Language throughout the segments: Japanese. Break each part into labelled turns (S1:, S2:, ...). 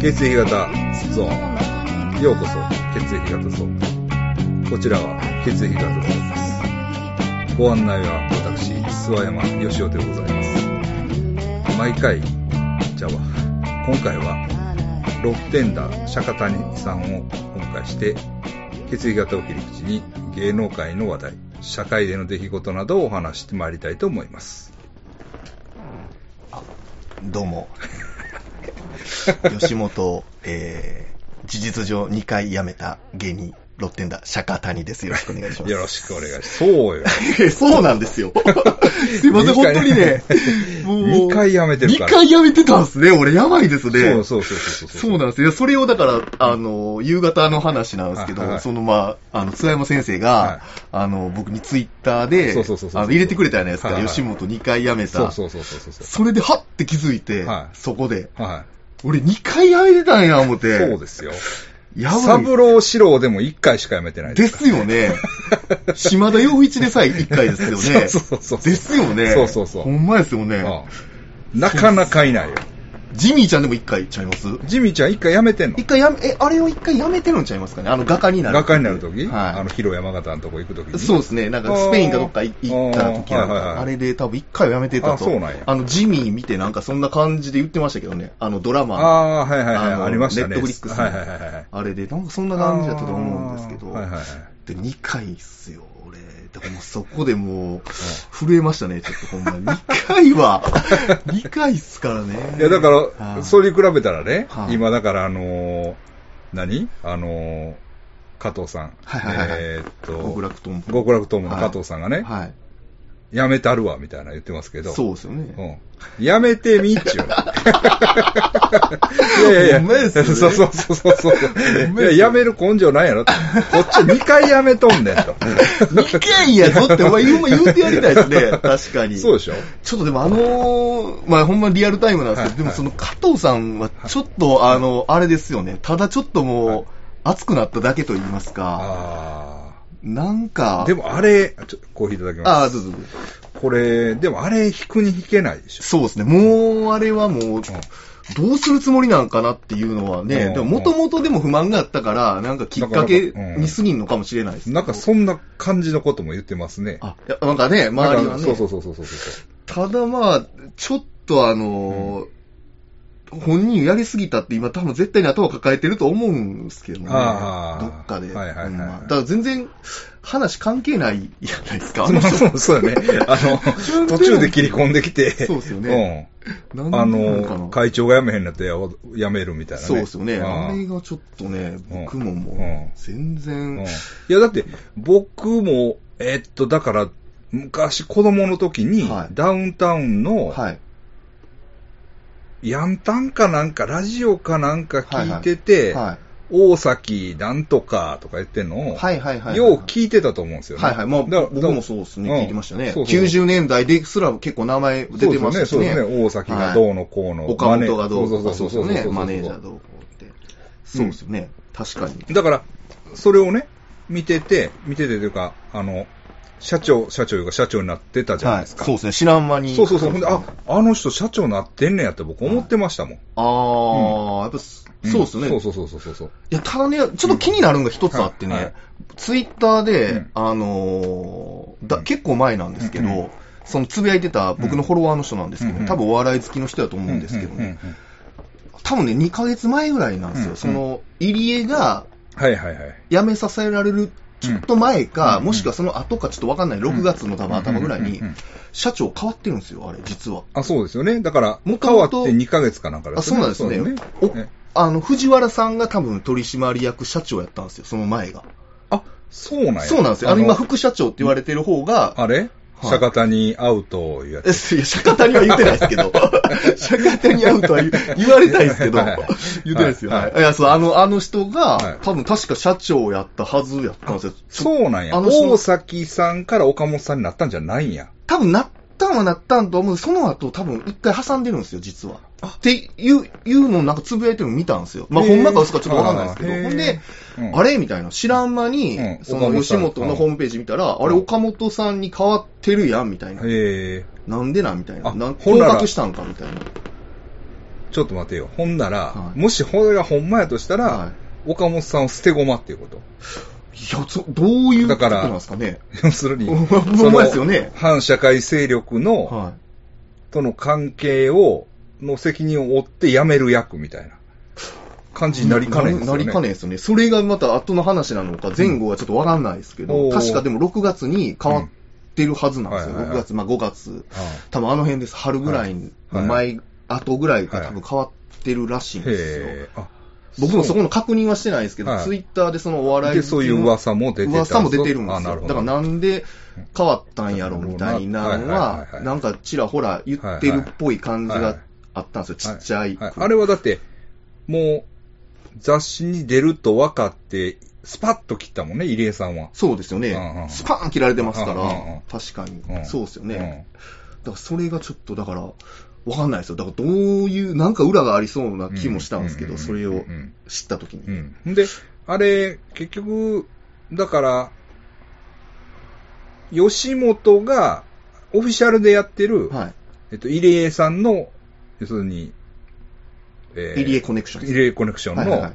S1: 血液型ゾーン。ようこそ、血液型ゾーン。こちらは、血液型ゾーンです。ご案内は、私、諏訪山義雄でございます。毎回、じゃあ、今回は、ロッテンダー釈迦谷さんをお迎えして、血液型を切り口に芸能界の話題、社会での出来事などをお話ししてまいりたいと思います。
S2: ど うも。吉本、えー、事実上2回辞めた芸人、ロッテンダ、釈迦谷です。よろしくお願いします。
S1: よろしくお願いします。そうよ。
S2: く。そうなんです よ。すいませ
S1: 二
S2: ん、本
S1: 回
S2: 当に ね。も
S1: 2回やめてる
S2: 2
S1: から。
S2: 回辞めてたんですね。俺、やばいですね。
S1: そうそうそうそうそう。
S2: そうなんですよ。それをだから、あの、夕方の話なんですけど、
S1: あはい
S2: そのまあ、あの、津山先生が、
S1: はい
S2: あの、僕にツイッターで、
S1: そうそうそうそう
S2: あの入れてくれたじゃないですか、
S1: はいはい
S2: 吉本2回辞めた。
S1: そうそうそうそうそう
S2: それで、はって気づいて、
S1: はい
S2: そこで、
S1: は
S2: 俺2回辞めてたんや、思っ
S1: い。
S2: て。
S1: そうですよ。
S2: やば
S1: 三
S2: い。
S1: 郎四郎でも1回しかやめてない
S2: で
S1: か
S2: すよね。島田洋一でさえ1回ですよ
S1: ら。
S2: ね。
S1: そうそうそうそう。
S2: ですよね。
S1: そうそうそう
S2: ほんまですよね。
S1: うんなかなかいないよ。
S2: ジミーちゃんでも1回ちゃいます
S1: ジミーちゃん1回やめてんの
S2: 一回やめ、え、あれを一回やめてるんちゃいますかねあの画家になる。
S1: 画家になるとき、
S2: はい。
S1: あの、広山形のとこ行くときに。
S2: そうですね。なんか、スペインかどっかい
S1: あー
S2: 行った時なん
S1: はいはいはい
S2: か、あれで多分一回はやめてたと。
S1: あそうなんや
S2: あの、ジミー見てなんかそんな感じで言ってましたけどね。あの、ドラマ。あ
S1: ああ、はいはいはい。
S2: の
S1: ありましたね。
S2: ネットフリックスの
S1: はいはいはいはい。
S2: れで、なんかそんな感じだったと思うんですけど。
S1: はいはいはい。
S2: で、2回っすよ、俺。だからもうそこでもう、震えましたね、ちょっとほんまに。2 回は、2回っすからね。
S1: いや、だか
S2: は
S1: ら、
S2: い
S1: それに比べたらね
S2: は、い
S1: 今だから、あのー、何あのー、加藤さん。
S2: はいはいはいはい
S1: えーっ
S2: 極
S1: と、
S2: 楽とも。
S1: 極楽友の加藤さんがね、
S2: はい。
S1: やめたるわ、みたいな言ってますけど。
S2: そうですよ ね。
S1: うん。やめてみっちゅ う。いやいやいや。
S2: ほんまですよね
S1: そうそうそうそうそう。
S2: ほん
S1: い
S2: まですよ
S1: や、やめる根性ないやろって。こっち2回やめとんねんと。
S2: 2回やぞって、お前言う言うてやりたいで すね。確かに。
S1: そうでしょ
S2: ちょっとでもあのーまあほんまリアルタイムなんです
S1: は
S2: けど、
S1: い
S2: でもその加藤さんはちょっと、あの、あれですよね。ただちょっと
S1: は
S2: も、
S1: いう
S2: 熱くなっただけと言いますか、
S1: あ
S2: なん
S1: あ
S2: か、
S1: ー。でもあれ、ちょコーヒーいただきます。
S2: ああ、そうそうそう。
S1: これ、でもあれ引くに引けないでしょ。
S2: そうですね。もう、あれはもう、どうするつもりなんかなっていうのは
S1: うん
S2: ね、でももともとでも不満があったから、なんかきっかけに過ぎんのかもしれないですけど
S1: なんかそんな感じのことも言ってますね。
S2: あ、いやなんか
S1: な
S2: ね、
S1: んか
S2: 周りはね。
S1: そうそうそうそうそうそう。
S2: ただまあ、ちょっとあのー本人やりすぎたって今多分絶対に頭抱えてると思うんですけどね。ど
S1: ああ
S2: っかで。
S1: はいはいはい
S2: うんまあだから全然話関係ないじゃないですか。あ
S1: ま
S2: の
S1: あ
S2: 人
S1: そうそうだね。あの、途中で切り込んできて、
S2: そうですよね。
S1: うん。あ
S2: なんでなんかな
S1: の、会長が辞めへんなってや辞めるみたいなね。
S2: そうですよね。
S1: あ
S2: あ
S1: あ
S2: れがちょっとね、僕も
S1: うんう
S2: も
S1: ん
S2: う、全
S1: うん
S2: 然
S1: い、や、だって、僕も、えっと、だから、昔子供の時に、
S2: はい
S1: ダウンタウンの、
S2: はい。
S1: ヤンタンかなんか、ラジオかなんか聞いてて、
S2: は
S1: 大崎なんとかとか言ってんの
S2: い。
S1: を、
S2: はいはいはい。
S1: よう聞いてたと思うんですよね。
S2: はいはい。まあ、
S1: だから
S2: 僕もそうですね。
S1: うん
S2: 聞いてましたね。
S1: そうそう
S2: 90年代ですら結構名前出てましたし
S1: そうですよね。そうですね。大崎がどうのこうの。
S2: 岡本がどう
S1: マネ
S2: こ
S1: そうう
S2: そ
S1: そううそ
S2: そ
S1: うう。そうそ
S2: ね、
S1: うそう
S2: マネージャーどうこうって。そうですよね。確かに。
S1: だから、それをね、見てて、見ててというか、あの、社長、社長が社間長になってたじゃないですか。
S2: そうですね。知らん間に。
S1: そうそうそう。ほんで、あ、あの人社長なってんねやって僕思ってましたもん。
S2: あー、やっぱ、そうですね。
S1: そう
S2: い
S1: そうそうそうそう。
S2: や、ただね、ちょっと気になるのが一つあって
S1: うんはい
S2: ね、ツイッター
S1: う
S2: で
S1: ん、
S2: あのー、だ
S1: うん
S2: 結構前なんですけ
S1: うん
S2: ど、そのつぶやいてた僕のフォロワーの人なんですけ
S1: う
S2: ど
S1: ん
S2: 多分お笑い好きの人だと思うんですけど
S1: うんうんうん
S2: ね、多分ね、2ヶ月前ぐらいなんです
S1: うん
S2: よ。その、入江が
S1: はいはいはい。
S2: 辞めさせられるちょっと前
S1: う
S2: か、
S1: ん
S2: もしくはその後かちょっとわかんない、6月の多分頭ぐらいに
S1: うんうんう、んうん
S2: 社長変わってるんですよ、あれ、実は。
S1: あ、そうですよね。だから、変
S2: もと
S1: わ
S2: も
S1: って
S2: と
S1: 2ヶ月かなんかで
S2: あ、そうなんですね。
S1: そう
S2: お
S1: ですね
S2: あの、藤原さんが多分取締役社長やったんですよ、その前が。
S1: あ、そうなんや。
S2: そうなんですよ。あの、今、副社長って言われてる方が、
S1: あれ
S2: はい
S1: 釈迦谷アウトいうや
S2: え
S1: つ。
S2: いや、釈迦谷は言ってないで すけど、釈迦谷に会うとは言う言われたいですけど、
S1: はい
S2: 言
S1: はい
S2: ってないですよ。
S1: はい
S2: はいいや、そう、あの、あの人
S1: はい
S2: が、多分確か社長やったはずやったんですよ。
S1: そうなんや。
S2: あの人
S1: 大崎さんから岡本さんになったんじゃないんや。
S2: 多分なったんはなったんと思う。その後多分一回挟んでるんですよ、実は。っていう、いうのをなんかつぶやいてるの見たんですよ。まあ、
S1: へ
S2: ほ
S1: ー
S2: んまか嘘かちょっとわかんないですけど。
S1: あーへー
S2: ほんで、
S1: うん
S2: あれみたいな。知らん間に、
S1: うん
S2: そ
S1: 岡
S2: の
S1: 本さ
S2: 吉
S1: ん
S2: 本のホームページ見たら、
S1: うん
S2: あれ岡本さんに変わってるやんみたいな。
S1: ええ
S2: なんでなんみたい
S1: あ
S2: な。なん
S1: ほん
S2: 降
S1: なら
S2: 格したんかみたいな。
S1: ちちょっと待てよ。ほんなら、
S2: はい
S1: もしこれがほんまやとしたら、
S2: は
S1: 岡本さんを捨て駒っていうこと。
S2: いや、そどういう
S1: だ
S2: こと
S1: から
S2: なんですかね。
S1: 要するに、
S2: ほんまですよね。
S1: 反社会勢力の、
S2: は
S1: との関係を、の責任を負って辞める役みたいな感じになりかねんですよね。
S2: なりかねんですよね。それがまた後の話なのか、前後はちょっとわからないですけ
S1: うん
S2: ど、
S1: おー
S2: 確かでも6月に変わってるはずなんですよ。
S1: うんはいはい
S2: 6
S1: はい
S2: 月、まあ5月、
S1: あ
S2: 多分あの辺です。春ぐらいの
S1: はいは
S2: 前、後ぐらいか
S1: は
S2: ら
S1: い
S2: 多分変わってるらしいん
S1: あ。
S2: ですよ。
S1: へえ。あ
S2: 僕もそこの確認はしてないですけど、
S1: はい
S2: ツイッターでそのお笑い
S1: で、そういう噂も出てた
S2: 噂も出てるんで
S1: あ
S2: す
S1: なる
S2: よ。
S1: ほ
S2: だから
S1: ど。
S2: なんで変わったんやろみたいな
S1: はい
S2: の
S1: はいはいは
S2: は、
S1: い
S2: なんかちらほら言ってるっぽい感じがあったんですよ。
S1: はい
S2: ちっちゃい。
S1: はいあれはだって、もう、雑誌に出ると分かって、スパッと切ったもんね、入江さんは。
S2: そうですよ
S1: うんうんう
S2: ね
S1: ん。
S2: スパーン切られてますか
S1: うんうんうん
S2: ら、確かに
S1: う。ん
S2: そうですよね。だからそれがちょっと、だから、わかんないですよ。だからどういう、なんか裏がありそうな
S1: うん
S2: 気もしたんですけ
S1: う
S2: ど、
S1: う
S2: それを
S1: うん
S2: 知ったとき
S1: う
S2: に。
S1: ん。うんで、あれ、結局、だから、吉本がオフィシャルでやってる、
S2: は
S1: えっと、入江さんの、要するに、え
S2: い。入江コネクション
S1: 入江コネクション
S2: はいはいは
S1: の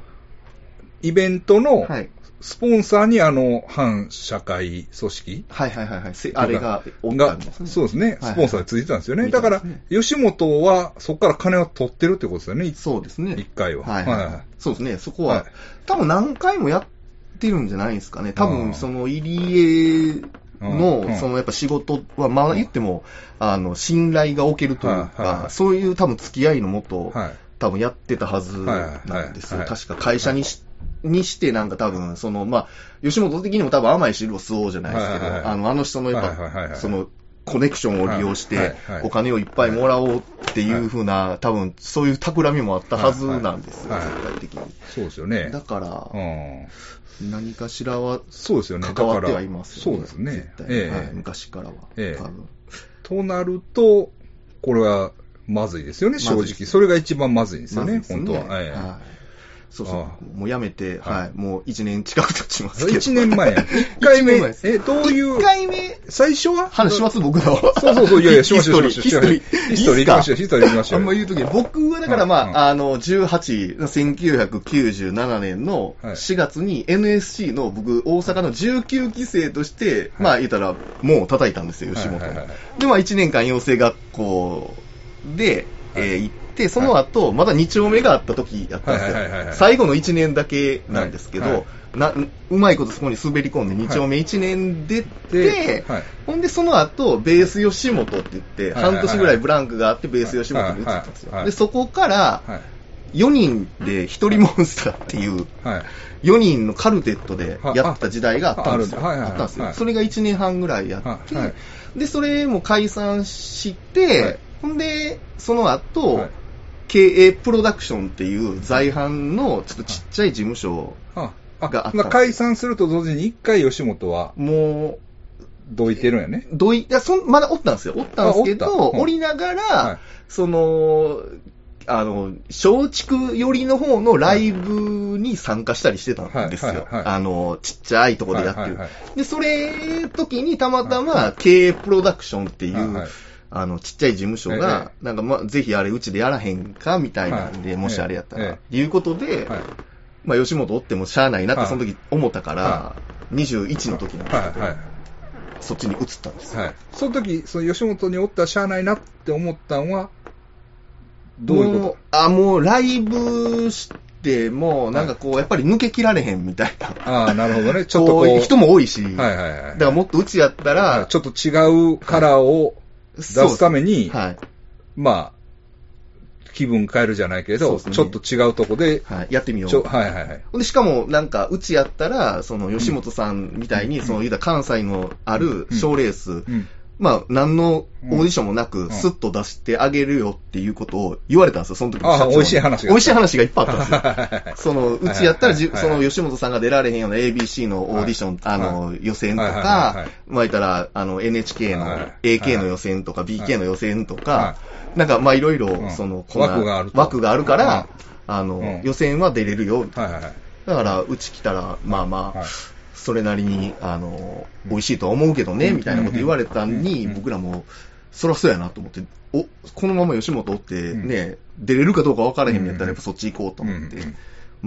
S1: イベントの
S2: い。はい
S1: スポンサーにあの反社会組織
S2: はいはいはいはい。せあれが、おった
S1: が
S2: んです、ね。
S1: そうですね、
S2: はい
S1: スポンサーでついてたんですよね。
S2: 見
S1: だ
S2: たん
S1: から
S2: ですね、
S1: 吉本はそこから金を取ってるってことですよね、一
S2: そうです
S1: 一
S2: ね。
S1: 回は。
S2: はいはいはい。そうですね。そこは
S1: はい、
S2: 多分何回もやってるんじゃないですかね。多
S1: うん
S2: 分、その入江
S1: うんう
S2: の、
S1: ん
S2: そのやっぱ仕事は、まあ言っても、あの、信頼がおけるという
S1: はいはいは
S2: か
S1: い、
S2: そういう多分付き合いのもと、
S1: はい
S2: 多分やってたはずなんですよ。
S1: はいはいはい
S2: 確か会社にし,、にしてなんか多分、その、まあ、吉本的にも多分甘い汁を吸おうじゃないですけど、
S1: はいはいはい
S2: あの、あの人のやっぱ、
S1: はいはいはいはい
S2: その、コネクションを利用し
S1: はい
S2: て
S1: はいはい、
S2: お金をいっぱいもらおうっていうふうな、多分、そういう企みもあったはずなんですよ、
S1: はいはい
S2: 絶対的に。
S1: そうですよね。
S2: だから、
S1: うん
S2: 何かしらは
S1: そうですよね。
S2: 関わ
S1: だ
S2: って
S1: から
S2: はいますよ
S1: そ
S2: ね。
S1: うですね
S2: 絶。対
S1: ええ
S2: はい昔からは。
S1: ええ
S2: 多分
S1: となると、これはまずいですよね、
S2: ま
S1: 正
S2: ずい
S1: 直。それが一番まずいんですよね、
S2: まずい
S1: 本当は。ええ
S2: いそうそう
S1: ああ。
S2: もうやめて、
S1: はい
S2: はい。もう1年近く経ちますけど。
S1: 1年前。1回
S2: 一年前
S1: 目
S2: で。す
S1: え、どういう
S2: 1、回目、
S1: 最初は
S2: 話します、僕の。
S1: そうそうそう、いやいや、しましょう、しましょう。
S2: ヒストリー
S1: ヒストリー
S2: ヒストリー
S1: 行きましょう、ヒストリー行きましょ
S2: あ
S1: う。
S2: んま言うときに、僕はだからまあ、
S1: うん
S2: あの、18、1997年の
S1: はい
S2: 4月に NSC の僕、大阪の19期生として、
S1: い
S2: まあ言ったら、もう叩いたんですよ、吉本に。
S1: はいはいはいはい
S2: で、まあ1年間養成学校で、
S1: はい
S2: えー行って、その後、まだ2丁目があった時やったんですよ。
S1: はいはいはいはい
S2: 最後の1年だけなんですけど、
S1: はいはい
S2: なうまいことそこに滑り込んで2丁目1年出て、
S1: はい。
S2: ほんで、その後、ベース吉本って言っ
S1: は
S2: て、
S1: いはいはい
S2: 半年ぐらいブランクがあって、ベース吉本に移ったんです
S1: はいはいは
S2: よ。
S1: い
S2: で、そこから、
S1: はい。
S2: 4人で1人モンスターっていう、
S1: はい。
S2: 4人のカルテットでやった時代があったんですよ。
S1: あああるんだはいはいは
S2: あ
S1: い
S2: ったんです
S1: はい
S2: よ。それが1年半ぐらいやって
S1: はいは、
S2: で、それも解散し
S1: はい
S2: て、ほんで、その
S1: は
S2: 後
S1: い、
S2: 経営プロダクションっていう在阪のちょっとちっちゃい事務所、
S1: あ、あ、
S2: があった
S1: まあ解散すると同時に一回吉本は
S2: もう、
S1: どいてるんやね。
S2: どい、いや、そん、まだおったんですよ。おったんですけ
S1: あお
S2: ど、
S1: ったうん
S2: おりながら、
S1: はい
S2: その、あの、松竹寄りの方のライブに参加したりしてたんです
S1: はい
S2: よ。
S1: はいはい
S2: あの、ちっちゃいとこでやって
S1: はい
S2: る
S1: はい。
S2: で、それ時にたまたま、経営プロダクションってい、
S1: はいう
S2: あの、ちっちゃい事務所が、なんか、ま、ぜひあれ、うちでやらへんか、みたいなん
S1: は
S2: で、
S1: い
S2: もしあれやった
S1: ええ
S2: ら、いうことで、
S1: はい。
S2: まあ、吉本おってもしゃあないなっ
S1: は
S2: て、
S1: い
S2: その時思ったから
S1: は、
S2: 21の時なんです
S1: はい。はい。
S2: けど、そっちに移ったんですよ。
S1: はい。その時、その吉本におったらしゃあないなって思ったんは、どういう
S2: も
S1: こ
S2: あ、もうライブしても、なんかこう、やっぱり抜けきられへんみたいな。
S1: とああ、なるほ どね。 ちょっとこう。
S2: こう人も多いし。
S1: はいはいはい。
S2: だからもっとうちやった
S1: はい
S2: ら、
S1: ちょっと違うカラーを出
S2: そう
S1: すために、
S2: はい。
S1: まあ、気分変えるじゃないけ
S2: そう
S1: ど、
S2: ですね
S1: ちょっと違うとこで、
S2: はい。やってみよ
S1: ちょ
S2: う。
S1: はいはいはい。
S2: ほんで、しかも、なんか、うちやったら、その、吉本さんみたいに、その、言うたら関西のある賞レース
S1: う、ん。
S2: まあ、何のオーディションもな
S1: うん
S2: く、スッと出してあげるよっていうことを言われたんですよ、その時の社長に
S1: あ美味しい話が
S2: 美味しい話がいっぱいあったんですよ。
S1: は
S2: その、うちやったらじゅ、
S1: はい
S2: その、吉本さんが出られへんような ABC のオーディション、
S1: はい
S2: あの、予選と
S1: はいはいはいは
S2: か
S1: い、
S2: まあ言ったら、あの、NHK の
S1: はい
S2: AK の予選とか、BK の予選と
S1: は
S2: か、なんか、まあいろいろ
S1: ん、
S2: その、
S1: 枠があると
S2: 枠があるか
S1: はい
S2: ら、あ
S1: うん
S2: の、予選は出れるよ。
S1: いはいはい。
S2: だから、うち来たら、まあま
S1: は
S2: あ
S1: い、
S2: それなりに、あの、美味しいとは思うけどね、みたいなこと言われたのに、僕らも、そらそうやなと思って、お、このまま吉本おって
S1: うん
S2: ね、出れるかどうか分からへんのやった
S1: うん
S2: らやっぱそっち行こうと思って
S1: うんうん、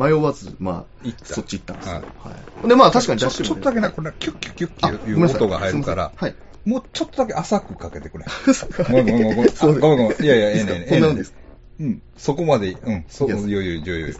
S2: 迷わず、まあ
S1: 行っ、た
S2: そっち行ったんですよ
S1: はい。
S2: はい。で、まあ確かに
S1: ち
S2: 出
S1: ょ
S2: して
S1: ちょっとだけな、これな、キュッキュッキュ
S2: あ
S1: ッキ
S2: ご
S1: ュ
S2: めん
S1: い
S2: な
S1: う
S2: さい
S1: 音が入るから
S2: すい、ませんはい。
S1: もうちょっとだけ浅くかけてく れ。
S2: ご
S1: ごめんごめんごめん。あごめんごめん。いやいや、ええねん。え
S2: こん
S1: え
S2: な
S1: ね
S2: もん
S1: ん
S2: です。
S1: うん。そこまで、うん。そ
S2: い
S1: こ、
S2: や
S1: 余裕、余裕。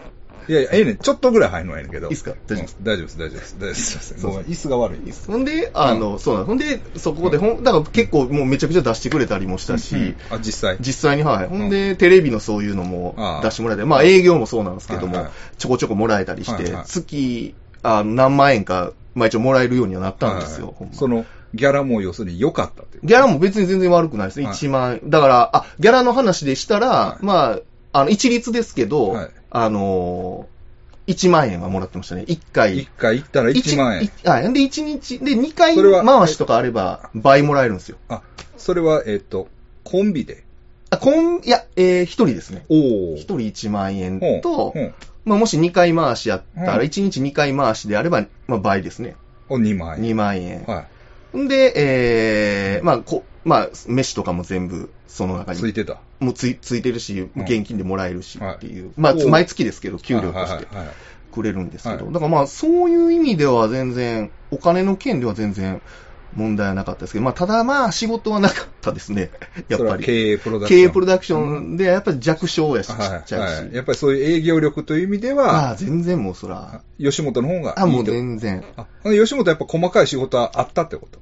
S1: いやいや、ええねん。ちょっとぐらい入るのはええねんけど。
S2: いいっすか大丈夫です
S1: うん大丈夫です、大丈夫です。大丈夫です。すいません
S2: そう
S1: ごめん、椅子が悪い。
S2: ほんで、あの、そうなの。ほんで、そこで、ほん、だから結構もうめちゃくちゃ出してくれたりもした
S1: う
S2: し
S1: ん、あ、実際。
S2: 実際に、はい。ほんで、テレビのそういうのも
S1: ああ
S2: 出してもらえて、まあ営業もそうなんですけ
S1: は
S2: ど
S1: い
S2: も
S1: はい、
S2: ちょこちょこもらえたりして
S1: はいはい、
S2: 月、あの何万円か、まあ一応もらえるようにはなったんです
S1: は
S2: よ
S1: い、
S2: ほんま
S1: その、ギャラも要するに良かったっていう。
S2: ギャラも別に全然悪くないですね。
S1: はい
S2: 1万円。だから、あ、ギャラの話でしたら
S1: は、い
S2: まあ、あの、一律ですけど
S1: はい、ャ
S2: あのー、1万円はもらってましたね。1回。
S1: 一回行ったら1万円。
S2: 一。はい。で、1日、で、2回
S1: それは
S2: 回しとかあれば、倍もらえるんですよ。
S1: あ、それは、えっと、コンビで。
S2: あ、こん、いや、えー、1人ですね。
S1: お
S2: 1
S1: お。
S2: 人1万円
S1: ほう
S2: と
S1: ほ、う
S2: まあ、もし2回回しやったら、
S1: うん
S2: 1日2回回しであれば、まあ、倍ですね。
S1: お、2万円。
S2: 2万円。
S1: は
S2: んで、えー、まあ、こ、まあ、飯とかも全部、その中
S1: い。
S2: に
S1: ついてた。
S2: もうついついてるし、
S1: うん
S2: 現金でもらえるしっていう、
S1: はい
S2: まあ
S1: おう
S2: 毎月ですけど、給料として
S1: はいはいはいはい
S2: くれるんですけど、
S1: はい
S2: だからまあそういう意味では全然、お金の件では全然問題はなかったですけど、まあただまあ仕事はなかったです ね、や
S1: それ
S2: っぱ
S1: は
S2: り。
S1: 経営プロダクショ
S2: 経
S1: ン。
S2: 営プロダクションでやっぱり弱小やし、ちっ
S1: はい
S2: ちゃい
S1: はい
S2: し。
S1: やっぱりそういう営業力という意味で
S2: あ
S1: は、
S2: あ、全然もうそら。
S1: 吉本の方がいい
S2: あ、もう
S1: ってこと
S2: 全然。
S1: あ、ほんで吉本やっぱ細かい仕事はあったってこと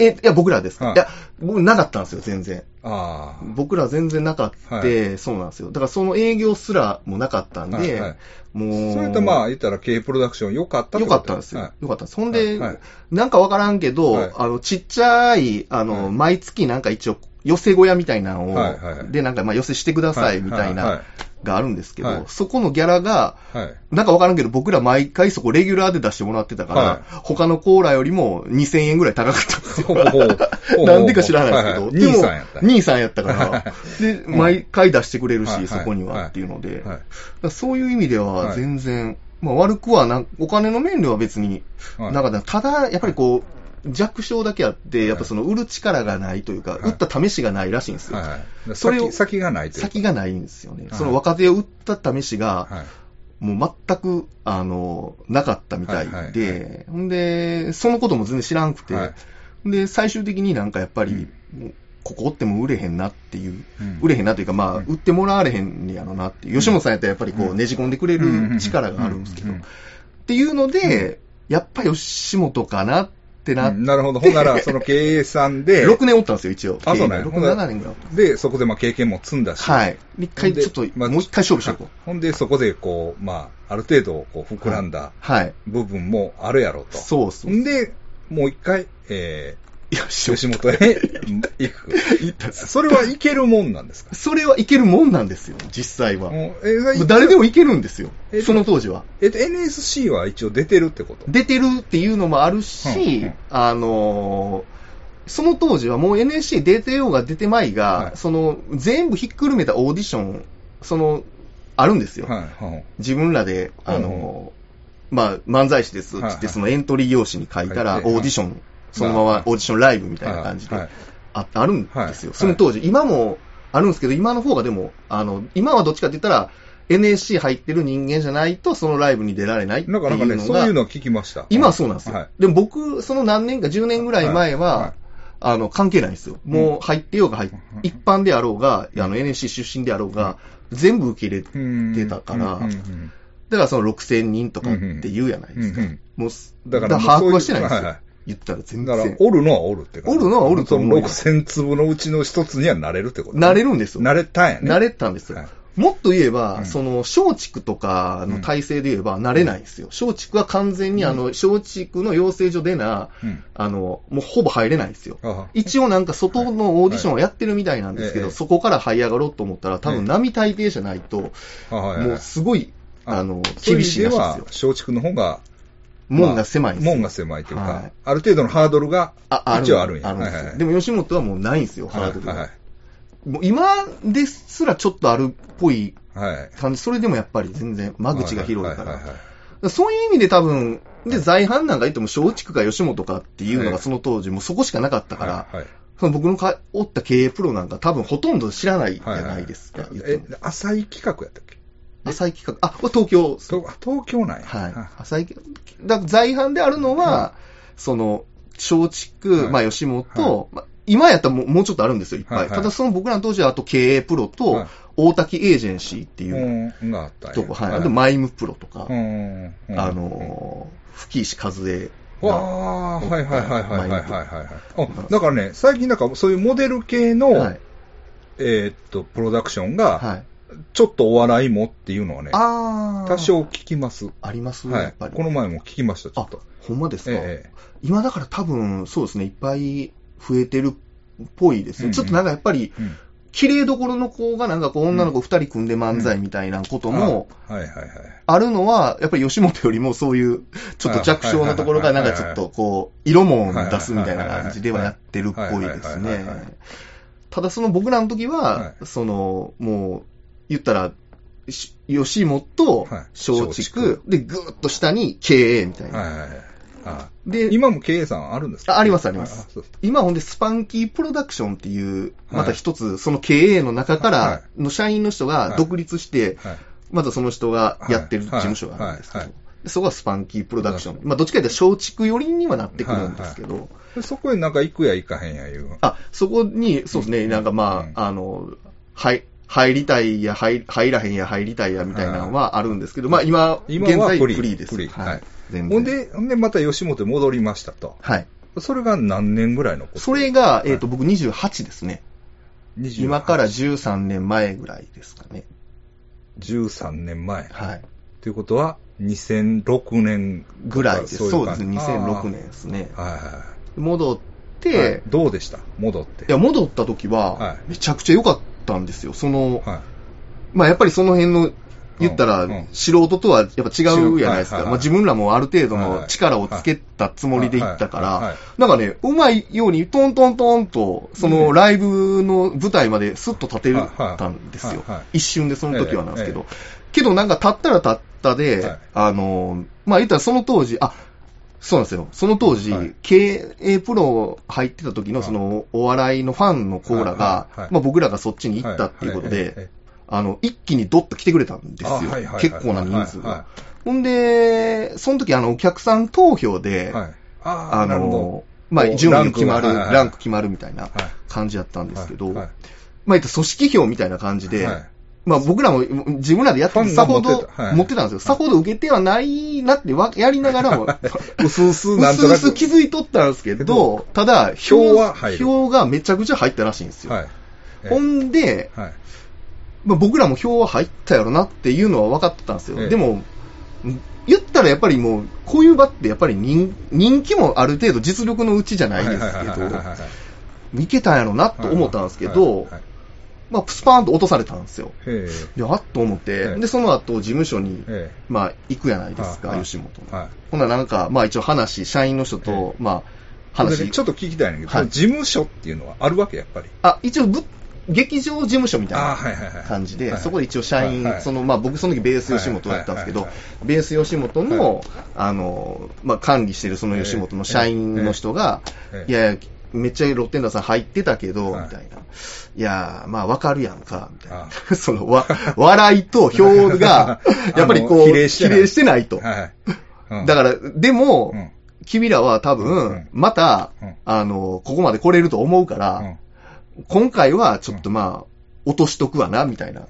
S2: え、いや、僕らですか、
S1: はい
S2: い、や、僕なかったんですよ、全然。
S1: ああ。
S2: 僕ら全然なかった、
S1: はい
S2: そうなんですよ。だからその営業すらもなかったんで、
S1: はいはい
S2: もう。
S1: それとまあ言ったら経営プロダクション良かった
S2: よ
S1: こと
S2: かったんですよ。
S1: はい
S2: よかったんです。ほん
S1: はい
S2: で、
S1: はい
S2: なんかわからんけど、
S1: はい
S2: あの、ちっちゃい、あの、
S1: はい
S2: 毎月なんか一応、寄せ小屋みたいなのを、
S1: はいはい
S2: で、なんか、まあ、寄せしてくださいみたい
S1: はは
S2: な、があるんですけど、
S1: はい
S2: そこのギャラが、
S1: はいは い。
S2: なんかわからんけど、僕ら毎回そこレギュラーで出してもらってたから、
S1: はい
S2: 他のコーラよりも2000円ぐらい高かったんです
S1: ほうほうほうほ
S2: よ。
S1: う
S2: なんでか知らないですけど。
S1: はいはい
S2: で
S1: 兄さ
S2: も
S1: んやった
S2: 兄さんやっ たから。で、毎回出してくれるし、
S1: はいはい
S2: そこにはっていうので。
S1: はい
S2: だからそういう意味で
S1: は
S2: はい全然、まあ悪くはなん、お金の面では別に、
S1: はい
S2: なんかねただ、やっぱりこう、弱小だけあって、やっぱその売る力がないというか、
S1: はい
S2: 売った試しがないらしいんですよ。
S1: はいはい。
S2: それを
S1: 先先がないというか。
S2: 先がないんですよね。
S1: はい
S2: その若手を売った試しが、
S1: はい。
S2: もう全く、あの、なかったみたい
S1: はいはい
S2: で、ほんで、そのことも全然知らんくて、
S1: はい
S2: ほんで、最終的になんかやっぱり、もうここおっても売れへんなっていう
S1: うん
S2: 売れへんなというか、まあ、
S1: うん
S2: 売ってもらわれへんねやろなっていう。吉本さんやったらやっぱりこ
S1: う
S2: う、
S1: ん
S2: ねじ込んでくれる力があるんですけ
S1: う
S2: ど。
S1: う
S2: っ
S1: う
S2: ていうので、やっぱ吉本かなってな
S1: う
S2: っ
S1: んなるほど。ほんな ら、その経営さんで、
S2: 6年おったんですよ、一応。
S1: あそうなんや
S2: 6、7年ぐらいおっ
S1: で、そこでまあ経験も積んだし、
S2: た。はい。一回
S1: ほんで
S2: ちょっと、
S1: まあ
S2: もう一回勝負しとこう。
S1: ほんで、そこで、こう、まあ、ある程度、こう、膨らんだ
S2: はい。
S1: 部分もあるやろうと。
S2: そうそう。
S1: んで、もう一回、えー、
S2: 吉
S1: 吉本 へ行く。
S2: 行ったんです
S1: それはいけるもんなんですか
S2: それはいけるもんなんですよ、実際は。
S1: もうえー
S2: 誰でもいけるんですよ
S1: え。
S2: その当時は。
S1: えっと、NSC は一応出てるってこと
S2: 出てるっていうのもあるし、
S1: うんうん
S2: あのーその当時はもう NSC 出てようが出てまいが、
S1: はい
S2: その全部ひっくるめたオーディション、その、あるんですよ。
S1: はい、はい。
S2: 自分らで、あのーまあ、漫才師ですって言って、
S1: はいはい
S2: そのエントリー用紙に書いたら、
S1: は
S2: オ
S1: い
S2: ーディション、そのまま
S1: はい
S2: オーディションライブみたいな感じで、
S1: はいはい
S2: ああるんですよ。
S1: はい
S2: その当時、今もあるんですけど、今の方がでも、あの、今はどっちかって言ったら、NSC 入ってる人間じゃないと、そのライブに出られないっていう
S1: な
S2: の
S1: んか、
S2: が
S1: なんかね、そういうの聞きました。
S2: 今はそうなんですよ。
S1: はい
S2: でも僕、その何年か、10年ぐらい前は、
S1: はいはい
S2: あの、関係ないんですよ。もう入ってようが入っ
S1: うん
S2: 一般であろうが、あの、NSC 出身であろうが、全部受け入れて、
S1: うん
S2: 出たから
S1: うんうんうん
S2: だからその6000人とかって言うじゃないですか。
S1: うんうん
S2: もうす、
S1: だ
S2: だ
S1: か
S2: からら
S1: もう
S2: 把握はしてないんですよ。
S1: そういうはいはい
S2: 言ったら全
S1: だから
S2: 然、。
S1: おるのはおるって感じ
S2: おるのはおると思うよ
S1: 6000粒のうちの一つにはなれるってこと
S2: 慣れるんですよ。
S1: 慣れたんやね。
S2: 慣れたんですよ。
S1: はい
S2: もっと言えば、
S1: うん
S2: その、松竹とかの体制で言えば、慣れないんですよ。松竹は完全に、あの、松竹の養成所でな、
S1: うん
S2: あの、もうほぼ入れないんですよ。
S1: ああ
S2: 一応なんか外のオーディションをやってるみたいなんですけど、
S1: はいええ
S2: そこから這い上がろうと思ったら、多
S1: ええ
S2: 分並大抵じゃないと、
S1: ああはいはい
S2: もうすごい、
S1: あ
S2: あの、
S1: そういう
S2: 厳
S1: 意味
S2: しい
S1: で
S2: らしいで
S1: は
S2: すよ。
S1: 松竹の方が、
S2: 門が狭いんですよ。
S1: 門が狭いというか、
S2: はい
S1: ある程度のハードルが一応あるんや。
S2: あるんですよ、
S1: はいはい
S2: でも吉本はもうないんですよ、ハードルが。
S1: はい
S2: もう今ですらちょっとあるっぽい
S1: はいはい。
S2: 感じ、それでもやっぱり全然間口が広いから。
S1: ははは
S2: そういう意味で多分、で、在阪なんか言っても、松竹か吉本かっていうのがその当時、もうそこしかなかったから、
S1: はいはい
S2: その僕のかおった経営プロなんか多分ほとんど知らないじ
S1: は
S2: ゃ
S1: いは
S2: ないいですか。言って
S1: え
S2: も、
S1: 浅い企画やったっけ
S2: 浅い企画。あ、これ東京。
S1: そうあ東京なんや。
S2: はい
S1: あ。
S2: 浅い企画。だから在阪であるのは、その、松竹、
S1: はい
S2: まあ吉本、まあ今やったらもうもうちょっとあるんですよ、いっぱい。
S1: はいはい
S2: ただその僕らの当時はあと経営プロと、
S1: はい
S2: 大滝エージェンシーっていう
S1: うん、があったんや
S2: とこ、はい。あとマイムプロとか、
S1: うんうん
S2: あのー、吹石和恵
S1: わ
S2: が。
S1: あ、
S2: うん
S1: はいはいはいはいはいはいはいはい。
S2: うん
S1: あだからね、最近なんかそういうモデル系の、
S2: はい。
S1: えーっと、プロダクションが、
S2: はい。
S1: ちょっとお笑いもっていうのはね、
S2: あー
S1: 多少聞きます。
S2: あります、
S1: は
S2: や
S1: い
S2: っぱ。り。
S1: この前も聞きました、ちょ
S2: あ
S1: っと。、
S2: ほんまですか、
S1: ええ
S2: 今だから多分、そうですね、いっぱい増えてるっぽいですね。
S1: うんうん
S2: ちょっとなんかやっぱり、
S1: ええ。うん
S2: 綺麗どころの子がなんかこう女の子二人組んで漫才みたいなことも、
S1: あはいはいはい。
S2: あるのは、やっぱり吉本よりもそういう、ちょっと弱小なところがなんかちょっとこう、色も出すみたいな感じではやってるっぽいです
S1: はいはいはいはい
S2: ね。ただその僕らの時
S1: は
S2: は、その、もう、言ったら、し吉本
S1: は
S2: と
S1: い
S2: 松
S1: 松
S2: 竹、で、ぐーっと下に経営みたいな。
S1: はいはいはいあ
S2: で、
S1: 今も経営さんあるんですか
S2: あありますあります。
S1: そうです
S2: 今ほんでスパンキープロダクションっていう、
S1: はい
S2: また一つ、その経営の中か
S1: は
S2: らの社員の人が独立して、
S1: はい。
S2: またその人がやってる事務所があるんですけ
S1: は
S2: ど
S1: いはい、
S2: でそこはスパンキープロダクション。まあどっちかというと松竹寄りにはなってくるんですけど、
S1: でそこへなんか行くや行かへんやいう。
S2: あ、そこに、そうですね、なんかまあ、あの、はい、入りたいや、入入らへんや、入りたいや、みたいなのはあるんですけど、まあ今、現
S1: 今は
S2: 在
S1: フ
S2: フ
S1: リー
S2: リーで
S1: フ
S2: す。
S1: リーはい。
S2: 全然
S1: ほんで、ほんでまた吉本に戻りましたと。
S2: はい。
S1: それが何年ぐらいのこと
S2: それが、えっと、僕28ですね。
S1: 28
S2: 今から13年前ぐらいですかね。
S1: 13年前。
S2: はい。
S1: ということは、2006年
S2: ぐらいです。そう
S1: そういう
S2: で
S1: 感
S2: す
S1: じ
S2: ね。2006年ですね。
S1: はいはい
S2: 戻っ
S1: はい。は
S2: て
S1: い、どうでした戻って。
S2: いや、戻った時
S1: は
S2: は、めちゃくちゃ良かったんですよ。その、
S1: は
S2: まあやっぱりその辺の、言ったら、
S1: うんうん
S2: 素人とはやっぱ違うじゃないです
S1: 違うはいはいは
S2: か。
S1: い
S2: まあ自分らもある程度
S1: はいは
S2: の
S1: い
S2: 力をつけたつ
S1: い。
S2: もりで行ったか
S1: はいはい
S2: ら、
S1: はい
S2: なんかね、うまいようにトントントンと、そのライブの舞台までスッと立てるたんですよ
S1: はいはいはいはい。
S2: 一瞬でその時はなんですけ
S1: え
S2: ど。けどなんか立ったら立った
S1: は
S2: で
S1: い、
S2: あの、まあ言ったらその当時、あ、そうなんですよ。その当時
S1: はい、
S2: 経営プロ入ってた時のそのお笑いのファンのコー
S1: はいは
S2: ラ
S1: いは
S2: が
S1: い、
S2: まあ僕らがそっちに行ったっていうこと
S1: はいはいはい
S2: で、あの、一気にドッと来てくれたんですよ
S1: あはいはいは。い
S2: 結構な人数
S1: は
S2: が。ほんで、その時あの、お客さん投票
S1: い
S2: で、
S1: はいはい。あ
S2: あ
S1: あ、なるほど
S2: の、まあ、順位決まる、
S1: ランクがはいはい
S2: ランク決まるみたいな
S1: はい
S2: 感じだったんですけど、
S1: はいは
S2: まあ
S1: い、
S2: 言ったら組織票みたいな感じで、
S1: はい
S2: まあ、僕らも自分らでやってて、
S1: ファン
S2: さ
S1: が
S2: ほ
S1: 持ってた
S2: ど
S1: はい
S2: 持ってたんですよ。さほど受けてはないなってわやりなが らも、
S1: うすうす、
S2: う
S1: なん
S2: す
S1: と
S2: う
S1: な
S2: す
S1: く。
S2: 気づいとったんですけど、ただ、
S1: 票
S2: 票
S1: は入る
S2: 票がめちゃくちゃ入ったらしいんですよ。
S1: はい。ええ
S2: ほんで、
S1: はい。
S2: まあ、僕らも票は入ったやろなっていうのは分かってたんですよ。
S1: ええ
S2: でも、言ったらやっぱりもう、こういう場ってやっぱり人人気もある程度実力のうちじゃないです
S1: は
S2: け
S1: は
S2: ど
S1: は、はい
S2: けたんやろなと思ったんですけ
S1: はい
S2: ど
S1: はい、はい
S2: まあ、スパーンと落とされたんですよ。
S1: へ
S2: いや、あっと思っ
S1: え
S2: て、
S1: え
S2: で、その後、事務所に
S1: え、え
S2: まあ、行くやないです
S1: は
S2: か、
S1: いはい
S2: 吉本
S1: え
S2: の。
S1: はい。
S2: ほんならなんか、まあ一応話、社員の人と、まあ、
S1: でね
S2: 話
S1: ちょ、っと聞きたいんだけど、
S2: はい
S1: 事務所っていうのはあるわけ、やっぱり。
S2: あ、一応ぶ、劇場事務所みたい
S1: ああ、
S2: な
S1: はいはいはい。
S2: 感じで、
S1: はい
S2: そこで一応社員
S1: はいは、い
S2: その、まあ僕その時ベース吉本だったんですけ
S1: は
S2: ど
S1: いはい、
S2: ベース吉本の
S1: は、
S2: あの、まあ管理してるその吉本の社員の人が
S1: えええ、え
S2: いやいや、めっちゃ露天田さん入ってたけど、
S1: はい
S2: みたいな。いやー、まあわかるやんか、みたい
S1: あ、
S2: な。 その、わ、笑いと票がやっぱりこ
S1: あ
S2: う、
S1: の比
S2: 比
S1: 例
S2: 例
S1: してない
S2: してないと。
S1: はいはい。
S2: だ
S1: か
S2: から、でも、
S1: うん
S2: 君らは多
S1: うんう
S2: 分
S1: ん、
S2: また、
S1: うん
S2: あの、ここまで来れると思うから、今回はちょっとまあ、落としとくわな、みたいな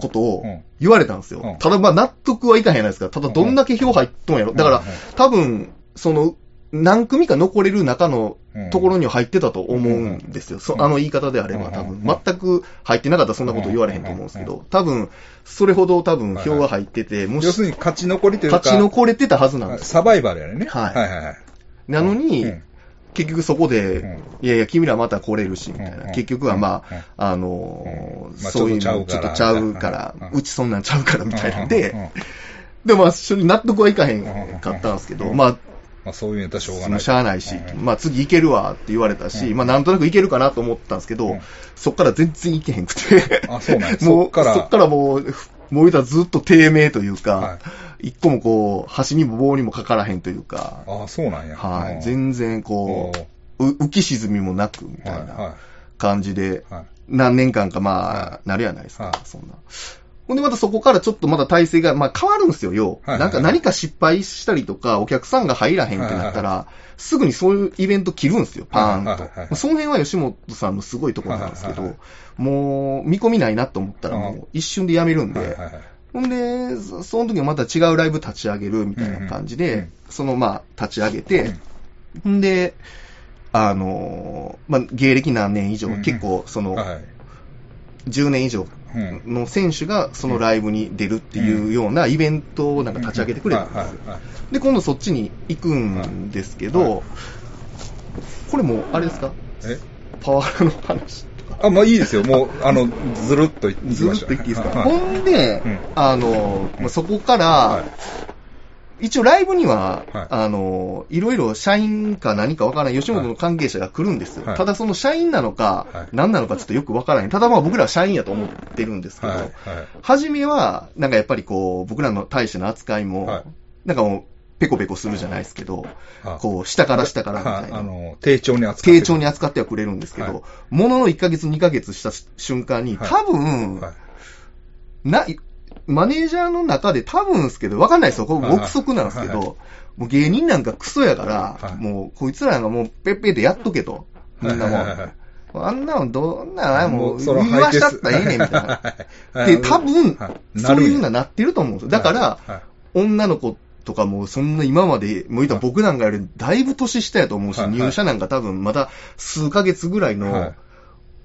S2: ことを言われたんです
S1: う
S2: よ
S1: ん。
S2: ただまあ、納得はいかへんやないですか。ただどんだけ票入っとんやろ。だから
S1: うん、
S2: 多分、その、何組か残れる中の
S1: うん
S2: ところには入ってたと思うんですよ。そあの言い方であれば、
S1: うん
S2: 多分、
S1: うん
S2: 全く入ってなかったらそんなこと言われへんと思うんですけど、多分、それほど多分票が入ってて、も
S1: 要す
S2: し
S1: るに勝ち残りというか、
S2: 勝ち残れてたはずなんです
S1: サバイバルやね。
S2: はい
S1: はいはいはい。
S2: なのに、
S1: うん
S2: 結局そこで、
S1: うん
S2: いやいや、君らまた来れるし、みたいな。
S1: うんうん
S2: 結局はま
S1: うん
S2: あ、あのー
S1: うんまあ
S2: そういう
S1: ちょ
S2: の
S1: っと
S2: ちょっとち
S1: ち
S2: ゃ
S1: ゃ
S2: う
S1: う
S2: か
S1: からら、
S2: うちそんなんちゃうから、みたいな
S1: う
S2: ん
S1: んうんうん
S2: で、でもまあ、それ納得はいかへんかったんですけ
S1: うん
S2: ど、
S1: うん
S2: まあ、
S1: まあそういうネタしょうが
S2: も
S1: な
S2: う
S1: い。
S2: しゃあないし
S1: う、ん
S2: まあ次行けるわって言われたし、
S1: うん
S2: まあなんとなく行けるかなと思ったんですけ
S1: う
S2: ど
S1: ん、
S2: そっから全然行けへん くて、
S1: あそうなんや
S2: も
S1: そ
S2: う、
S1: っから
S2: そっからもう、もう言うたらずっと低迷という
S1: は
S2: か、一個もこう、端にも棒にもかからへんというか、
S1: ああ、そうなんや。
S2: は
S1: うん
S2: い。全然こ
S1: おー
S2: う、う浮き沈みもなく、み
S1: は
S2: たい
S1: い
S2: な
S1: は
S2: 感じで、
S1: いはい
S2: 何年間かまあ
S1: は、
S2: なるやないです
S1: は
S2: か
S1: い、
S2: そんな。ほんでまたそこからちょっとまだ体制が、まあ変わるんですよ、要。
S1: はいはい
S2: なんか何か失敗したりとか、お客さんが入らへんってなったら、すぐにそういうイベント切るんですよ、パ
S1: はいはいはい
S2: ー
S1: は
S2: ン
S1: い
S2: と。その辺は吉本さんのすごいところなんですけ
S1: はいは
S2: ど
S1: い、
S2: もう見込みないなと思ったらも
S1: うん
S2: う一瞬で辞めるん
S1: はい
S2: で
S1: は、いはい
S2: ほんで、そその時はまた違うライブ立ち上げるみたいな感じで、
S1: うんうん
S2: そのまあ立ち上げて、ほんで、あのーまあ芸歴何年以上、
S1: うん
S2: 結構その、
S1: はい
S2: 10年以上
S1: うん
S2: の選手がそのライブに出るっていうようなイベントをなんか立ち上げてくれたんですよ。
S1: はいはいはい
S2: で、今度そっちに行くんですけど、これもう、あれですか
S1: え
S2: パワハラの話とか。
S1: あ、まあいいですよ。もう、あの、ずるっといきまし
S2: ず
S1: ょう
S2: るっと言っていいですか、
S1: はい
S2: ほんで、
S1: うん
S2: あの、まあ、そこから、
S1: はい
S2: 一応ライブには、
S1: はい
S2: あの、いろいろ社員か何かわからない吉本の関係者が来るんですよ。
S1: はい
S2: ただその社員なのか、
S1: はい
S2: 何なのかちょっとよくわからない。ただまあ僕らは社員やと思ってるんですけど、
S1: はいはい
S2: 初めは、なんかやっぱりこう、僕らの大使の扱いも、
S1: はい
S2: なんかもう、ペコペコするじゃないですけど、
S1: あ
S2: こう、下から下からみたい
S1: ああ
S2: な。
S1: の、丁重に扱って
S2: 丁
S1: る
S2: 重に扱ってはくれるんですけど、
S1: はい
S2: ものの1ヶ月2ヶ月した瞬間に、
S1: はい
S2: 多分、
S1: はい
S2: な、マネージャーの中で多分ですけど、わかんないですよ。これ
S1: はい
S2: 憶測なんですけ
S1: はいは
S2: ど、もう芸人なんかクソやから、
S1: はい
S2: もうこいつらがもうペッペでやっとけと。こんなも
S1: はいはいはい
S2: ん。あんなもんどんな、もう
S1: その
S2: 言いまし
S1: ハイテ
S2: たっ
S1: ス
S2: たらええねんみたいな。
S1: はい
S2: で、多分
S1: は、い
S2: そう
S1: なる
S2: いう
S1: ん
S2: の
S1: や
S2: なってると思うんですよ。だから、
S1: はいはい
S2: 女の子とかもそんな今まで、もう言ったら僕なんかよりだいぶ年下やと思うし、
S1: はいはい
S2: 入社なんか多分まだ数ヶ月ぐらいの、
S1: はい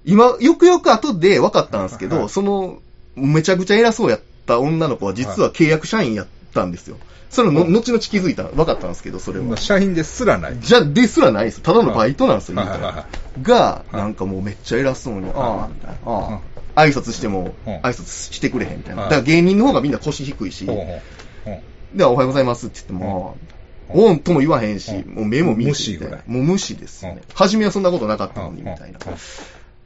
S2: 今、よくよく後で分かったんですけど、
S1: はいはい
S2: その、めちゃくちゃ偉そうやった女の子は実は契約社員やったんですよ。それをの、後々気づいた、分かったんですけど、それは。
S1: 社員ですらない。
S2: じゃ、ですらないですよ。ただのバイトなんですよ、
S1: は
S2: 言
S1: いうは
S2: た
S1: いはい
S2: ら。が、
S1: はい
S2: なんかもうめっちゃ偉そうに、ああ、みたいな、
S1: うん
S2: ああ、挨拶しても、
S1: うん
S2: 挨拶してくれへんみたいな。
S1: は
S2: だ
S1: い
S2: から芸人の方がみんな腰低いし、
S1: ほうほうほう
S2: で、おはようございますって言っても、ああおんとも言わへんし、
S1: うん
S2: もう目も見ん
S1: 無視
S2: し
S1: ぐらい
S2: みたいなもう無視ですよね
S1: う。
S2: 初めはそんなことなかった
S1: うん
S2: の
S1: うん
S2: に、みたいな。
S1: うん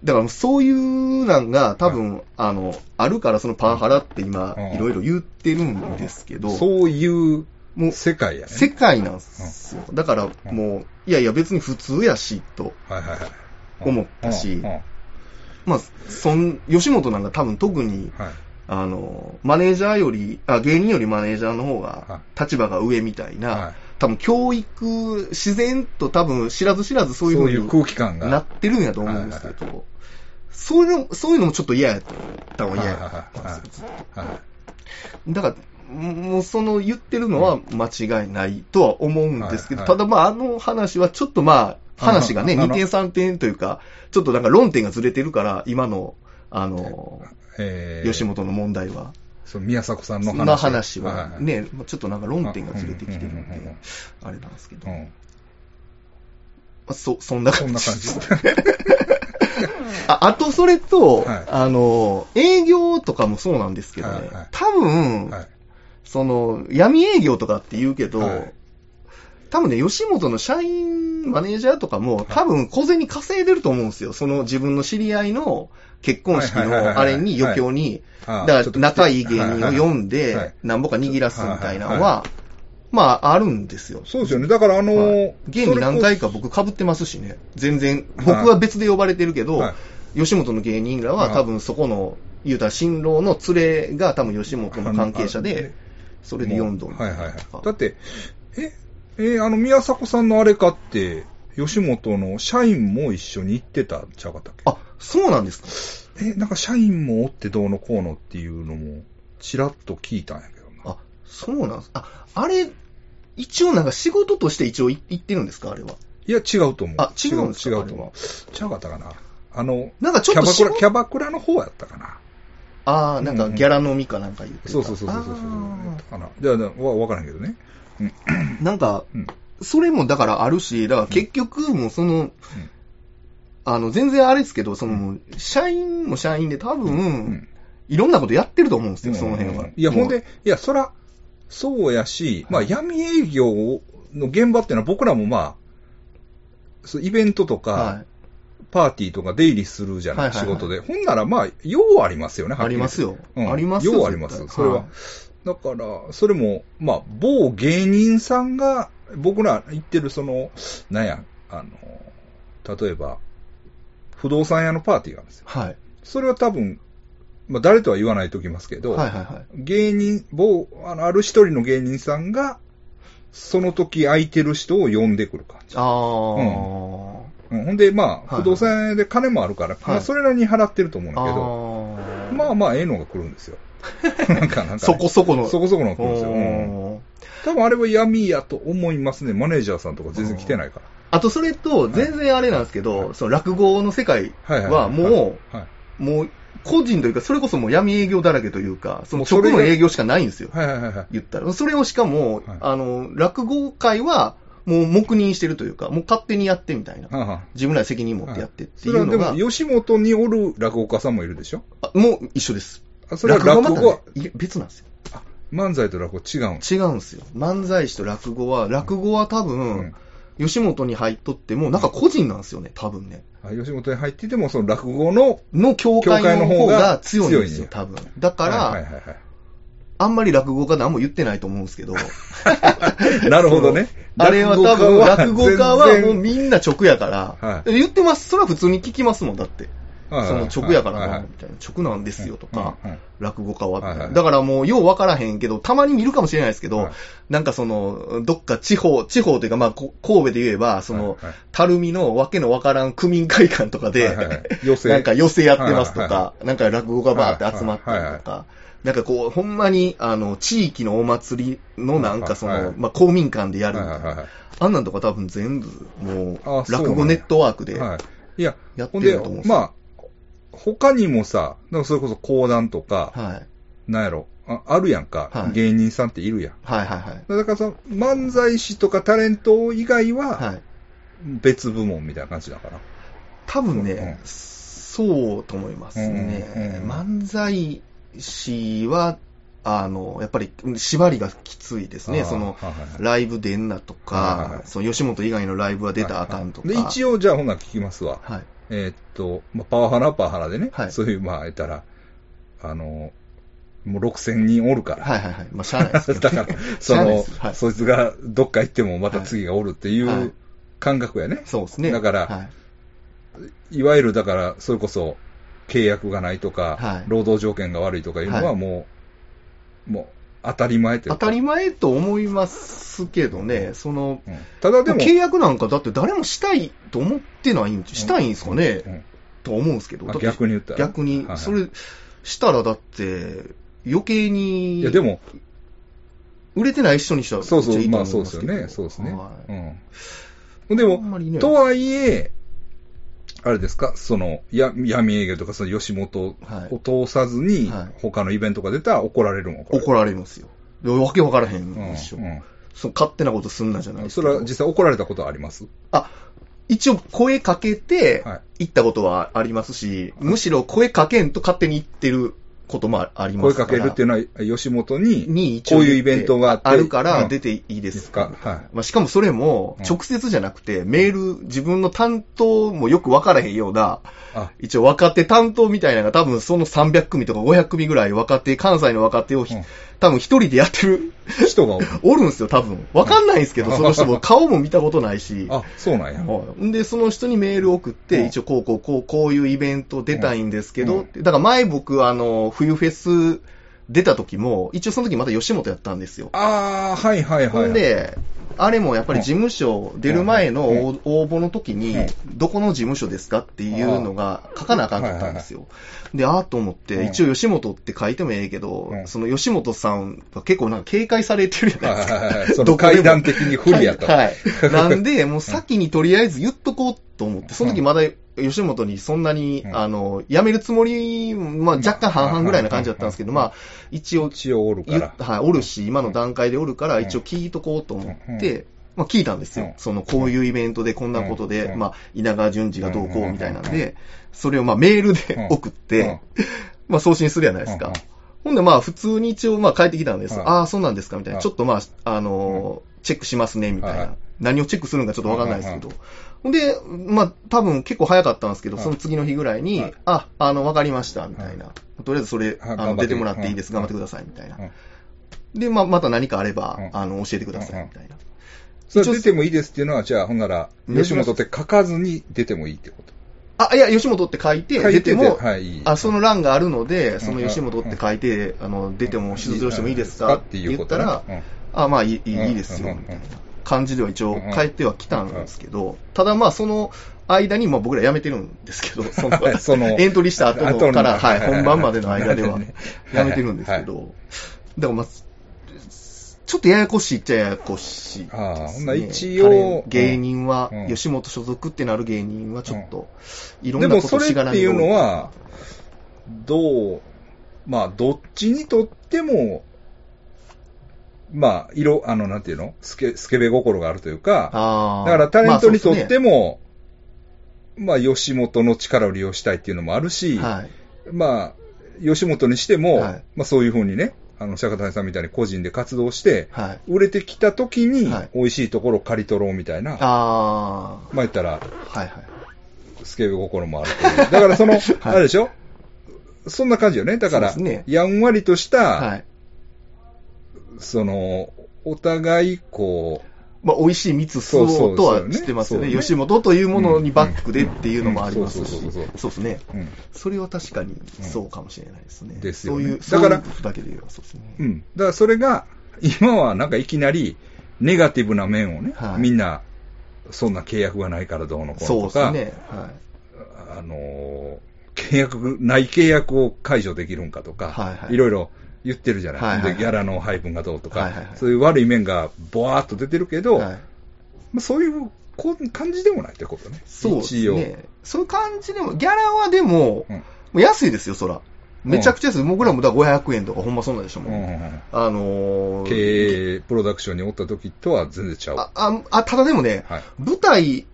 S2: だからそういうなんが多分、あの、あるからそのパワハラって今
S1: うん、
S2: いろいろ言ってるんですけど、
S1: そういう
S2: もう、
S1: 世界やね。
S2: 世界なんですよ。だからもう、いやいや別に普通やし、と。
S1: はいはいはい。
S2: 思ったし
S1: うんうんは
S2: まあ、そん、吉本なんか多分特に、
S1: い
S2: あの、マネージャーより、あ、芸人よりマネージャーの方
S1: は
S2: が、立場が上みたいな、
S1: はい
S2: 多分教育、自然と多分知らず知らずそういう
S1: そういう
S2: 風
S1: 空気感
S2: になっ
S1: が。
S2: てるんやと思うんですけど、そういうの、そういうのもちょっと嫌やったのは嫌やったん
S1: はいはい
S2: ですよ。
S1: はい
S2: だから、もうその言ってるのは間違いないとは思うんですけど、
S1: はいは
S2: た
S1: い
S2: だまああの話はちょっとまあ、話がね、
S1: あの
S2: 2点3点というか、ちょっとなんか論点がずれてるから、今の、あの、
S1: えー
S2: 吉本の問題は。
S1: そう宮迫さんの
S2: そ
S1: 話。
S2: の話はい
S1: いい
S2: ね、ちょっとなんか論点がずれてきてるん
S1: うんうんうんうん
S2: で、あれなんですけ
S1: う。
S2: ど
S1: ん
S2: まあそ、そんな
S1: そん
S2: 感
S1: な
S2: じ
S1: 感
S2: で
S1: じ
S2: す。。ああと、それと、
S1: はい
S2: あの、営業とかもそうなんですけどね、
S1: はいはい
S2: 多分、
S1: はい
S2: その、闇営業とかって言うけど、
S1: はい
S2: 多分ね、吉本の社員、マネージャーとかも、多分小銭稼いでると思うんですよ。その自分の知り合いの結婚式
S1: はいはいはいはい
S2: のあれに余興に、
S1: ああ
S2: だ
S1: ちょ
S2: か
S1: っ
S2: ら
S1: と
S2: 仲いい芸人を
S1: はいはい
S2: 読ん
S1: は
S2: で
S1: い、
S2: なんぼか握らすみたいなのは、まあ、あるんですよ。
S1: そうですよね。だから、あのー、
S2: ゲーム何回か僕被ってますしね。全然、僕は別で呼ばれてるけど、
S1: はい
S2: 吉本の芸人らは
S1: はい
S2: 多分そこの、言うたら新郎の連れが多分吉本の関係者
S1: あのあ
S2: で、それで読んどん。
S1: はいはいはい
S2: と。
S1: だ
S2: か
S1: って、え、えーあの、宮迫さんのあれかって、吉本の社員も一緒に行ってたんちゃうかったっ
S2: あ、そうなんですか
S1: けえ、なんか社員もおってどうのこうのっていうのも、ちらっと聞いたんやけどな。
S2: あ、そうなんですあ、あれ、一応なんか仕事として一応い言ってるんですかあれは。
S1: いや、違うと思う。
S2: あ違うんです
S1: 違
S2: か
S1: う違うと思う。ちゃうかったかな。あの、
S2: なんかち
S1: キャ
S2: ょっと
S1: バ
S2: 仕
S1: クラ、
S2: 事
S1: キャバクラの方やったかな。
S2: ああ、なんかギャラ飲みかなんか言ってた
S1: そうそうそうそうそうそう。やったかな。じゃあ、わわからんけどね。
S2: あーなんか、
S1: うん。
S2: それもだからあるし、だから結局もうその、あの、全然あれですけど、その、社員も社員で多分、
S1: ん
S2: いろんなことやってると思うんです
S1: う
S2: よ、
S1: ん
S2: その辺は。
S1: いや、
S2: もう
S1: ほん。で、いや、そら、そうやし、まあ、闇営業の現場っていうのは僕らもまあ、そうイベントとか、
S2: はい。
S1: パーティーとか出入りするじゃない、
S2: はいはいはい
S1: 仕事で。ほんならまあ、ようありますよね、はっ
S2: あ
S1: き
S2: り
S1: 言
S2: ま
S1: って
S2: すよ。
S1: うん
S2: ありますよ。
S1: ようあります。
S2: 絶対
S1: それは。だから、それも、まあ、某芸人さんが、僕ら行ってる、その、なんや、あの、例えば、不動産屋のパーティーがあるんですよ。
S2: はい。
S1: それは多分、まあ、誰とは言わないときますけど、
S2: はいはいはい。
S1: 芸人、某、あのある一人の芸人さんが、その時空いてる人を呼んでくる感じ。
S2: あー。
S1: うん、ほんで、まあ、
S2: は
S1: 不
S2: い
S1: 動産屋で金もあるから、ま
S2: は
S1: あ、
S2: い
S1: それなりに払ってると思うんだけど、
S2: あー
S1: まあまあ、ええのが来るんです よ。なんか、なんかね、
S2: そこそこの。
S1: そこそこのが来るんですよ。うん
S2: おー
S1: 多分あれは闇やと思いますね。マネージャーさんとか全然来てないから。
S2: あとそれと、全然あれなんですけど、その落語の世界
S1: はいはい
S2: はも
S1: う、は
S2: う、もう、個人というか、それこそもう闇営業だらけというか、その
S1: もうそれ
S2: 直
S1: が
S2: の営業しかないんですよ。
S1: いはいはいはい。
S2: 言ったら。それをしかも、
S1: はい
S2: あの、落語界は、もう黙認してるというか、もう勝手にやってみたいな。
S1: はあはあ
S2: 自分らで責任持ってやってって
S1: そ
S2: い
S1: れ
S2: う
S1: は
S2: の
S1: で
S2: が、
S1: も、吉本におる落語家さんもいるでしょ
S2: あもう一緒です。
S1: あそれは落語は
S2: は、またねいや別なんですよ。
S1: 漫才と落語違うんです
S2: 違うんですよ。漫才師と落語は、落語は多分、吉本に入っとっても、なんか個人なんですよね、多分ね。
S1: あ吉本に入ってても、その落語の、
S2: の協会の方が強いんで
S1: 強
S2: す
S1: い
S2: よ
S1: ね、
S2: 多分。だか
S1: はい
S2: ら、
S1: はいはいは
S2: あんまり落語家何も言ってないと思うんですけど、
S1: い、なるほどね。
S2: あれは多分落語家はもう
S1: 全然
S2: みんな直やから
S1: は、
S2: 言ってます。それは普通に聞きますもん、だって。そ
S1: はいはい
S2: の直やか
S1: はい
S2: ら
S1: はい
S2: な、みたいな。直なんですよ、とか。
S1: うんうん
S2: 落語家は
S1: はいはい。
S2: だからもう、よう分からへんけど、たまに見るかもしれないですけ
S1: は
S2: ど
S1: い、
S2: なんかその、どっか地方、地方というか、まあ、こ神戸で言えば、その
S1: はいはい、
S2: 垂水のわけのわからん区民会館とか
S1: はいはいは
S2: で
S1: い、寄席
S2: なんか寄せやってますと
S1: はいは
S2: か、なんか落語家バーって集まったりとか、なんかこう、ほんまに、あの、地域のお祭りのなんかそ
S1: はいはい
S2: の、まあ、公民館でやるみ
S1: は
S2: た
S1: い
S2: い
S1: はいは。
S2: ないあんなんとか多分全部、
S1: あ
S2: もう、
S1: そうなんや
S2: 落語ネットワークで、
S1: はい。いや、
S2: やっ
S1: ほ
S2: て
S1: ん
S2: る
S1: で
S2: と思うんで、すよ
S1: まあ、他にもさ、だからそれこそ講談とか、
S2: はい。
S1: なんやろ、ああるやんか、
S2: はい
S1: 芸人さんっているやん。
S2: はいはいはい。
S1: だからその漫才師とかタレント以外は
S2: はい。
S1: 別部門みたいな感じだから。
S2: 多分ね、そうと思いますね。
S1: うんうん
S2: 漫才師は、あの、やっぱり縛りがきついです
S1: あ
S2: ね。
S1: ー
S2: その、
S1: はいはいはい
S2: ライブ出んなと
S1: はいはいは
S2: か
S1: い、
S2: その吉本以外のライブは出たらあかんとか。
S1: で、一応、じゃあ、ほんなら聞きますわ。
S2: はい。
S1: えーっと、まあ、パワハラ、パワハラでね、
S2: はい
S1: そういう、まあ、言ったら、あの、もう6000人おるから。
S2: はいはいはい。まあ、しゃあないですけど
S1: だから、そ
S2: しゃあない
S1: の、
S2: ですはい
S1: そいつがどっか行ってもまた次がおるってい
S2: は
S1: う
S2: い
S1: 感覚やね。
S2: そうですね。
S1: だから
S2: はい。
S1: いわゆる、だから、それこそ、契約がないとか、
S2: はい
S1: 労働条件が悪いとかいうの
S2: は
S1: はいもう、もう、当たり前という
S2: 当
S1: か
S2: たり前と思いますけどね、その、
S1: うんただでも、
S2: 契約なんかだって誰もしたいと思ってないん、したいんですかね、
S1: うん
S2: と思うんですけど。
S1: あ
S2: だって
S1: 逆に言ったら。
S2: 逆に
S1: はいは、い
S2: それしたらだって、余計に、
S1: いや、でも、
S2: 売れてない人にしたら、
S1: そうそ
S2: めっ
S1: う、
S2: ちゃいいと
S1: まあ
S2: 思い
S1: そう
S2: ま
S1: です
S2: す
S1: よ
S2: けど
S1: ね、そうですね。
S2: はい
S1: うん。で
S2: あ
S1: も、
S2: んまりね
S1: とはいえ、あれですか、その、や闇営業とか、その吉本を通さずに、
S2: はいはい
S1: 他のイベントが出たら怒られるもん、
S2: 怒られますよ。でわけわからへん
S1: うん
S2: でしょ。その勝手なことすんなじゃない
S1: うん。
S2: です
S1: そ
S2: か
S1: れ。は実際怒られたことはあります
S2: あ、一応声かけて
S1: はい、
S2: 行ったことはありますし、むしろ声かけんと勝手に行ってることもありま
S1: 声
S2: すか。
S1: からけるっていうのは、吉本に、
S2: に
S1: こういうイベントがあって
S2: あるから
S1: うん
S2: 出ていいで
S1: ですす
S2: か
S1: か、はい。
S2: まあ、しかもそれも
S1: うん、
S2: 直接じゃなくて、メール、自分の担当もよく分からへんような、
S1: あ、
S2: 一応若手担当みたいなのが多分その300組とか500組ぐらい若手、関西の若手をひ、
S1: うん
S2: 多分一人でやってる、
S1: 人が多い。
S2: おるんですよ、多分。分かんないんですけど、その 人も顔も見たことないし。
S1: あ、そうなんや。
S2: はいんで、その人にメール送っ
S1: うん
S2: て、一応こうこうこう、こういうイベント出たいんですけ
S1: うん
S2: ど、ってだから前僕、あの、冬フェス出た時も、一応その時また吉本やったんですよ。
S1: あー、はいはいはい。
S2: ほんで、あれもやっぱり事務所出る前の
S1: うん
S2: 応応募の時に
S1: うん、
S2: どこの事務所ですかっていうのが書かなあかんかったんですよ。で、ああと思っ
S1: う
S2: て、
S1: ん
S2: 一応吉本って書いてもええけど
S1: う、ん
S2: その吉本さんは結構なんか警戒されてるじゃないですか。
S1: はいはいはいその
S2: どこでも
S1: 階段的に不利やった。
S2: はい。はいなんで、もう先にとりあえず言っとこうと思って、その時まだ吉本にそんなに、
S1: うん
S2: あの、辞めるつもり、まあ若干半々ぐらいな感じだったんですけど、まあ一応
S1: 一応おるか
S2: 言
S1: ら。
S2: はい、おるし、今の段階でおるから、
S1: うん
S2: 一応聞いとこうと思っ
S1: うん
S2: て、まあ聞いたんです
S1: うん
S2: よ。その、こういうイベントでこんなことで、
S1: うん
S2: まあ、稲川淳二がどうこうみたいなん
S1: うんう
S2: で、それをまあメール
S1: うん
S2: で送っ
S1: うん
S2: て、まあ送信するじゃないです
S1: うん
S2: か。ほんでまあ普通に一応まあ帰ってきたんです。
S1: うん
S2: ああ、そうなんですかみたいうな。
S1: ん
S2: ちょっとまあ、あのー、チェックしますね、みたい
S1: はい
S2: な。何をチェックするのかちょっとわかんないですけど。ほんで、まあ多分結構早かったんですけど、
S1: うん
S2: その次の日ぐらいに
S1: はい、
S2: あ、あの、わかりました、みたいな。とりあえずそれ、
S1: は
S2: あ
S1: い頑張っ
S2: の
S1: て
S2: 出てもらっていいで
S1: う
S2: す。
S1: ん
S2: 頑張ってください、みたいな
S1: うん。
S2: で、まあ、また何かあれば、
S1: うん
S2: あの、教えてくださ
S1: うん
S2: い、みたいな。
S1: それは出てもいいですっていうのは、じゃあ、ほんなら、吉本って書かずに出てもいいってこと
S2: あ、いや、吉本って書いて、
S1: 書い
S2: 出
S1: て
S2: て
S1: て
S2: も、
S1: はい
S2: あ、その欄があるので、その吉本って書いて、あの、出ても、出場してもいいですかって言ったら、
S1: うん
S2: あ、まあいい、いい
S1: うん
S2: いいですよ、
S1: うん
S2: みたいな感じでは一応
S1: うん
S2: 変えてはきたんですけど、ただまあ、その間に、まあ僕ら辞めてるんですけど、その
S1: その
S2: エントリーした後
S1: 後
S2: の
S1: の
S2: から、はい、
S1: はい
S2: 本番までの間では
S1: なるほどね
S2: 辞めてるんですけ
S1: は
S2: ど、だからまあ、ちょっとややこしいっちゃややこしいです、ね。
S1: ああほんなら一応
S2: タレン芸人は、
S1: うん
S2: 吉本所属ってなる芸人はちょっと、いろ
S1: で
S2: んな
S1: も
S2: こ
S1: そ
S2: と
S1: れ
S2: しが
S1: っ
S2: ら
S1: て
S2: み
S1: い
S2: が多
S1: う
S2: い
S1: のは、どう、まあ、どっちにとっても、まあ、色、あの、なんていうのスケ、スケベ心があるというか、
S2: あ
S1: だ
S2: あ
S1: からタレントにと
S2: ま
S1: っ
S2: あそうで
S1: ても、まあ、吉本の力を利用したいっていうのもあるし、
S2: すねはい。
S1: まあ、吉本にしても、
S2: はい
S1: まあ、そういうふうにね、あの、釈迦谷さんみたいに個人で活動して、
S2: はい。
S1: 売れてきた時に
S2: はい、
S1: 美味しいところを借り取ろうみたいな、
S2: あ
S1: まあ言ったら、
S2: あ、はいはい。
S1: スケベ心もあるという。だから その、あれでしょそんな感じよね。だから、
S2: そうですね
S1: やんわりとした、
S2: はい。
S1: その、お互い、こ
S2: まあ、美味しい蜜吸おうとは知ってます
S1: そうそうそう
S2: よね。
S1: よね
S2: 吉本というものにバックでっていうのもあります
S1: うんうん
S2: し。
S1: そうそうそう
S2: そうですね。
S1: う、うん。
S2: それは確かにそうかもしれないですね。
S1: ですよね
S2: そういう、
S1: だから
S2: そういうだけで言えばそうですね。
S1: うん。だからそれが、今はなんかいきなり、ネガティブな面をね、
S2: はい
S1: みんな、そんな契約がないからどうのこう
S2: そ
S1: の
S2: う
S1: と
S2: です
S1: か、
S2: ね。は
S1: あのー契約、ない契約を解除できるんかとか、
S2: はいいはい
S1: ろいろ言ってるじゃない,、
S2: はいはいはい
S1: で、ギャラの配分がどうとか、
S2: はいはいはい
S1: そういう悪い面がぼわーっと出てるけ
S2: い。
S1: ど、
S2: はい、
S1: まあ、そういうこ感じでもないってことね。
S2: そうです
S1: 一応。
S2: ね。そういう感じでも、ギャラはでも、
S1: うん
S2: もう安いですよ、そら。めちゃくちゃ安い。僕らもだから500円とかほんまそんなんでしょ、
S1: う
S2: もう。
S1: ん
S2: あのー、
S1: 経営プロダクションにおった時とは全然ちゃう。
S2: あああ、ただでもね、
S1: はい
S2: 舞台、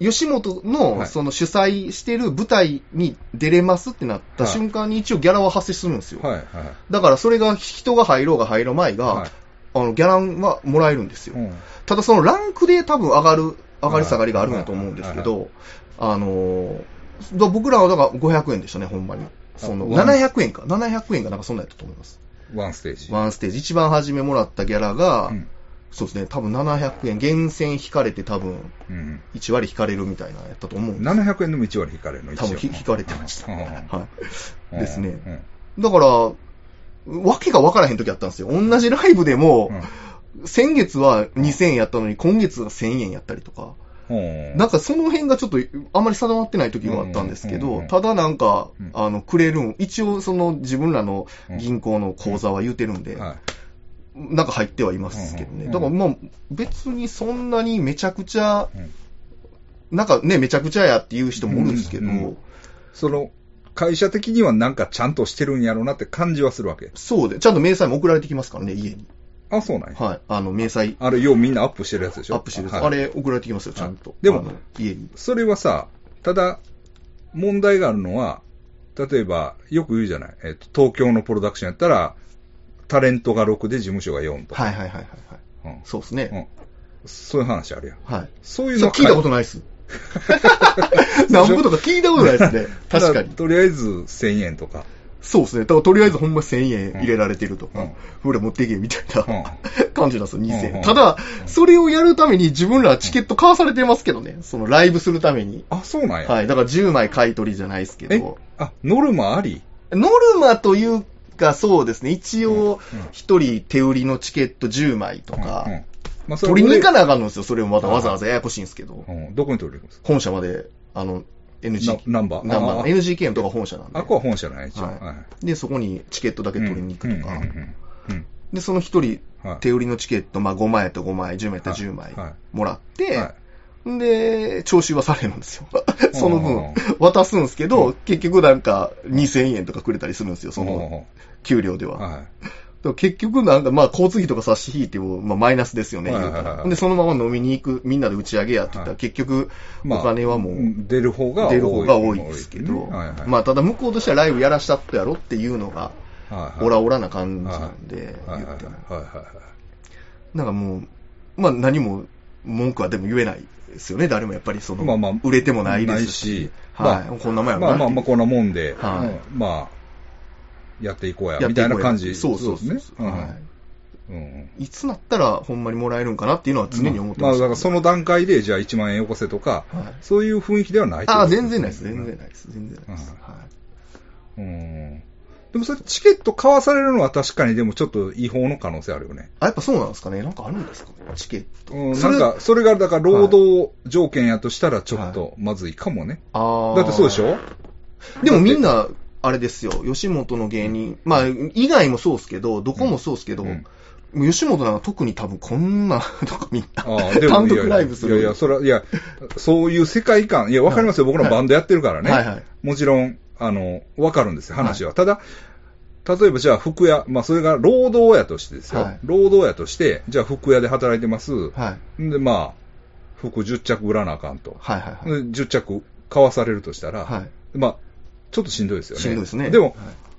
S2: 吉本
S1: はい
S2: のその主催してる舞台に出れますってなった
S1: はい
S2: 瞬間に一応ギャラは発生するんですよ。
S1: はいはい。
S2: だからそれが人が入ろうが入る前が、
S1: はい
S2: あのギャランはもらえるんですよ。
S1: うん
S2: ただそのランクで多分上がる、上がり下がりがあるんだと思うんですけど、あのーだ僕らはだから500円でしたね、ほんまに。その
S1: あワン
S2: 700円か、700円かなんかそんなんやったと思います。
S1: ワンステージ。
S2: ワンステージ、一番初めもらったギャラが、
S1: うん
S2: そうですね、多分700円、厳選引かれて多分
S1: うん
S2: 1割引かれるみたいなやったと思うんです
S1: 700円でも1割引かれるの、一
S2: 多分
S1: 応
S2: ひ引かれてました。
S1: うん
S2: はい。
S1: うん
S2: ですね
S1: うん
S2: だから、わけがわからへん時あったんですよ。同じライブでも、先月は2000円やったのに今月は1000円やったりとか、
S1: うん
S2: なんかその辺がちょっとあまり定まってない時があったんですけ
S1: うんうんうんう
S2: ど
S1: ん、
S2: ただなんか
S1: うん、
S2: あの、くれるん、一応その自分らの銀行の口座は言うてるんで、
S1: はい
S2: なんか入ってはいますけど
S1: うんうんう
S2: ね。
S1: ん
S2: だからまあ、別にそんなにめちゃくちゃ
S1: うん、
S2: なんかね、めちゃくちゃやっていう人もおるんですけど
S1: うんうんうん、その、会社的にはなんかちゃんとしてるんやろうなって感じはするわけ。
S2: そうで、ちゃんと明細も送られてきますからね、家に。
S1: あ、そうなんや。
S2: はい。あの、明細、
S1: あれ、ようみんなアップしてるやつでし
S2: ア
S1: ょ
S2: ップしてるやつ
S1: はい
S2: あれ送られてきますよ、ちゃんと。
S1: でも
S2: あの、家に。
S1: それはさ、ただ、問題があるのは、例えば、よく言うじゃない、えっと東京のプロダクションやったら、タレントが6で事務所が4とか、
S2: はいはいはいはい。はい
S1: うん
S2: そうですね。
S1: そういう話あるやん。
S2: はい。
S1: そういう
S2: そ
S1: の
S2: う聞いたこと
S1: ない。
S2: ないっ す。なんぼとか聞いたことないっすね。 確か
S1: ただ
S2: に。
S1: とりあえず1000円とか。
S2: そうですね。だからとりあえずほんま1000円入れられてると
S1: うん
S2: か、ほら持っていけみたい な感じなんですよ、2000
S1: うん
S2: 円。ただ、それをやるために自分らチケット買わされてますけどね。そのライブするために。
S1: あ、そうなんや。
S2: はい。だから10枚買い取りじゃないですけ
S1: え
S2: ど。、
S1: あ、ノルマあり
S2: ノルマというか、そうですね。一応、一人手売りのチケット10枚とか、
S1: うんうんまあ、それ
S2: 取りに行かなあかんのですよ。それもまたわざわざややこしいんですけど。
S1: うんどこに取りに行くんです
S2: 本社まで、あの、NG
S1: か、ナンバー。
S2: ナンバーの
S1: あ
S2: NGKM とか本社なん
S1: あ、
S2: で
S1: こ。こは本社なんや、一応。
S2: はい
S1: はい
S2: で、そこにチケットだけ取りに行くと
S1: う
S2: か
S1: んう。んうんうん
S2: で、その一人
S1: うんはい
S2: 手売りのチケット、まあ5枚と5枚、10枚と10
S1: は
S2: 枚
S1: いはい
S2: もらっ
S1: は
S2: て、で、徴収はされるんですよ。 その
S1: うん
S2: 分、渡すんですけど、結局なんか2000円とかくれたりするんですよ、そ
S1: うんうんう
S2: の
S1: ん
S2: 給料では。
S1: は
S2: だから結局なんか、まあ、交通費とか差し引いても、まあ、マイナスですよね、
S1: はい
S2: 言
S1: はいうはい
S2: た
S1: はい
S2: ら。で、そのまま飲みに行く、みんなで打ち上げやって言った
S1: は
S2: ら、
S1: い
S2: 結局、
S1: い。
S2: お金はも
S1: う
S2: う、
S1: ん出る方が多い。
S2: 出る方が多いですけど、
S1: はいはい
S2: まあ、ただ向こうとしてはライブやらしたったやろっていうのが、
S1: はいはい
S2: オラオラな感じなんで、
S1: はい
S2: 言
S1: はい
S2: っても。
S1: はいはい。
S2: なんかもう、まあ、何も文句はでも言えないですよね、誰もやっぱりその、
S1: まあまあ
S2: 売れてもないですし、
S1: ない
S2: は
S1: し
S2: い、こんなもんやろ
S1: まあまあまあ、
S2: なってい
S1: こんなもんで、
S2: はい
S1: うんまあ、やっていこうや、
S2: うやっ
S1: み
S2: て
S1: たい
S2: こうや
S1: な感じ。
S2: そうそうそう
S1: ですね。うん
S2: はい
S1: うん。
S2: いつなったらほんまにもらえるんかなっていうのは常に思って
S1: ま
S2: ま
S1: あ、
S2: し
S1: だ
S2: た。
S1: からその段階で、じゃあ1万円よこせとか、
S2: はい
S1: そういう雰囲気ではないってこと
S2: ああ、全然ないです。全然ないです。全然ないです。
S1: うん
S2: はい
S1: うん。でもそれ、チケット買わされるのは確かに、でもちょっと違法の可能性あるよね。
S2: あ、やっぱそうなんですかねなんかあるんですかねチケット。
S1: うん、
S2: そ
S1: な
S2: れ
S1: んか、それが、だから、労働条件やとしたら、ちょっとまずいかもね。
S2: ああ。
S1: だってそうでしょ
S2: でもみんな、あれですよ。吉本の芸人。まあ、以外もそうですけど、どこもそうですけど、
S1: うん
S2: もう吉本なんか特に多分こんな とこみんな、
S1: あ あ、でも、
S2: 単独ライブする。
S1: いやいや、それは、いや、そういう世界観、いや、わかりますよ。僕らバンドやってるからね。
S2: はいはい。
S1: もちろん、あの、わかるんですよ、話は。ただ、例えばじゃあ服屋、まあそれが労働屋としてですよ。
S2: はい
S1: 労働屋として、じゃあ服屋で働いてます。
S2: はい。
S1: んで、まあ、服10着売らなあかんと。
S2: はいはい
S1: で
S2: はい。
S1: 10着買わされるとしたら、
S2: はい
S1: まあ、ちょっとしんどいですよね。
S2: しんどいですね。
S1: でも、
S2: はい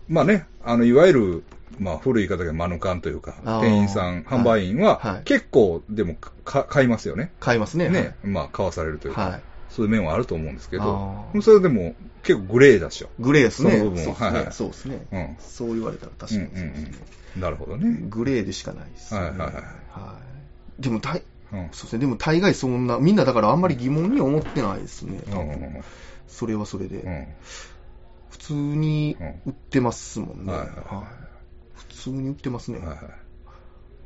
S1: まあね、あの、いわゆる、まあ、古い言い方でマヌカンというか、
S2: あー
S1: 店員さん、販売員
S2: はいは、
S1: はい結構、でもか、か買いますよね。
S2: 買いますね。
S1: ね、まあ、買わされるというか、
S2: はい。
S1: そういう面はあると思うんですけど
S2: あ、ー
S1: それでも、結構グレーだしよ。
S2: グレーですね。
S1: その部分
S2: そうです
S1: はい
S2: ね
S1: はい
S2: そうですね。
S1: うん
S2: そう言われたら確かにそうですね。
S1: なるほどね。
S2: グレーでしかないです、ね。
S1: はいはいはい
S2: はいでも大、
S1: うん
S2: そうですね。でも大概そんな、みんなだからあんまり疑問に思ってないですね。
S1: う
S2: 多
S1: ん
S2: 分
S1: うん
S2: それはそれで。
S1: うんうん
S2: 普通に
S1: うん
S2: 売ってますもんね。
S1: はいはい
S2: はい普通に売ってますね。
S1: はいはい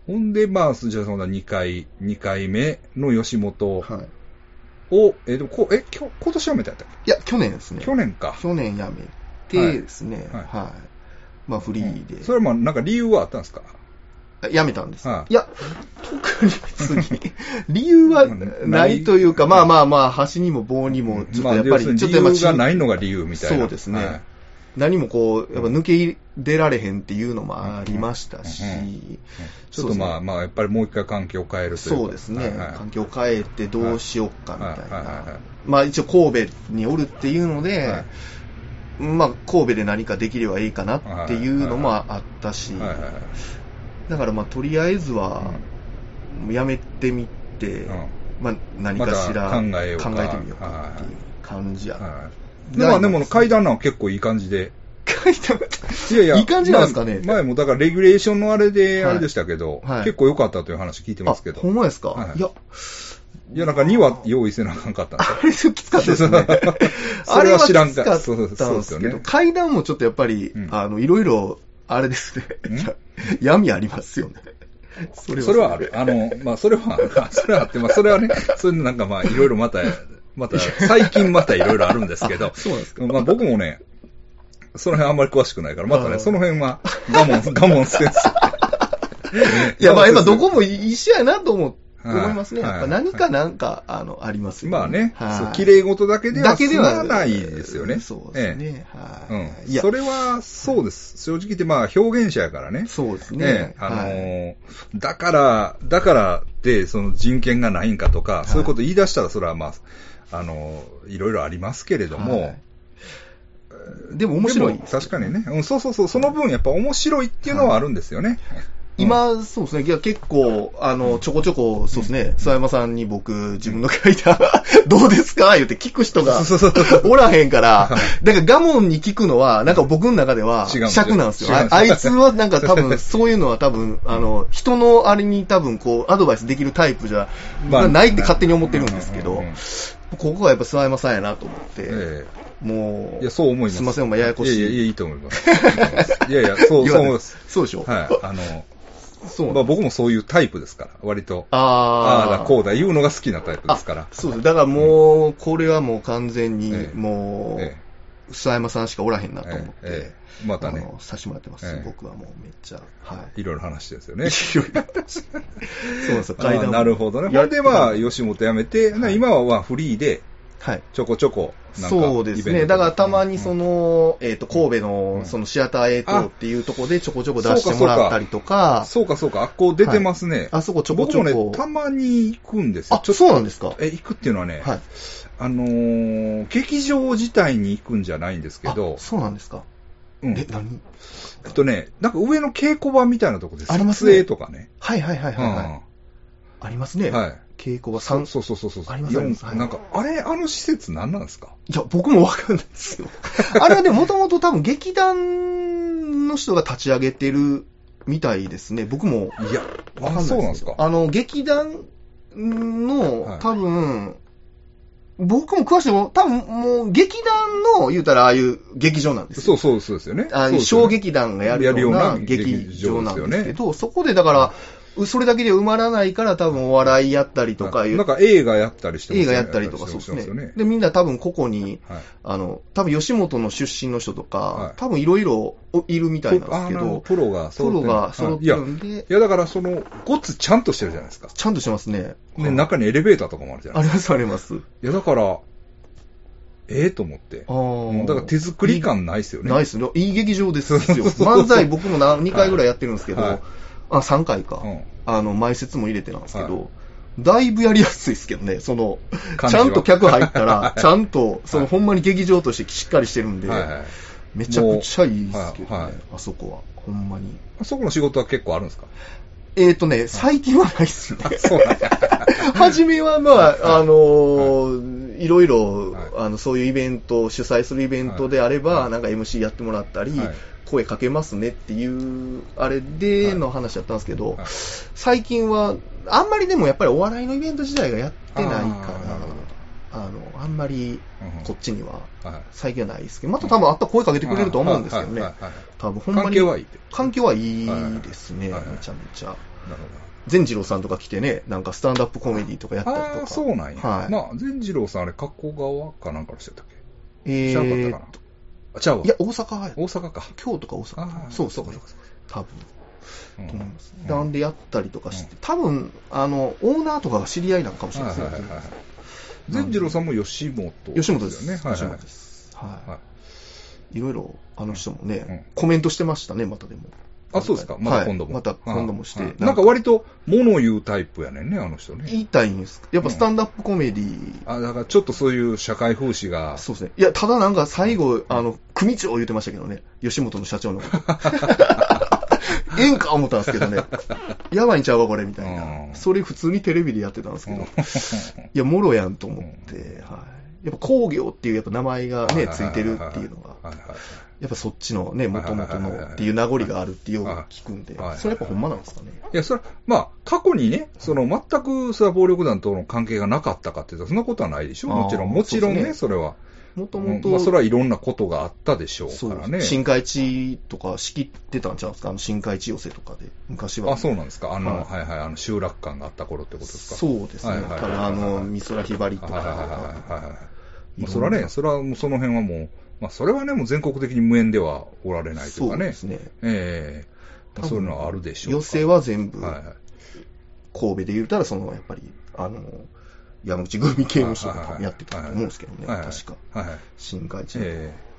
S1: ほんで、まあ、じゃあそんな2回、二回目の吉本を、
S2: はい
S1: え、でもこ、え、今日、今年はめたやったっ
S2: いや、去年ですね。
S1: け去年か。
S2: 去年やめ
S1: はい
S2: てですね。
S1: はい
S2: はい。まあ、フリーで
S1: うん。それはまあ、なんか理由はあったんですか
S2: やめたんです。
S1: はい
S2: いや、特に別に、理由はないというか、まあまあまあ、端にも棒にも、ちょっとやっぱり、
S1: まあ要す
S2: ち
S1: る
S2: ょっ
S1: に
S2: とや
S1: 理由が
S2: っぱし
S1: ないのが理由みたいな。
S2: そうですね
S1: はい
S2: 何もこう、やっぱ抜け出られへんっていうのもありましたし
S1: うんうんうんうん、ちょっとまあ、まあ、やっぱりもう一回環境を変えるというか
S2: そうです
S1: は
S2: ね
S1: いはい、
S2: 環境変えてどうしようかみたい
S1: はいはいはいはい
S2: な。まあ一応神戸におるっていうの
S1: は
S2: で、まあ神戸で何かできればいいかなっていうのもあったし、
S1: はいはいはい
S2: だからまあとりあえずは、やめてみて、まあ何かし
S1: また
S2: ら
S1: 考えようか
S2: てみようかっていう感じ
S1: うん
S2: や。
S1: はいでまあ、でも階段なんか結構いい感じで。
S2: 書いてあった
S1: いやいや、
S2: いい感じなんですかね
S1: 前前もだから、レギュレーションのあれで、
S2: はい
S1: あれでしたけど、
S2: はい
S1: 結構良かったという話聞いてますけ
S2: あ、ほん
S1: ど。
S2: まですか、
S1: はい
S2: い、や、
S1: いや、なんか2は用意せなあかんかったんで。
S2: あれちょっときつかった ですね
S1: それは知らんか
S2: あれはきつ
S1: そう
S2: かったん
S1: そ
S2: です
S1: う
S2: け
S1: です
S2: ど、
S1: よね
S2: 階段もちょっとやっぱり、
S1: うん
S2: あの、いろいろ、あれですね
S1: ん。
S2: 闇ありますよね。そ
S1: それはある。あの、 まあ、それは、あそれはあって、まあ、それはね、それでなんかまあ、いろいろまた、また、最近またいろいろあるんですけど、
S2: そうなんですか
S1: まあ、僕もね、その辺あんまり詳しくないから、また
S2: あ
S1: ね、
S2: ー
S1: その辺は、我慢、我慢せず。
S2: いや、まあ今どこも一緒やなと思
S1: は
S2: う。
S1: い
S2: 思いますね。やっ
S1: は
S2: ぱ
S1: い
S2: 何かなんか、あの、ありますよね。
S1: まあね、
S2: はい
S1: そう、綺麗事だけでは済まないですよね。
S2: そうです
S1: ええ
S2: ね。はい、
S1: うん。
S2: いや
S1: そ、れは、そうです。正直言って、まあ、表現者やからね。
S2: そうですね。
S1: ね、あの
S2: はい
S1: ーだから、だからって、その人権がないんかとか、
S2: い
S1: そういうこと言い出したら、それはまあ、あのーいろいろありますけれども、
S2: はいでも面白い
S1: でも。確かにね、うん、そうそうそう、その分やっぱ面白いっていうのはあるんですよね。
S2: 今、そうですね。いや、結構、あの、ちょこちょこ、そうですね。諏訪山さんに僕、自分の書いた、 どうですか言って聞く人が
S1: そうそうそう
S2: おらへんから、だから我慢に聞くのは、なんか僕の中では
S1: 違うんですよ、
S2: 尺なんですよ。
S1: 違うん
S2: あ
S1: ですよ
S2: あいつはなんか多分、そういうのは多分、あの、人のあれに多分、こう、アドバイスできるタイプじゃ、
S1: まあ
S2: ないって勝手に思ってるんですけど、
S1: うんうんうん
S2: ここはやっぱ諏訪山さんやなと思って、
S1: え
S2: も
S1: え
S2: う、
S1: いや、そう思います。
S2: すいません、お前ややこしい。
S1: いやいや、いいと思います。いいと思いますいやいや、そう、
S2: 言
S1: そう思
S2: わないい
S1: ます。
S2: そうでし
S1: は
S2: ょ
S1: い。あの、
S2: そうなん
S1: まあ、僕もそういうタイプですから、割と。あ
S2: あ
S1: あだこうだ言うのが好きなタイプですから
S2: あ。そうです。だからもう、これはもう完全に
S1: え、え
S2: も
S1: え
S2: う、諏訪山さんしかおらへんな
S1: え
S2: と思って、
S1: ええまた
S2: あ
S1: ね、
S2: のさしてもらってます、
S1: ええ
S2: 僕はもうめっちゃ。はい。
S1: いろいろ話ですよ
S2: い
S1: ね。
S2: ろいろそうなんですよ、
S1: あ
S2: 階段
S1: ー
S2: も
S1: なるほどね。
S2: や
S1: ほんで、まあ、吉本辞めて、な今はまあフリーで、
S2: はい。
S1: ちょこちょこ、なんか、
S2: そうです
S1: イベ
S2: ね。
S1: ント
S2: だ
S1: と
S2: からたまにそ、の、えっ、と、神戸
S1: う
S2: の
S1: ん、
S2: そのシアター A 棟っていうとこでちょこちょこ出してもらったりと
S1: うん
S2: か、
S1: そうかそうか、あっこ出てますね。
S2: あそこちょこちょ
S1: 僕も
S2: こ
S1: ね、。たまに行くんですよ。
S2: あ、そうなんですか
S1: え、行くっていうのはね、
S2: はい。
S1: あのー劇場自体に行くんじゃないんですけど
S2: あ、そうなんですか。
S1: うん
S2: え、何
S1: えっとね、なんか上の稽古場みたいなとこです。
S2: ありま
S1: 撮
S2: すね
S1: 影とかね。
S2: はいはいはいはい、はいあります
S1: う
S2: ね。
S1: んはい。
S2: 稽古は
S1: そう
S2: 3、
S1: そうそうそうそう。
S2: ありますあります
S1: 四
S2: はい
S1: なんか、あれ、あの施設何なんですか
S2: いや、僕もわかんな いですよ。あれはね、もともと多分劇団の人が立ち上げてるみたいですね。僕も
S1: いや、
S2: わかん
S1: あ
S2: ないですけ
S1: そ
S2: ど
S1: うなんですか。
S2: あの、劇団の
S1: はい、
S2: 多分、僕も詳しくも、多分もう劇団の、言うたらああいう劇場なんですよ。
S1: そうそうそうですよね。
S2: ああ
S1: そ
S2: いうう
S1: ですよね
S2: 小劇団がやるよう
S1: やるよう
S2: な
S1: な
S2: 劇場なんですけ
S1: 劇場です
S2: ど、そこでだから、うそれだけで埋まらないから多分お笑いやったりとか、
S1: なんか映画やったりしてます
S2: 映
S1: よ
S2: 画
S1: ね
S2: やったりとかそうです
S1: してますよ
S2: ね。で、みんな多分個々に、
S1: はい。
S2: あの、多分吉本の出身の人とか、
S1: はい
S2: 多分いろいろいるみたいなんですけ
S1: あなるほ
S2: ど、
S1: プロが
S2: プロが揃
S1: 揃っ
S2: っ
S1: て
S2: て
S1: る
S2: る
S1: はいい
S2: んで
S1: や、、いやだからその、ごつちゃんとしてるじゃないですか。
S2: ちゃんとしてますね。
S1: ね、中にエレベーターとかもあるじゃな
S2: あ
S1: い
S2: り
S1: ですか。
S2: ますあります。
S1: いや、だから、ええと思って。うんだから手作り感ないですよね。
S2: ない
S1: い
S2: っすね。いい劇場ですよ。
S1: そうそうそう
S2: 漫才僕もな2回ぐらいやってるんですけど、
S1: はい
S2: あ、3回か。
S1: うん
S2: あの、前説も入れてなんですけど、
S1: はい
S2: だいぶやりやすいですけどね、その、
S1: 感
S2: ち
S1: じは
S2: ゃんと客入った ら、ちゃんと、その、
S1: はい
S2: ほんまに劇場としてしっかりしてるんで、
S1: はいはい。
S2: めちゃくちゃいいですけ
S1: も
S2: どね、
S1: うはいはい
S2: あそこは、ほんまに。
S1: あそこの仕事は結構あるんですか
S2: えっ、ー、とね、最近はないっすね。
S1: そうなんだ
S2: 初めは、まあ、あのーいろいろ、
S1: はい
S2: あの、そういうイベント、主催するイベントであれば、
S1: はい
S2: なんか MC やってもらったり、
S1: はい
S2: 声かけますねっていう、あれでの話だったんですけど、
S1: はい
S2: 最近は、あんまりでもやっぱりお笑いのイベント自体がやってないか
S1: あーなるほど
S2: ら、あの、あんまり
S1: うんうん
S2: こっちには
S1: はいはい
S2: 最近はないですけど、また多分あったら声かけてくれると思うんですけど
S1: は
S2: ね
S1: い。はいはい
S2: 多分ほんまに。
S1: 関係はいいって
S2: 関係はいいですね、
S1: はいはいはい
S2: めちゃめちゃ。
S1: なるほど。
S2: 善次郎さんとか来てね、なんかスタンダップコメディとかやったりとか。
S1: ああ、そうなんや。
S2: はい。
S1: なあ、善次郎さんあれ、加古川かなんかの人やったっけ
S2: え
S1: 知らなかった
S2: ー
S1: かな。あ、ちゃうわ
S2: いや、。大阪は、
S1: 大阪か。
S2: 京都か大
S1: ああ、
S2: 阪。そうそう、
S1: かか
S2: 多分、
S1: うん
S2: と思います。
S1: うん
S2: なんでやったりとかして、多分、あの、オーナーとかが知り合いなのかもしれないです
S1: はいはいはいはい
S2: ね。
S1: 善次郎さんも吉本、
S2: 吉本です。
S1: ね。はい
S2: 吉
S1: はい
S2: 本。です。
S1: は
S2: はいい。いろいろ、あの人もね
S1: う、
S2: コメントしてましたね、またでも。
S1: あ、そうですか。また今度も。
S2: はいまた今度もして。
S1: はいはいなんか割と、物言うタイプやねんね、あの人ね。
S2: 言いたいんですやっぱスタンダップコメディ
S1: あ、だからちょっとそういう社会風刺が。
S2: そうですね。いや、ただなんか最後、あの、組長言ってましたけどね。吉本の社 長のこと。ええんか思ったんですけどね。やばいんちゃうわ、これ、みたい
S1: うん
S2: な。それ普通にテレビでやってたんですけど。い
S1: うん
S2: や、もろやんと思って、はい。やっぱ工業っていうやっぱ名前がね、ついてるっていうのが、
S1: はいはいはい
S2: やっぱそっちのね、
S1: は
S2: も
S1: いはい
S2: と
S1: は
S2: も
S1: いはい
S2: とのっていう名残があるってよう聞くんで
S1: はいはい、
S2: それやっぱほんまなんですかね。
S1: いや、それは、まあ、過去にね、その、全く、それは暴力団との関係がなかったかって言ったら、そんなことはないでしょ
S2: あー
S1: もちろん、もちろん
S2: そう
S1: ね、
S2: です
S1: それは。
S2: もと
S1: う
S2: も
S1: んまあ、それ
S2: と、
S1: はいろんなことがあったでしょう
S2: そ
S1: から
S2: う、
S1: ね。
S2: 深海地とか仕切ってたんちゃうんですかあの深海地寄せとかで、昔は。
S1: あ、そうなんですか。あの、
S2: は
S1: はいはい、あの、集落感があった頃ってことですか。
S2: そうです
S1: はい
S2: ね
S1: はい。はい
S2: ただ、あの、美空ひばりと
S1: はいはいはいはい
S2: か。
S1: はい。まあ、それはね、それはもうその辺はもう、まあ、それはね、もう全国的に無縁ではおられないという
S2: そ
S1: か
S2: う
S1: ね。
S2: ですね。
S1: ええまあそういうのはあるでしょうから。
S2: 寄席は全部、
S1: はいはい。
S2: 神戸で言うたら、その、やっぱり、あの、山口組刑務所
S1: はいはい
S2: が
S1: はい
S2: やってたと思うんですけどね、
S1: はいはい
S2: 確か。
S1: はいはい。
S2: 新海地
S1: ええ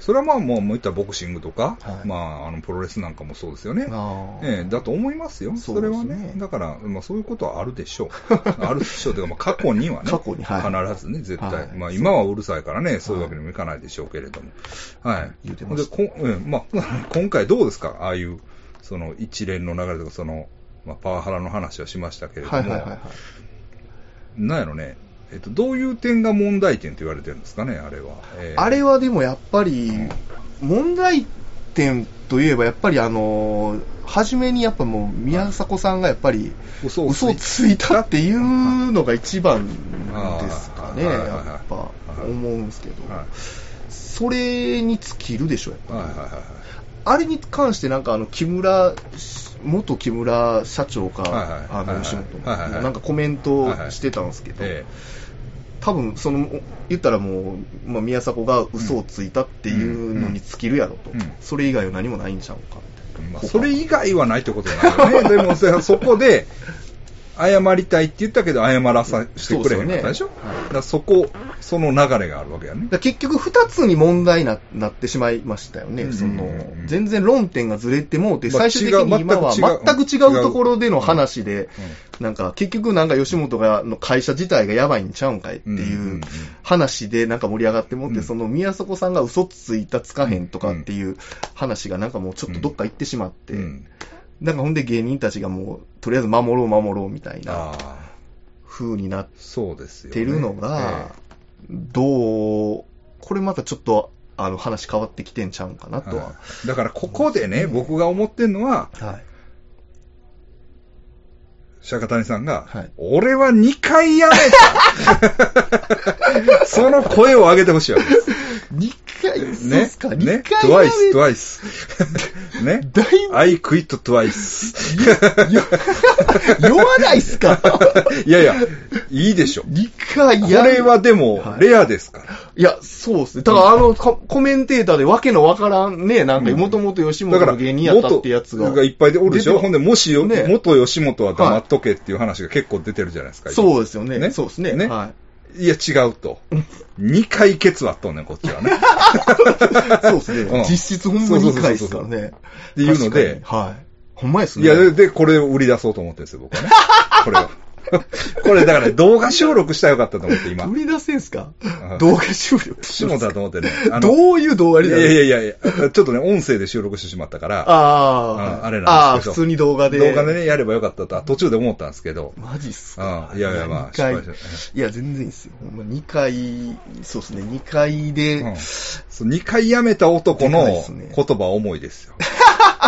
S1: それはまあもう、もう言ったらボクシングとか、
S2: はい
S1: まあ、あの、プロレスなんかもそうですよね。
S2: ああ
S1: ええだと思いますよ。そ
S2: そう
S1: れ
S2: で
S1: は
S2: すね
S1: ね。だから、まあそういうことはあるでしょう。あるでしょう。というか、まあ過去にはね。
S2: 過去にはい
S1: 必ずね、絶対。
S2: はい
S1: まあ今はうるさいからね、そういうわけにもいかないでしょうけれども。はい。
S2: 言うてました
S1: で、こんええまあ、 今回どうですかああいう、その一連の流れとか、その、まあパワハラの話はしましたけれども。
S2: はいはいはいはい。
S1: なんやろね。えっと、どういう点が問題点と言われてるんですかね、あれは。ええ
S2: あれはでもやっぱり、問題点といえば、やっぱりあの、初めにやっぱもう、宮迫さんがやっぱり、
S1: 嘘
S2: 嘘をついたっていうのが一番ですか
S1: あ
S2: ね、
S1: ーはいはいはい
S2: やっぱ思うんですけど、
S1: はい
S2: それに尽きるでしょ、やっぱ。
S1: はいはいはいはい。
S2: あれに関してなんかあの、木村、元木村社長か、
S1: はいはい
S2: あ
S1: はいは
S2: の、
S1: い
S2: 吉本
S1: はいはいは
S2: の、
S1: い
S2: なんかコメントをしてたんですけど、
S1: え
S2: 多分その、言ったらもう、まあ、宮迫が嘘をついたっていうのに尽きるやろと、
S1: うんうん
S2: それ以外は何もないんちゃうか、みた
S1: え
S2: い
S1: ま
S2: な。
S1: あ、それ以外はないってことだ よね。でもそれはそこで、謝りたいって言ったけど、謝らさしてくれへんかったでしょ
S2: そう
S1: そ
S2: ですよねはい
S1: だからそこ、その流れがあるわけやね。
S2: だから結局二つに問題ななってしまいましたよね。
S1: うん
S2: その
S1: うんうんうん、
S2: 全然論点がずれてもうて、
S1: まあ
S2: 最終的に今は
S1: 違う
S2: 全く違
S1: 全く違う
S2: うところでの話で、なんか結局なんか吉本が、の会社自体がやばいんちゃうんかいって
S1: うんうん
S2: い
S1: うん
S2: う話でなんか盛り上がってもって、
S1: うん
S2: その宮迫さんが嘘ついたつかへんとかっていう話がなんかもうちょっとどっか行ってしまって、
S1: うん
S2: なんかほんで芸人たちがもう、とりあえず守ろう守ろうみたいな
S1: ああ、
S2: 風になっ
S1: そうですよ、ね。
S2: てるのが、どう、これまたちょっとあの、話変わってきてんちゃうんかなとは。
S1: はいだからここでね、僕が思ってんのは、
S2: はい。
S1: 釈迦谷さんが、
S2: はい
S1: 俺は2回やめ たその声を上げてほしいわけです。
S2: 二回、そうっ
S1: ね
S2: すか、。二
S1: ね。
S2: 回やめ
S1: twice, twice. ね。
S2: だいぶ
S1: I quit twice.
S2: 酔わないっ すか
S1: いやいや、いいでしょ。こ
S2: 二回やめ
S1: れはでも
S2: は、い
S1: レアですから。
S2: いや、そうっすね。ただからあの、かコメンテーターでわけのわからんね、なんか、もともと吉
S1: だ
S2: 本
S1: から、
S2: の芸人やったってやつが。
S1: 元がいっぱいでおるでし
S2: 出
S1: ょ
S2: て
S1: ほんで、もしよ、
S2: ね
S1: 元吉本は黙っとけっていう話が結構出てるじゃないですか。
S2: そうですよね。
S1: ね
S2: そうですね。
S1: ね
S2: はい。
S1: いや、違う と。2回ケツ割っとんねん、こっちはね。っ
S2: そうです
S1: うん
S2: ね。実質ほんまに2回ですからね。って
S1: いうので、
S2: はい。ほんまです
S1: い
S2: ね。
S1: や、で、でこれを売り出そうと思ってるんですよ、 僕はね。これを。 これ、だから動画収録したらよかったと思って、今。
S2: 取り出せんすか
S1: ん
S2: 動画終了。
S1: しもたと思ってね。あの、
S2: どういう動画
S1: い
S2: にな
S1: や
S2: る
S1: いやいやいや、ちょっとね、音声で収録してしまったから、
S2: あ
S1: うん
S2: あ、
S1: あれなんですけど
S2: ああ、普通に動画で。
S1: 動画で。ね、やればよかったとは途中で思ったんですけど、
S2: マジっすか
S1: うんいやいやまあ
S2: 二回
S1: 失敗し
S2: いや、全然いいっすよ。ほんま2回、そうですね、2回で、
S1: うん、そう2回辞めた男の
S2: でかいっすね
S1: 言葉は重いですよ。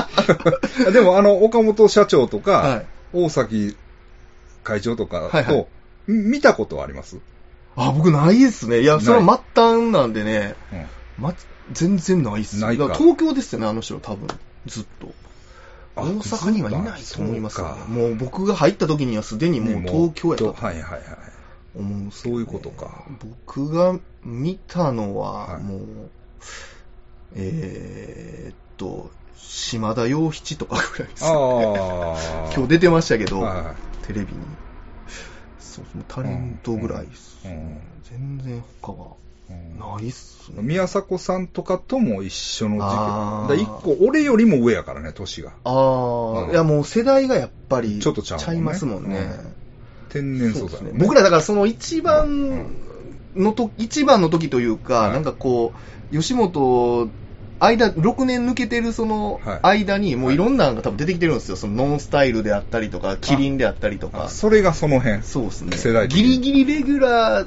S1: でも、あの、岡本社長とか、
S2: はい
S1: 大崎会長とかと、
S2: はいはい
S1: 見たことはあります、
S2: あ、僕ないですね。いや、それ
S1: な
S2: は末端なんでね、
S1: うん
S2: ま、全然ないっすよ
S1: ないか
S2: だら東京ですよね、あの人多分、ずっと。
S1: あ
S2: 大阪にはいないと思いますよ
S1: そう
S2: ね
S1: か。
S2: もう僕が入った時にはすでにもう東京やと
S1: とはいはいはい。
S2: 思うんですけどね
S1: そういうことか
S2: 僕が見たの
S1: は
S2: は、
S1: い
S2: もう、えーっと、島田洋七とかぐらいですね。
S1: ああ。
S2: 今日出てましたけど、
S1: はいはい
S2: テレビに。そうですね、タレントぐらいですね、全然他は
S1: うん
S2: ないっすね。
S1: 宮迫さんとかとも一緒の時期。だ
S2: あー
S1: から一個、俺よりも上やからね、年が。
S2: ああ、
S1: うん
S2: いやもう世代がやっぱり
S1: ちょっとちゃうもんね
S2: いますもんね。
S1: 天然
S2: そう
S1: 素
S2: です
S1: 材、
S2: ね。僕らだからその一番のと、一番の時というか、
S1: はい
S2: なんかこう、吉本、間、6年抜けてるその
S1: はい
S2: 間に、もういろんなのが多分出てきてるんですよ。そのノンスタイルであったりとか、キリンであったりと
S1: あ
S2: か。
S1: それがその辺。
S2: そうですね。
S1: 世代的
S2: ギ
S1: に
S2: リギリレギュラー、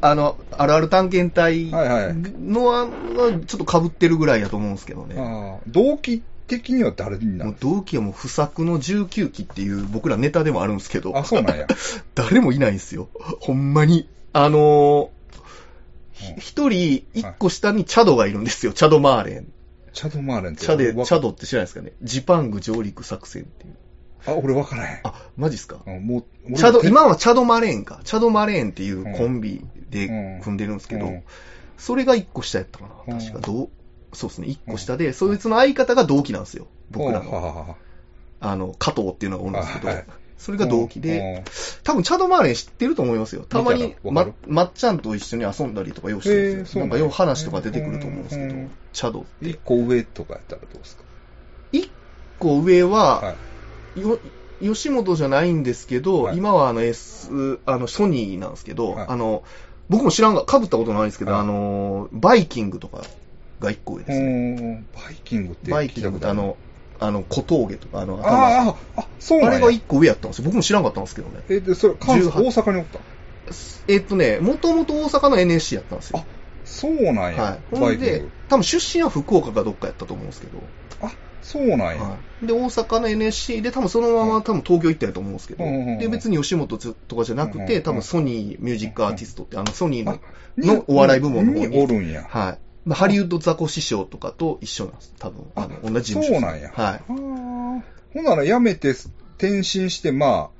S2: あの、あるある探検隊
S1: はいはい
S2: のあのちょっと被ってるぐらいだと思うんですけどね。
S1: あー同期的には誰にな
S2: もう
S1: る
S2: 同期はもう不作の19期っていう僕らネタでもあるんですけど、
S1: あ、そうなんや。
S2: 誰もいないんですよ。ほんまに。あのー
S1: うん
S2: ひ一人、一個下にチャドがいるんですよ。チャドマーレン。
S1: チャドマーレンって。
S2: チャで、
S1: 俺わ
S2: チャドって知らないですかね。ジパング上陸作戦っていう。
S1: あ、俺分からへん。
S2: あ、マジっすか
S1: うんもう、俺も
S2: チャド、
S1: て
S2: 今はチャドマレーンか。チャドマレーンっていうコンビ
S1: うん
S2: で組んでるんですけど、
S1: うん
S2: それが一個下やったか
S1: う
S2: な。
S1: ん
S2: 確か、どう、そうですね、一個下で、そいつの相方が同期なんですよ。僕ら
S1: うんは
S2: の。
S1: ははは
S2: あの、加藤っていうのがおるんですけど
S1: あはい、
S2: それが同期で、
S1: うん
S2: 多分チャドマーレン知ってると思いますよ。たま
S1: 見
S2: に
S1: たらわか
S2: ま
S1: る、
S2: まっちゃんと一緒に遊んだりとかようしてるんです
S1: へーそう
S2: よ。
S1: な
S2: な
S1: や
S2: んんかよう話とか出てくると思うんですけ
S1: う
S2: ど
S1: ん、
S2: チャド。
S1: うん一個上とかやったらどうですか
S2: 一個上は、
S1: い。
S2: よ吉本じゃないんですけど、
S1: はい
S2: 今はあの S、あの、ソニーなんですけど、
S1: はい
S2: あの、僕も知らんが、被ったことないんですけど、
S1: はい
S2: あの、バイキングとかが一個上ですね。
S1: うんバイキングって
S2: バイ
S1: 聞
S2: キ
S1: いた
S2: ン
S1: こ
S2: グって
S1: と
S2: あ
S1: ある。
S2: の、あの、小峠とか、あの、頭
S1: あーあ、あ、そう
S2: あ
S1: なんや。
S2: れが一個上やったんですよ。僕も知らんかったんですけどね。
S1: え、で、それ、関西、
S2: 18
S1: 大阪におった
S2: えっとね、もともと大阪の NSC やったんですよ。
S1: そうなんや。
S2: はい。ほ
S1: バ
S2: ん
S1: イキン
S2: で
S1: グ。、
S2: 多分出身は福岡かどっかやったと思うんですけど、
S1: あ、そうなんや。
S2: はい、で、大阪の NSC で多分そのまま多分東京行ったんやと思うんですけど、
S1: うんうんうん
S2: で、別に吉本とかじゃなく
S1: うんうん
S2: て、多分ソニーミュージックアーティストって、あのソニー
S1: あ
S2: の、のお笑い部門の方
S1: に
S2: に
S1: おるんや。
S2: はい。まあハリウッドザコ師匠とかと一緒なんです。多分、あの、同じ事務所
S1: そうなんや。
S2: はい。
S1: あーほんなら辞めて転身して、まあ、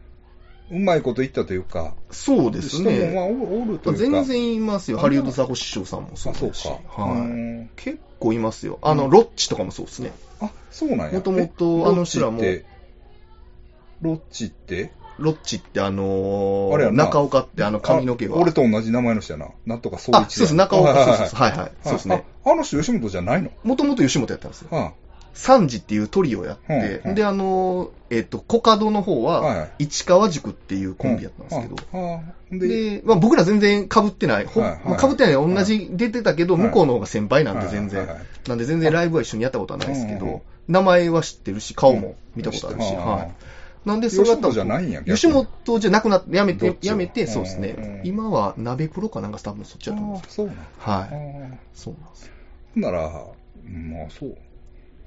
S1: うまいこと言ったというか、
S2: そうで
S1: 人
S2: す
S1: もまあ
S2: ね。
S1: おおるというか。
S2: 全然いますよ。
S1: あ
S2: ハリウッドザコ師匠さんもそう
S1: あ、そう
S2: で
S1: か
S2: すし。。
S1: う
S2: はい。
S1: ん
S2: 結構いますよ。あ
S1: う
S2: の、
S1: ん
S2: ロッチとかもそうですね。
S1: あ、そうなんや。
S2: もとも
S1: え
S2: とあの人らも
S1: ロッチってロッチって
S2: ロッチってあのー
S1: あれやんな
S2: 中岡ってあの髪の毛
S1: あ
S2: が。
S1: 俺と同じ名前の人やな。なんとかそう一
S2: あ、そうです、中岡、そうそうそう、はいはい、そうですね。。
S1: ああの人、吉本じゃないの
S2: もともと吉本やったんですよ。
S1: は
S2: サンジっていうトリオやっ
S1: うんうん
S2: て、で、あのー、えっと、コカドの方
S1: はいは
S2: は、市川塾っていう
S1: あ
S2: コンビやったんですけど、。
S1: はあはあで、
S2: で、まあ僕ら全然被ってない、ほ
S1: はいはい
S2: まあ被ってない、同じ出てたけど、
S1: はい
S2: 向こうの方が先輩なんで全
S1: はいは
S2: 然
S1: いはい。
S2: なんで全然ライブは一緒にやったことはないですけ
S1: うんうん
S2: ど、名前は知ってるし、顔
S1: うん
S2: も見たことあるし、
S1: うん
S2: はい。なんで、
S1: 吉
S2: それは多
S1: 本
S2: 分
S1: じゃないんや、逆に
S2: 吉本じゃなくなって、やめ、
S1: どってちを
S2: やめて、そうです
S1: うんうん
S2: ね。今は、鍋プロかなんか多分そっちだと思
S1: あ
S2: うんで
S1: あ
S2: す
S1: そうなん
S2: よ。はい。
S1: あ
S2: そうなんですよ。
S1: あんなら、まあそう。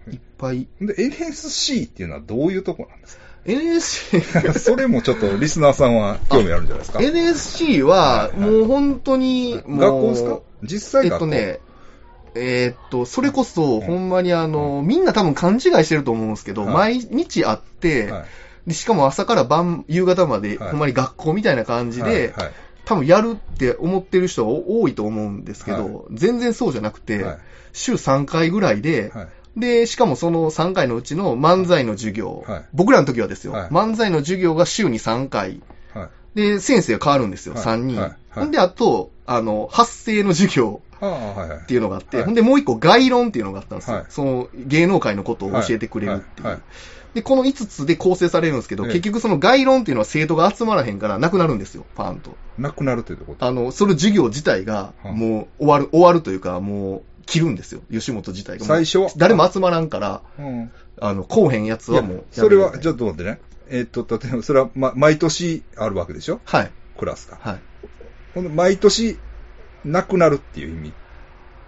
S2: いっぱい。
S1: で、NSC っていうのはどういうとこなんですか
S2: NSC、
S1: それもちょっとリスナーさんは興味あるんじゃないですか
S2: NSC は、もう本当に、もう。
S1: 学校ですか実際
S2: えっ
S1: 学校
S2: とね、えーっと、それこそ、ほんまにあの、みんな多分勘違いしてると思うんですけど、
S1: は
S2: 毎日会って、
S1: はい
S2: でしかも朝から晩、夕方まで、
S1: はい
S2: ほんまに学校みたいな感じで、
S1: はいはい
S2: 多分やるって思ってる人が多いと思うんですけど、
S1: は
S2: 全然そうじゃなくて、
S1: はい
S2: 週3回ぐらいで、
S1: はい
S2: で、しかもその3回のうちの漫才の授業、
S1: はい
S2: 僕らの時はですよ、
S1: はい
S2: 漫才の授業が週に3回、
S1: はい
S2: で、先生が変わるんですよ、
S1: はい
S2: 3人。
S1: はいはい
S2: ほんで、あと、あの、発声の授業
S1: ああはいはい
S2: っていうのがあって、
S1: はい
S2: ほんでもう一個概論っていうのがあったんですよ。
S1: はい
S2: その芸能界のことを教えてくれるっていう。
S1: はいはい
S2: で、この5つで構成されるんですけど、
S1: ええ
S2: 結局その概論っていうのは生徒が集まらへんからなくなるんですよ、パーンと。
S1: なくなるということ
S2: あの、その授業自体が
S1: はあ
S2: もう終わる、終わるというか、もう切るんですよ、吉本自体が。
S1: 最初は
S2: 誰も集まらんから、
S1: うん
S2: あの、こうへんやつ
S1: い
S2: は
S1: や
S2: もう。
S1: それは、ち
S2: ゃ
S1: ょっと待ってね。えっと、例えば、それは、ま、毎年あるわけでしょ
S2: はい、
S1: クラスが。
S2: はい。
S1: ほんで、毎年、なくなるっていう意味。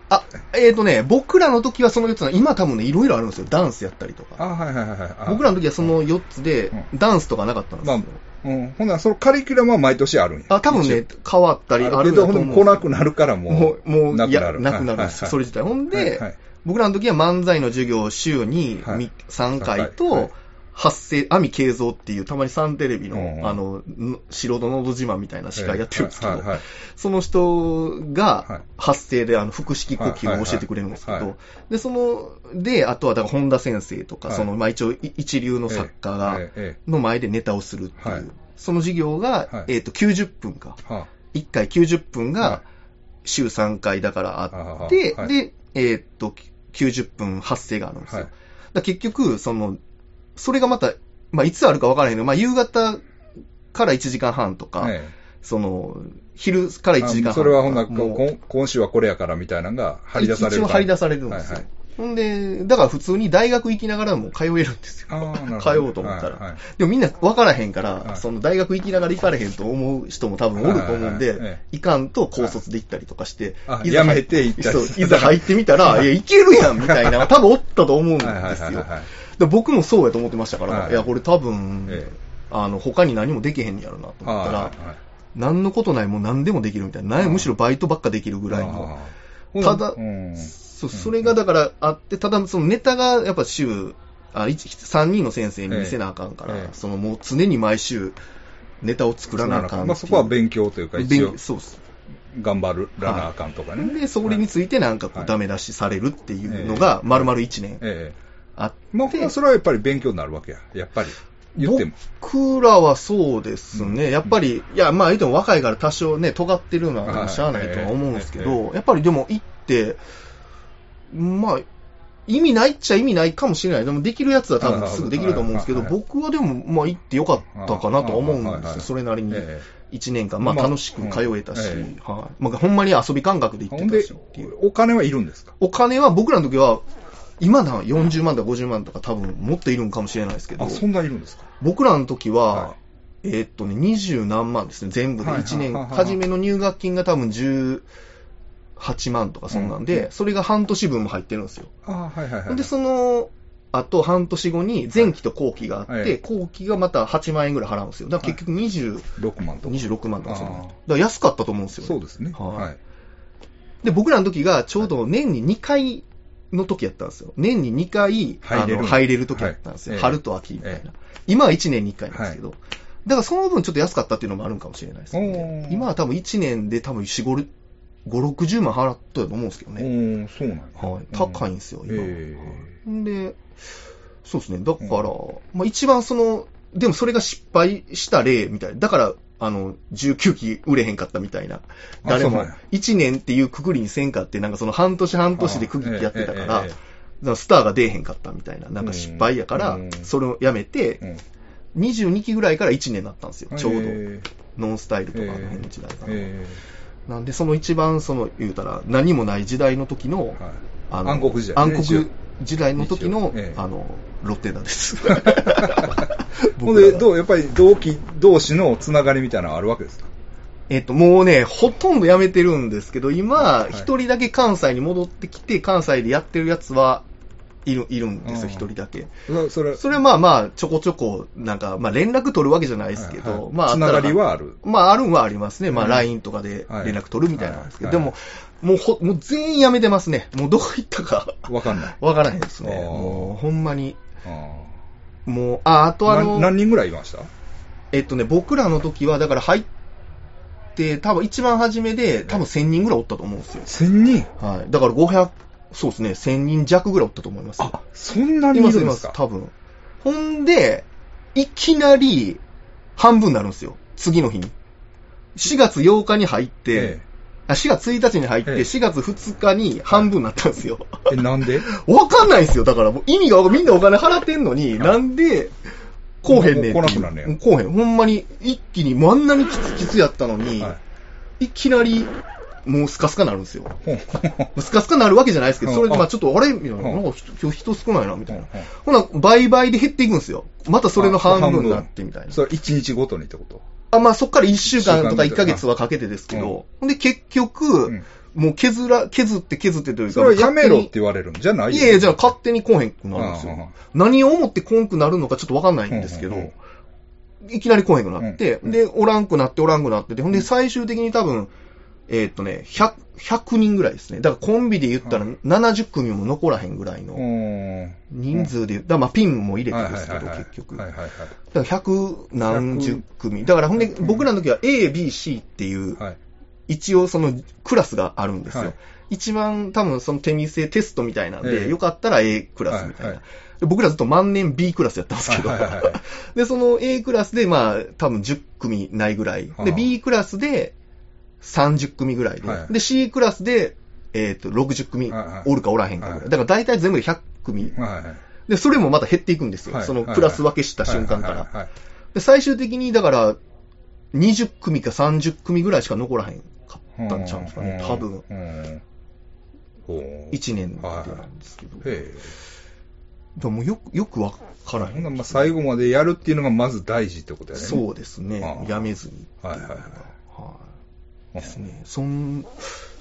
S2: あ、えっ、とね、僕らの時はその4つなの今多分ね、いろいろあるんですよ。ダンスやったりと
S1: あ、
S2: か。
S1: はいはいはいはい。
S2: 僕
S1: ら、
S2: らの時はその4つで、ダンスとかなかったんですよ。
S1: うん。ほんなら、そのカリキュラムは毎年あるんや。
S2: あ、多分ね、変わったり
S1: 一応、
S2: あ
S1: ある
S2: るん
S1: け
S2: だ
S1: ど、
S2: と
S1: ほ
S2: 思
S1: で来
S2: うんんですよ
S1: なくなるからも
S2: もう、もう、
S1: う、なく
S2: いや
S1: なる。
S2: なくなるん
S1: はいは
S2: で
S1: い
S2: す、
S1: はい
S2: それ自体。ほんで、
S1: はいはい
S2: 僕らの時は漫才の授業を週に
S1: はい
S2: み3回
S1: はいはい
S2: と、発声、網慶三っていう、たまにサンテレビの、
S1: うんうん
S2: あの、の素人のど自慢みたいな司会やってるんですけど、
S1: はいはいはい
S2: その人
S1: はい
S2: が発声で、あの、腹式呼吸を教えてくれるんですけ
S1: はいはい
S2: ど、で、その、で、あとは、だから、本田先生とか、
S1: はい
S2: その、まあ、一応、い一流の作家が、
S1: えええ
S2: の前でネタをするっていう、
S1: はい
S2: その授業が、
S1: はい
S2: えっ、と、90分か。
S1: えは
S2: 1回90分
S1: は
S2: が週3回だからあっ
S1: あ
S2: て、
S1: あはい
S2: で、えーっと、90分発生があるんですよ。
S1: はい
S2: だから結局、その、それがまた、まあ、いつあるかわからへんけど、まあ、夕方から1時間半とか、
S1: あ。え
S2: その、昼から1時間
S1: あ
S2: 半とか。
S1: それはほんなら、こ
S2: もう
S1: こん今週はこれやからみたいなのが張り出される。
S2: 一応張り出
S1: さ
S2: されるんですよ。
S1: はいはい
S2: ほんで、だから普通に大学行きながらも通えるんですよ。
S1: ああ、なるほど。
S2: 通おうと思ったら。
S1: はいはい
S2: でもみんな分からへんから、
S1: はい
S2: その大学行きながら行かれへんと思う人も多分おると思うんで、
S1: はいいはいはいえ
S2: かんと高卒で行ったりとかして、
S1: あ
S2: いざ入
S1: やめて行ったり
S2: そう
S1: する
S2: いざ入ってみたら、いや、行けるやんみたい な、多分おったと思うんですよ。
S1: はいはいはいはい。
S2: で僕もそうやと思ってましたから、
S1: はい
S2: い、や、これ多分、
S1: ええ
S2: あの、他に何もできへんやろなと思っ
S1: はい
S2: たら、
S1: はいはい
S2: 何のことないもう何でもできるみたいな、なんやむしろバイトばっかできるぐらいの。
S1: ああ
S2: ただ
S1: うん
S2: そうそれがだからあって、ただそのネタがやっぱ週、あ3人の先生に見せなあかんから、
S1: ええええ
S2: そのもう常に毎週ネタを作らなあかんっていう
S1: まあ、そこは勉強というか、一応
S2: 勉、そうっす。
S1: 頑張るらなあかんとかね。
S2: で、それについてなんかこ
S1: は
S2: う
S1: い
S2: ダメ出しされるっていうのが、丸々1年
S1: ええ。
S2: あっ
S1: まあ、ほ
S2: て、
S1: んならそれはやっぱり勉強になるわけや。やっぱり。言っても。
S2: 僕らはそうですね、やっぱり、いや、まあ言うても若いから多少ね、尖ってるの
S1: は
S2: はいしゃあないとは思うんですけ
S1: ええ
S2: ど、やっぱりでも行って、まあ、意味ないっちゃ意味ないかもしれない。でもできるやつは多分すぐできると思うんですけど、
S1: はいはい
S2: 僕はでも、まあ行ってよかったかなとは思うん
S1: はいはい
S2: です
S1: はい
S2: よ。それなりに
S1: え
S2: 1年間、まあ
S1: まあ
S2: 楽しく通えたし
S1: うんえ、
S2: はいまあほんまに遊び感覚で
S1: え
S2: 行
S1: ほ
S2: って
S1: ん
S2: た
S1: で
S2: しっていう。、
S1: お金はいるんですか
S2: お金は僕らの時は、今なら40万とか50万とか多分もっといるんかもしれないですけど
S1: あ、、そんないるんですか
S2: 僕らの時は、
S1: は
S2: えーっとね、二十何万ですね、全部で
S1: はい
S2: 1年、
S1: はいはいはい
S2: 初めの入学金が多分18万とかそんなん
S1: うん
S2: で、
S1: うん
S2: それが半年分も入ってるんですよ。
S1: ああ、はいはいはい。
S2: で、その、あと半年後に前期と後期があって、
S1: はい
S2: 後期がまた8万円ぐらい払うんですよ。だから結局20、
S1: 6万とか。
S2: 26万とかそんなん
S1: あー
S2: だから安かったと思うんですよ、
S1: そうですね。
S2: はい
S1: はい。
S2: で、僕らの時がちょうど年に2回の時やったんですよ。年に2回、
S1: 入れる
S2: あの入れる時やったんですよ。
S1: はい
S2: 春と秋みたいな。
S1: ええ
S2: 今は1年に1回なんですけど。だからその分ちょっと安かったっていうのもあるんかもしれないですよね
S1: お。ー
S2: 今は多分1年で多分4、5、5 60万払ったと思うんですけど
S1: お
S2: ね。
S1: ーそうなんや
S2: はい、高いんですよ、今。
S1: え
S2: はいんで、そうですね。だから、まあ一番その、でもそれが失敗した例みたいな。だから、あの、19期売れへんかったみたいな。
S1: あ
S2: 誰
S1: そう
S2: も
S1: なんや、
S2: 1年っていうくくりにせんかって、なんかその半年半年で区切ってやってたから、だ
S1: あええええええ
S2: からスターが出えへんかったみたいな。なんか失敗やから
S1: うん、
S2: それをやめて、
S1: え
S2: 22期ぐらいから1年になったんですよ
S1: う。ん
S2: ちょうど。
S1: え
S2: ノンスタイルとかあの辺の時代
S1: え
S2: かな。
S1: え
S2: なんで、その一番、その、言うたら、何もない時代の時の
S1: え、はい
S2: あの
S1: 暗黒時代ね
S2: 暗黒時代の時の
S1: 一応、ええ
S2: あの、ロッテダ です。
S1: ほんで、
S2: う
S1: どう、やっぱり同期同士のつながりみたいなのはあるわけですか
S2: えっと、もうね、ほとんどやめてるんですけど、今、一、人だけ関西に戻ってきて、関西でやってるやつはいる、いるんですよ、
S1: うん
S2: 一人だけ。
S1: そそれ、
S2: それはまあまあ、ちょこちょこ、なんか、まあ連絡取るわけじゃないですけ
S1: はいは
S2: ど
S1: い、
S2: まあ、
S1: つながりはある。
S2: まあ、あるんはありますね。まあ、
S1: うん
S2: LINE とかで
S1: はい
S2: 連絡取るみたいなんですけど、
S1: はい
S2: でも、もうほ、もう全員やめてますね。もうどこ行ったか
S1: わかんない。
S2: わからへんですね。
S1: あー
S2: もう、ほんまに。
S1: あ
S2: もう、あ、あとあ
S1: ーな
S2: の、
S1: 何人ぐらいいました
S2: えっとね、僕らの時は、だから入って、多分一番初めで、多分1000人ぐらいおったと思うんですよ。
S1: ?1000 人
S2: はい。だから500、そうですね、1000人弱ぐらいおったと思います。
S1: あ、そんないにい
S2: ま
S1: る
S2: す、い
S1: んで
S2: ますす
S1: か、
S2: 多分。ほんで、いきなり、半分になるんですよ。次の日に。4月8日に入って、
S1: え
S2: あ4月1日に入って、
S1: ええ
S2: 4月2日に半分になったんですよ。
S1: ええ、なん で
S2: わかんないんですよ。だからもう意味がわかんみんなお金払ってんのに、なんで、こうへんねんっていう。
S1: もう来なくなんねや
S2: もうこうへん。ほんまに、一気に、もうあんなにキツキツやったのに、、
S1: はい
S2: きなり、もうスカスカなるんですよ。
S1: ほんほんほん
S2: スカスカなるわけじゃないですけど、
S1: うん
S2: それでまあちょっとあれみたいな、
S1: うん
S2: なんか人今日人少ないな、みたいな
S1: うんうん。
S2: ほな、倍々で減っていくんですよ。またそれの半分になってみたいな。
S1: それ1日ごとにってこと
S2: あ、まあそっから1週間とか
S1: 一週間みたい
S2: 1
S1: な
S2: ヶ月はかけてですけど、ほんで結
S1: う
S2: 局
S1: ん、
S2: もう削ら、削って削ってというか、
S1: それはやめろって
S2: 勝手に
S1: 言われるんじゃない
S2: いやいや、じゃあ
S1: か
S2: 勝手に来へんくなるんです
S1: うんうんう
S2: よ
S1: ん。
S2: 何を思って来んくなるのかちょっとわかんないんですけ
S1: うんうん
S2: ど、いきなり来へんくなって、
S1: うん
S2: で、おらんくなっておらんくなってて、ほんで最終的に多分、えーっとね、100、100人ぐらいですね。だからコンビで言ったら
S1: う
S2: 70組も残らへんぐらいの
S1: うん。
S2: 人数で、だからまあピンも入れ
S1: はい
S2: てで
S1: はい
S2: す
S1: は
S2: け
S1: い
S2: ど、
S1: はい
S2: 結局。
S1: はい
S2: だ
S1: はいはい。
S2: から100何十組。だからほんで僕らの時は A、B、C っていう、
S1: はい。
S2: 一応そのクラスがあるんですよ。
S1: はい
S2: 一番多分その手見せテストみたいなん
S1: え
S2: で、
S1: え
S2: よかったら A クラスみたいな。
S1: はいは
S2: で僕らずっと万年 B クラスやったんですけど、
S1: はいはいはいはい
S2: で、その A クラスでまあ多分10組ないぐらい。
S1: は
S2: で、
S1: あ
S2: B クラスで30組ぐらいで、
S1: はい
S2: で、C クラスで、えっ、と、60組
S1: はいはい
S2: おるかおらへんかぐらい。
S1: はい
S2: だから大体全部で100組。
S1: はいはい
S2: で、それもまた減っていくんですよ。
S1: はい
S2: その
S1: はいはい
S2: クラス分けした瞬間か
S1: はいは
S2: ら。
S1: いはいはい
S2: で、最終的に、だから、20組か30組ぐらいしか残らへんかったんちゃうんですかね。多分、。
S1: うんほう
S2: 1年でなんですけど。で
S1: へえ。
S2: もよく、よくわから
S1: ほ
S2: へ
S1: んなら
S2: ん。
S1: まあ最後までやるっていうのがまず大事ってことやね。
S2: そうですね。
S1: ああ
S2: やめずに。
S1: はいはいはい
S2: はい。ですね。そん、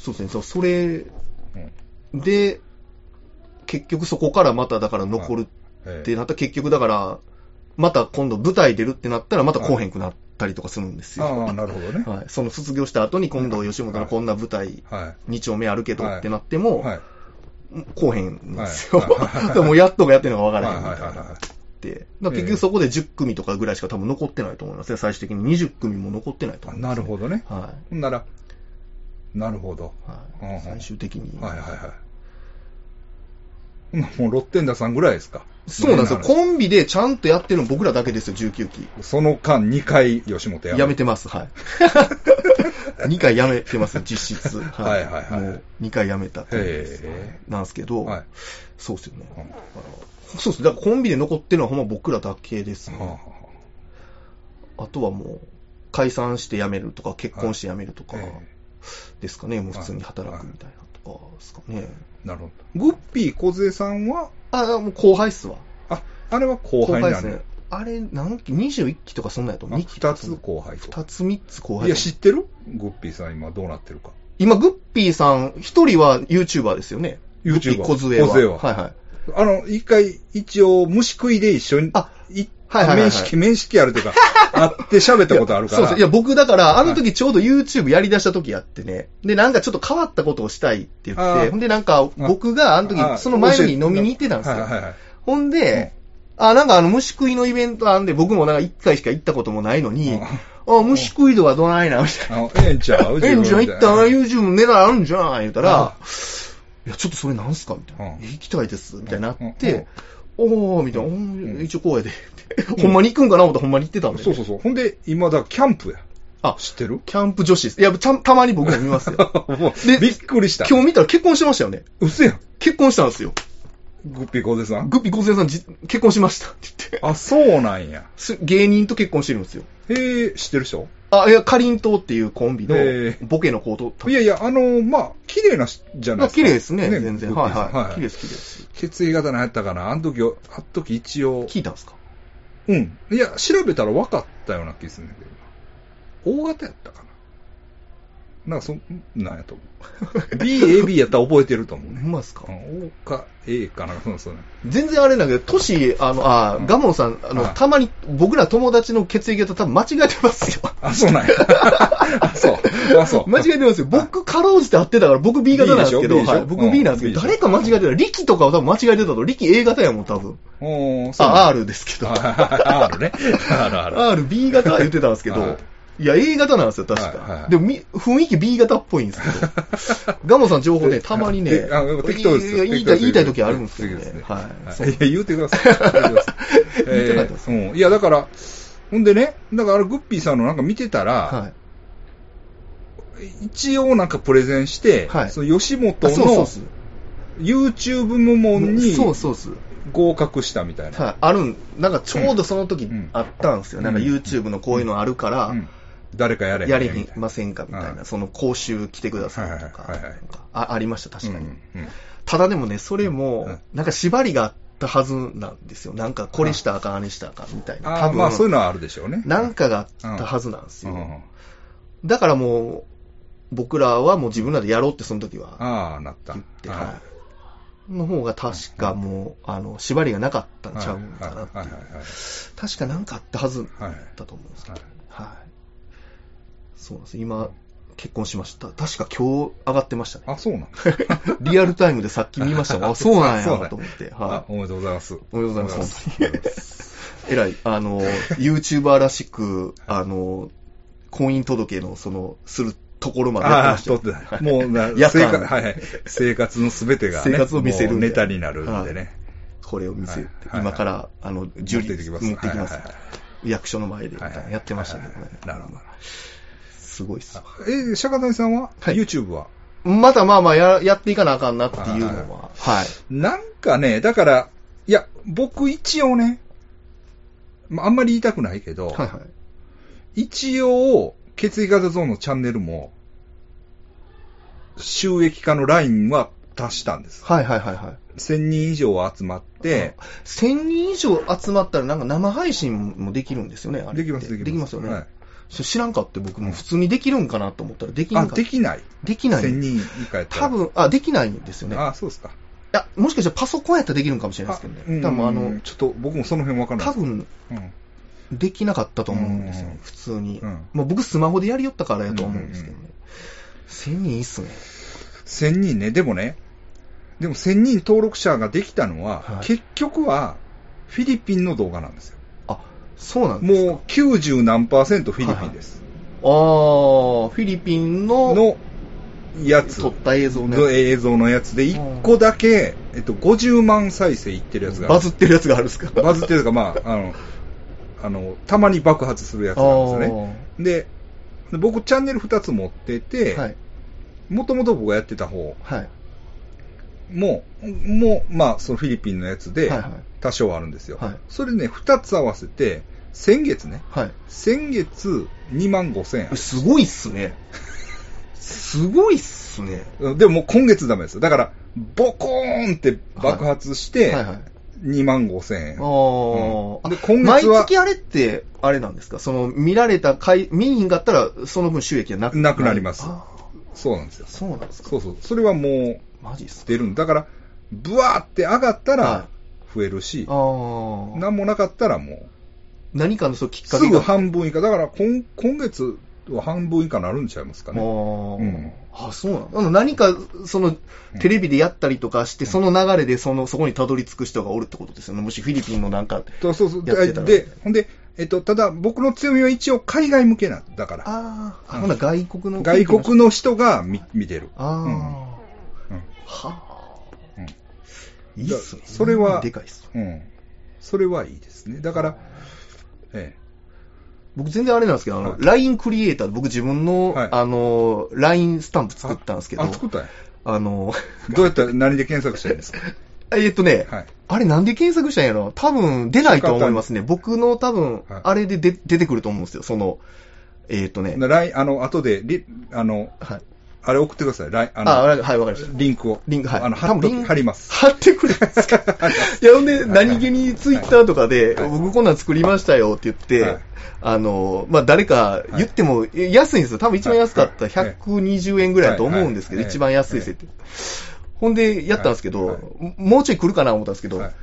S2: そうですね。そうそれ
S1: うん。
S2: で、結局そこからまた、だから残る
S1: え
S2: っ
S1: え
S2: てなったら、結局だから、また今度舞台出るってなったら、また来へんくなったりとかするんですよ。
S1: ああ、なるほどね。
S2: はい、その卒業した後に今度吉本のこんな舞台、
S1: は
S2: 二丁目あるけど
S1: はい
S2: ってなって
S1: い。
S2: も、
S1: はい。
S2: こうへんんですよ。
S1: はいはいはい
S2: でもやっとかやってるのが分からへんみ
S1: はい
S2: た
S1: はいい
S2: に
S1: はい
S2: な
S1: は
S2: っ
S1: い
S2: て。だから結局そこで10組とかぐらいしか多分残ってないと思いますね。最終的に20組も残ってないと
S1: あ
S2: 思いま
S1: な
S2: す、
S1: るほどね。
S2: ど。は
S1: ほんなら、なるほど。
S2: い。は
S1: うんうん
S2: い、最終的に。
S1: はいはいはい。ほんなもうロッテンダさんぐらいですか。
S2: そうなんですよ。
S1: ね
S2: コンビでちゃんとやってるの僕らだけですよ、19期。
S1: その間2回吉本やめ
S2: やめてます、はい。2 回やめてます、実質。
S1: はいはいはい
S2: もう2回やめたっていうです
S1: へ
S2: なんですけど、
S1: はい
S2: そうっすよね。
S1: うん
S2: あのそうっす。だからコンビで残ってるのはほんま僕らだけです
S1: はあは
S2: ね。あとはもう、解散して辞めるとか、結婚して辞めると
S1: あ
S2: か
S1: はあえ
S2: ですかね。もう普通に働くみたいなとかですかね。
S1: えなるほど。グッピー小杉さんは、
S2: あ、もう後輩っすわ。
S1: あ、あれは後輩
S2: で
S1: な
S2: す
S1: ん
S2: ね
S1: だ。。
S2: あれ、何期 ?21 期とかそんなんやと思う。2期と
S1: 2
S2: かそん
S1: つ
S2: なん。
S1: 後輩と。
S2: 2つ3つ後輩
S1: いや、知ってるグッピーさん今どうなってるか。
S2: 今、グッピーさん、一人は YouTuber ですよね。
S1: YouTuber
S2: グッピー小杖は。
S1: 小杖はい
S2: はい。
S1: あの、一回、一応、虫食いで一緒に、
S2: あ
S1: い
S2: はいはいはいはい
S1: 面識、面識あるというか、会って喋ったことあるから。
S2: そうそう。いや、僕だから、あの時ちょうど YouTube やり出した時やってね。で、なんかちょっと変わったことをしたいって言
S1: あ
S2: って、
S1: ー
S2: ほんでなんか、僕があの
S1: あ
S2: 時、その前の日飲みに行ってたんです
S1: はいはい
S2: よ。
S1: はい。
S2: ほんで、あ、なんかあの、虫食いのイベントあんで、僕もなんか一回しか行ったこともないのに、
S1: うん
S2: あ、虫食い度はどないな、みたい
S1: あの、ええんちゃう
S2: な。えんじゃん行ったな、
S1: う。
S2: YouTube の値段あるんじゃん、言うたら
S1: あ、
S2: いや、ちょっとそれなんすかみたいな
S1: う。ん
S2: 行きたいです、みたいになっ
S1: うんうん
S2: て、おー、みたいなおー、一応こうやで。ほんまに行くんかな思ったらほんまに行ってたんで。
S1: そうそうそう。ほんで、今だ、キャンプや。
S2: あ
S1: 知ってる
S2: キャンプ女子です。いや、た、たまに僕も見ます よ。
S1: も
S2: で
S1: うびっくりした。
S2: 今日見たら結婚してましたよね。
S1: うせやん。
S2: 結婚したんですよ。
S1: グッピー小出さん。
S2: グッピー小杉さんじ結婚しましたって言って
S1: あ、そうなんや。
S2: す。芸人と結婚してるんですよ。
S1: へえ、知ってる人
S2: あ、いや、かりんとうっていうコンビの
S1: へー
S2: ボケのコート。
S1: いやいや、あの、まあ、綺麗なし、じゃない
S2: まあ
S1: ですか。
S2: 綺麗ですね、全然。
S1: グッ
S2: は
S1: ピー
S2: い
S1: さん
S2: はい。綺麗です、綺麗です。
S1: 血液型何やったかなあの時、あの時一応。
S2: 聞いたんですか
S1: うん。いや、調べたら分かったような気するんだけどな。大型やったかななんかそ、なんやと思 う。B、AB やったら覚えてると思う
S2: ほ
S1: ね。
S2: んまっすか
S1: う。ん O か A かなんかそうそうね。
S2: 全然あれなんだけど、トシ、あの、あ
S1: う
S2: ー、
S1: ん
S2: ガモンさん、あの、
S1: はい
S2: たまに僕ら友達の血液型多分間違えてます よ。
S1: あ、そう なんや。あ、そう。あ、そう。
S2: 間違えてますよ。僕、かろうじて合ってたから、僕 B 型なんですけ
S1: B
S2: ど、
S1: でしょ
S2: はい
S1: B でしょ
S2: 僕 B なんですけど、
S1: うん
S2: 誰か間違えてた。力とかは多分間違えてたと。力 A 型やもん、多分。
S1: おー、そうなんや
S2: あ、。R ですけど。
S1: あ R ね。R、R。
S2: R、B 型は言ってたんですけ
S1: は
S2: ど、いや、A 型なんですよ、確
S1: はいは
S2: か。
S1: い
S2: でも、み雰囲気 B 型っぽいんで すけど。ガモさん情報ね、たまにね
S1: であ、適当です
S2: い
S1: よ。
S2: や言い
S1: 適当
S2: た
S1: で
S2: い言いたい時あるんですけ
S1: 適
S2: ど
S1: 当
S2: ね。
S1: は
S2: はいそ
S1: い。
S2: う
S1: いや、。言うてください。言うてください
S2: 言ってなかったです
S1: えーうんいや、だから、ほんでね、だからあのグッピーさんのなんか見てたら、
S2: はい。
S1: 一応なんかプレゼンして
S2: は、い
S1: その吉本
S2: あそうそうっ
S1: の
S2: す。
S1: YouTube 部門に
S2: そうそうっす。
S1: 合格したみたいな。
S2: はい。あるん、なんかちょうどその時
S1: うん
S2: あったんですよ。なんか
S1: うん
S2: YouTube のこういうのあるか
S1: う
S2: ら、
S1: ん誰かやれ
S2: やれへ
S1: み
S2: ん
S1: たいな
S2: ませんかみたい
S1: うん
S2: な。その講習来てくださいとか。
S1: はいはいはいはい
S2: なんかあありました、確かに。
S1: うんうん
S2: ただでもね、それ
S1: う
S2: も
S1: ん、
S2: なんか縛りがあったはずなんですよ。なんか、これしたらあかん、あれしたらあかんみたいな。
S1: あー
S2: 多
S1: まあ、そういう
S2: 分、
S1: のはあるでしょうね。
S2: なんかがあったはずなんです
S1: うんう
S2: よ。
S1: ん
S2: だからもう、僕らはもう自分らでやろうって、その時は
S1: ああ、なった。
S2: 言って、
S1: は
S2: はいい。の方が確かもう、あの、縛りがなかったんちゃうんかなって
S1: はい
S2: いう。
S1: は
S2: 確かなんかあったはず
S1: いはいはい。
S2: だと思うんですけ
S1: は
S2: ど
S1: い。
S2: はい。そうなんです。今、結婚しました。確か今日上がってましたね。
S1: あ、そうなん
S2: リアルタイムでさっき見ました わ。あ、そうなんやと思って。
S1: あ
S2: はい。
S1: おめでとうございます。
S2: おめでとうございます。
S1: お
S2: 本
S1: め
S2: 当
S1: でと
S2: に
S1: うございます。
S2: えらい、あの、YouTuber らしく、あの、婚姻届の、その、するところまでやって
S1: あ
S2: ま
S1: あ、
S2: したよ
S1: 撮ってた。もうな、
S2: 夜間
S1: 生活、はいはい。生活のすべてが、ね、
S2: 生活を見せる
S1: もうん
S2: で
S1: ネタになるんでね。
S2: これを見せて、
S1: はい
S2: 今から、あの、受理
S1: 持ってきます
S2: 持ってきます
S1: はいはい
S2: 役所の前で、みたいな
S1: はいはい
S2: やってましたけど
S1: は
S2: ね
S1: いはい。なるほど。
S2: すごいっすわ。
S1: え、釈迦谷さんは、
S2: はい
S1: ?YouTube は
S2: またまあまあや、やっていかなあかんなっていうのは、はい。
S1: なんかね、だから、いや、僕一応ね、まああんまり言いたくないけど、
S2: はいはい。
S1: 一応、血液型ゾーンのチャンネルも、収益化のラインは達したんです。
S2: はいはいはいはい。
S1: 1000人以上は集まって、
S2: 1000人以上集まったらなんか生配信もできるんですよね、あれ
S1: で
S2: って
S1: きます、できます。
S2: できますよね。
S1: はい
S2: そう知らんかって僕も普通にできるんかなと思ったらできんか
S1: あ、
S2: った
S1: できない。
S2: できない。
S1: 1000人以下やったら
S2: 多分、あ、できないんですよね。い
S1: あ、そうですか。
S2: や、もしかしたらパソコンやったらできるんかもしれないですけど
S1: うん
S2: ね。多分あの、
S1: ちょっと僕もその辺わからな
S2: 多
S1: い。
S2: 分、
S1: うん
S2: できなかったと思うんですよ
S1: うん
S2: ね、普通に。
S1: うん
S2: まあ僕スマホでやりよったからやと思うんですけど
S1: うん
S2: ね。1000人いいっすね。
S1: 1000人ね、でもね、でも1000人登録者ができたのは、
S2: はい
S1: 結局は、フィリピンの動画なんですよ。
S2: あ、そうなんです
S1: もう90何パーセントフィリピンです。
S2: あー、フィリピンの
S1: のやつ
S2: 撮、った映像ね。
S1: の映像のやつで、1個だけ、えっと、50万再生いってるやつがある
S2: バズってるやつがあるんですか
S1: バズってるか、まあ、あの、あの、たまに爆発するやつなんですよね。で、僕、チャンネル2つ持って
S2: あ
S1: て、
S2: ーはい。
S1: もともと僕がやってた方
S2: はい。
S1: も、もう、まあ、そのフィリピンのやつで
S2: はいはい、
S1: 多少はあるんですよ。
S2: はい
S1: それね、2つ合わせて、先月ね、
S2: はい。
S1: 先月2万5千
S2: すごいっすね。すごいっすね。
S1: 円。でももう今月ダメですよ。だから、ボコーンって爆発して
S2: はい、はい。
S1: 2万5千円。
S2: ああ、
S1: で今
S2: 毎
S1: 月は
S2: 月あれって、あれなんですかその、見られた回、見にんかったら、その分収益はなく
S1: なくなります
S2: あ
S1: そうなんですよ
S2: ー。そうなんですか
S1: そうそう。それはもう
S2: マジっすか
S1: 出るんだから、ブワーって上がったら
S2: は
S1: 増えるし、
S2: あー
S1: 何もなかったらも
S2: 何かのそのき
S1: う、
S2: っか
S1: す
S2: け
S1: ぐ
S2: が。
S1: 半分以下。だから今、今月は半分以下になるんちゃいますかね。
S2: あー
S1: うん
S2: あ、そうなんあの何か、その、テレビでやったりとかして、その流れで、その、そこにたどり着く人がおるってことですよね。もしフィリピンのなんか、
S1: そうそうそう。
S2: やってたら
S1: で、ほんで、えっと、ただ僕の強みは一応海外向けなんだから。
S2: あー
S1: う
S2: あ、
S1: ん
S2: ほな外国の。
S1: 外国の人が見見てる。
S2: ああ、
S1: うんうん
S2: はあ、
S1: うん
S2: いいっすね。
S1: だそれは
S2: でかいっす。
S1: うん。それはいいですね。だから、え
S2: 僕全然あれなんですけど、あ
S1: は
S2: の、
S1: い
S2: LINE クリエイターで僕自分の、
S1: はい
S2: あの、LINE スタンプ
S1: え。
S2: 作ったんですけど、
S1: あ、
S2: あ
S1: あ作ったんや
S2: の、
S1: どうやったら何で検索したらいいんですか
S2: えっとね、
S1: はい。
S2: あれなんで検索したんやろ多分出ないと思いますね。僕の多分
S1: はい、
S2: あれでで出てくると思うんですよ。その、えっ、とね、
S1: 来、あの、後で、リあの、
S2: はい。
S1: あれ送ってください。ラインあの
S2: あ、はい、わかりました。
S1: リンクを。
S2: リンク、はい。
S1: あの、貼っ
S2: 多
S1: と
S2: 分リ
S1: き
S2: ン
S1: 貼ります。
S2: 貼ってくれるんですか いや、ほんで、何気にツイッターとかで、
S1: はい
S2: 僕こんなん作りましたよって言って、
S1: はい
S2: あの、まあ、誰か言っても、え安いんですよ。多分一番安かった
S1: はいはい
S2: 120円ぐらいだと思うんですけど、
S1: はいはい
S2: 一番安い設定。ほんで、やったんですけど、
S1: はいは
S2: もうちょい来るかな思ったんですけど、
S1: はい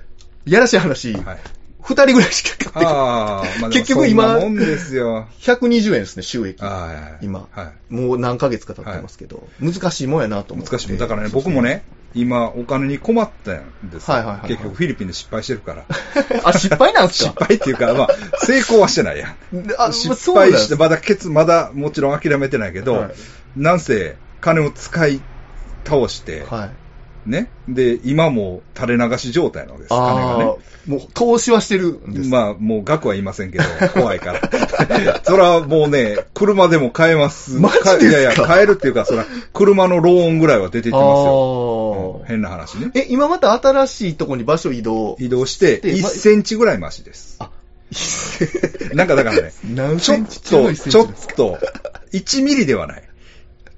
S2: やらしい話、二
S1: はい。
S2: 人ぐらいしか買ってくる。
S1: ああ、まあ、
S2: 結局今
S1: でもそんなもんですよ。
S2: 120円ですね、収益。
S1: はい。
S2: 今
S1: は
S2: もう何ヶ月か経ってますけど、難しいもんやなと
S1: い。
S2: 思って。
S1: 難しいもん。だからね、僕も。ね、今、お金に困ったんですよ。
S2: はいはいはいはい
S1: 結局、フィリピンで失敗してるから。
S2: あ、失敗なんです
S1: 失
S2: か
S1: 敗っていうか、まあ、成功はしてないやん。
S2: あ、
S1: 失
S2: そうなん
S1: 敗
S2: で
S1: して、
S2: す
S1: まだケツ、まだもちろん諦めてないけど、
S2: はい
S1: なんせ、金を使い倒して、
S2: はい。
S1: ね。で、今も垂れ流し状態なわけです、金
S2: ああ
S1: がね。
S2: ーもう投資はしてるんです。
S1: まあ、もう額は言いませんけど、 怖いから。そらもうね、車でも買えます。
S2: マジですか
S1: いやいや、買えるっていうか、そら、車のローンぐらいは出ていってますよ。うん
S2: あー
S1: 変な話ね。
S2: え、今また新しいとこに場所移動。
S1: 移動して、
S2: で
S1: 1
S2: ま
S1: センチぐらいマシです。 なんかだからね、
S2: 何
S1: ちょ
S2: セ
S1: っ
S2: ンチちょ
S1: と、
S2: いセン
S1: ちょ
S2: チ
S1: っ
S2: ですか
S1: と、1ミリではない。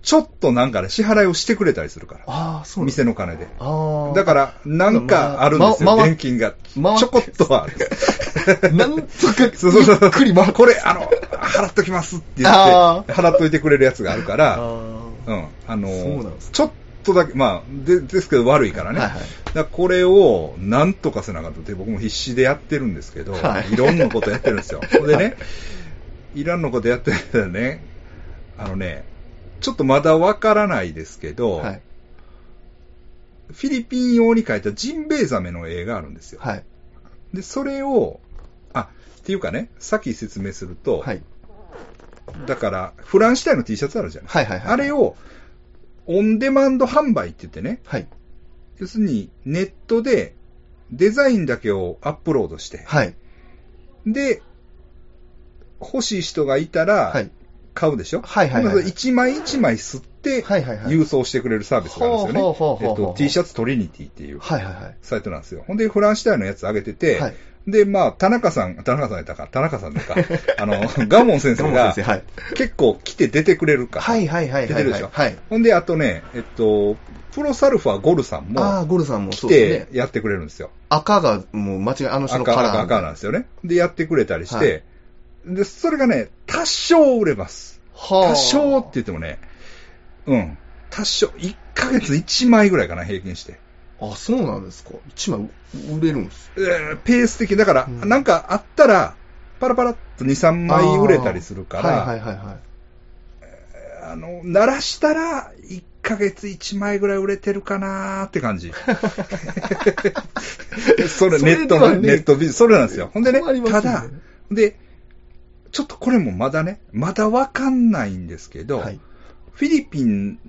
S1: ちょっとなんかね、支払いをしてくれたりするから。
S2: ああ、そうなんです
S1: 店の金で。
S2: ああ。
S1: だ から、なんかあるんです
S2: ま
S1: よ、
S2: ま
S1: 現金が。ち
S2: 回って
S1: ょこっとはあ る。
S2: ら、なんとか、ゆっ
S1: そうそうそう
S2: くり回って
S1: これ、あの、払っときますって言って、
S2: あー
S1: 払っといてくれるやつがあるか
S2: あ
S1: ら、
S2: ー
S1: うん、あのー
S2: そうなんですね
S1: ちょっとだけ、まあ、でですけど悪いからね。
S2: はいはい
S1: だからこれをなんとかせなあかんとって、僕も必死でやってるんですけど、、
S2: はいい
S1: ろんなことやってるん ですよ。ほんでね、いろんなことやってるけどね、あのね、ちょっとまだわからないですけど、
S2: はい。
S1: フィリピン用に描いたジンベエザメの絵があるんですよ。
S2: はい。
S1: で、それを、あ、っていうかね、さっき説明すると、
S2: はい。
S1: だから、フランシュタインの T シャツあるじゃない、
S2: はいはいはい。
S1: あれ。を、オンデマンド販売って言ってね、
S2: はい。
S1: 要するにネットでデザインだけをアップロードして、
S2: はい。
S1: で、欲しい人がいた
S2: は
S1: ら
S2: い。
S1: 買うでしょ、
S2: はいはいはい
S1: ほんで一枚一枚吸って
S2: はいはいはい。
S1: 郵送してくれるサービスがあるんです
S2: ほう
S1: よ
S2: ほうほう
S1: ね。え
S2: ほ
S1: っ
S2: うほう
S1: と、T シャツトリニティっていう
S2: はいはいはい。
S1: サイトなんですよ。ほんで、フランシュタインのやつ上げてて、
S2: はい。
S1: で、まあ、田中さん、田中さんやったか、田中さん だか、あの、ガモン先生
S2: ガモン
S1: が
S2: 先生、はい。
S1: 結構来て出てくれるから。
S2: はいはいはいはい。
S1: 出てるでしょ
S2: はい。
S1: ほんで、あとね、えっと、プロサルファーゴルさん
S2: あ
S1: も
S2: あ、ゴルさんも
S1: 来
S2: そうで
S1: て
S2: すね。
S1: やってくれるんですよ。
S2: 赤がもう間違い、あの人の
S1: 赤、
S2: カラー。
S1: 赤、赤なんですよね。で、やってくれたりして、で、それがね、多少売れます。
S2: はあ。
S1: 多少って言ってもね、うん、多少、1ヶ月1枚ぐらいかな、平均して。
S2: あ、そうなんですか。一枚売れるんです。
S1: えーペース的、だから、
S2: うん
S1: なんかあったら、パラパラっと2、3枚売れたりするから、
S2: はいはいはいはい。
S1: あの、鳴らしたら、1ヶ月1枚ぐらい売れてるかなーって感 じ。それ、
S2: そ
S1: ネ
S2: れ
S1: ッ
S2: で
S1: ト
S2: は
S1: の、
S2: ね
S1: ネットビジネス、それなんですよ。ほんでね、
S2: 困ります
S1: た
S2: ね
S1: だ、で、ちょっとこれもまだね、まだわかんないんですけど、
S2: はい。
S1: フィリピン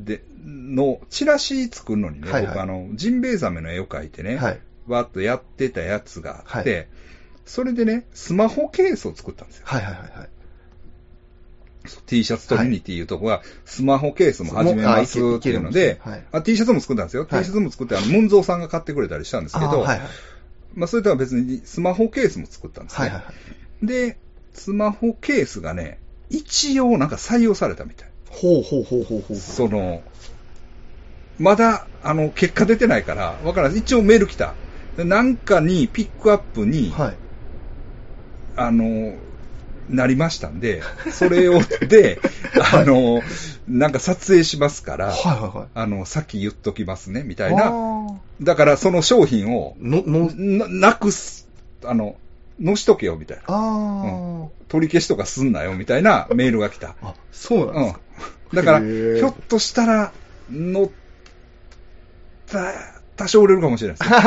S1: で、のチラシ作るのにね、
S2: はいはい
S1: 僕あの、ジンベエザメの絵を描いてね、
S2: はい。
S1: わーっとやってたやつがあって、
S2: は
S1: それでね、スマホケースを作ったんですよ。
S2: はいはいはいはい。
S1: T シャツトリニティいうとこは、スマホケースも始めます
S2: もうあいけ
S1: っていうので
S2: いけるんですねはい、
S1: あ T シャツも作ったんですよ。
S2: はい
S1: T シャツも作って、あの、ムンゾーさんが買ってくれたりしたんですけ
S2: あー
S1: ど、
S2: はいはい
S1: まあ、それとは別にスマホケースも作ったんです
S2: はい
S1: ね。
S2: はいはい。
S1: で、スマホケースがね、一応なんか採用されたみたい。
S2: ほうほうほうほうほう。
S1: その、まだ、あの、結果出てないから、わからない。一応メール来た。でなんかに、ピックアップに、
S2: はい。
S1: あの、なりましたんで、それを、 で、あの、なんか撮影しますから、
S2: はいはいはい。
S1: あの、さっき言っときますね、み
S2: あ
S1: た
S2: あ
S1: いな。
S2: ー
S1: だから、その商品を、
S2: の、の、
S1: ななくす、あの、のしとけよ、みたいな。
S2: あ
S1: 取り消しとかすんなよ、みたいなメールが来た。
S2: あ。あ、そうなん
S1: う
S2: で
S1: ん
S2: すか。。
S1: だから、
S2: へー
S1: ひょっとしたら、乗った、多少売れるかもしれな いですよ。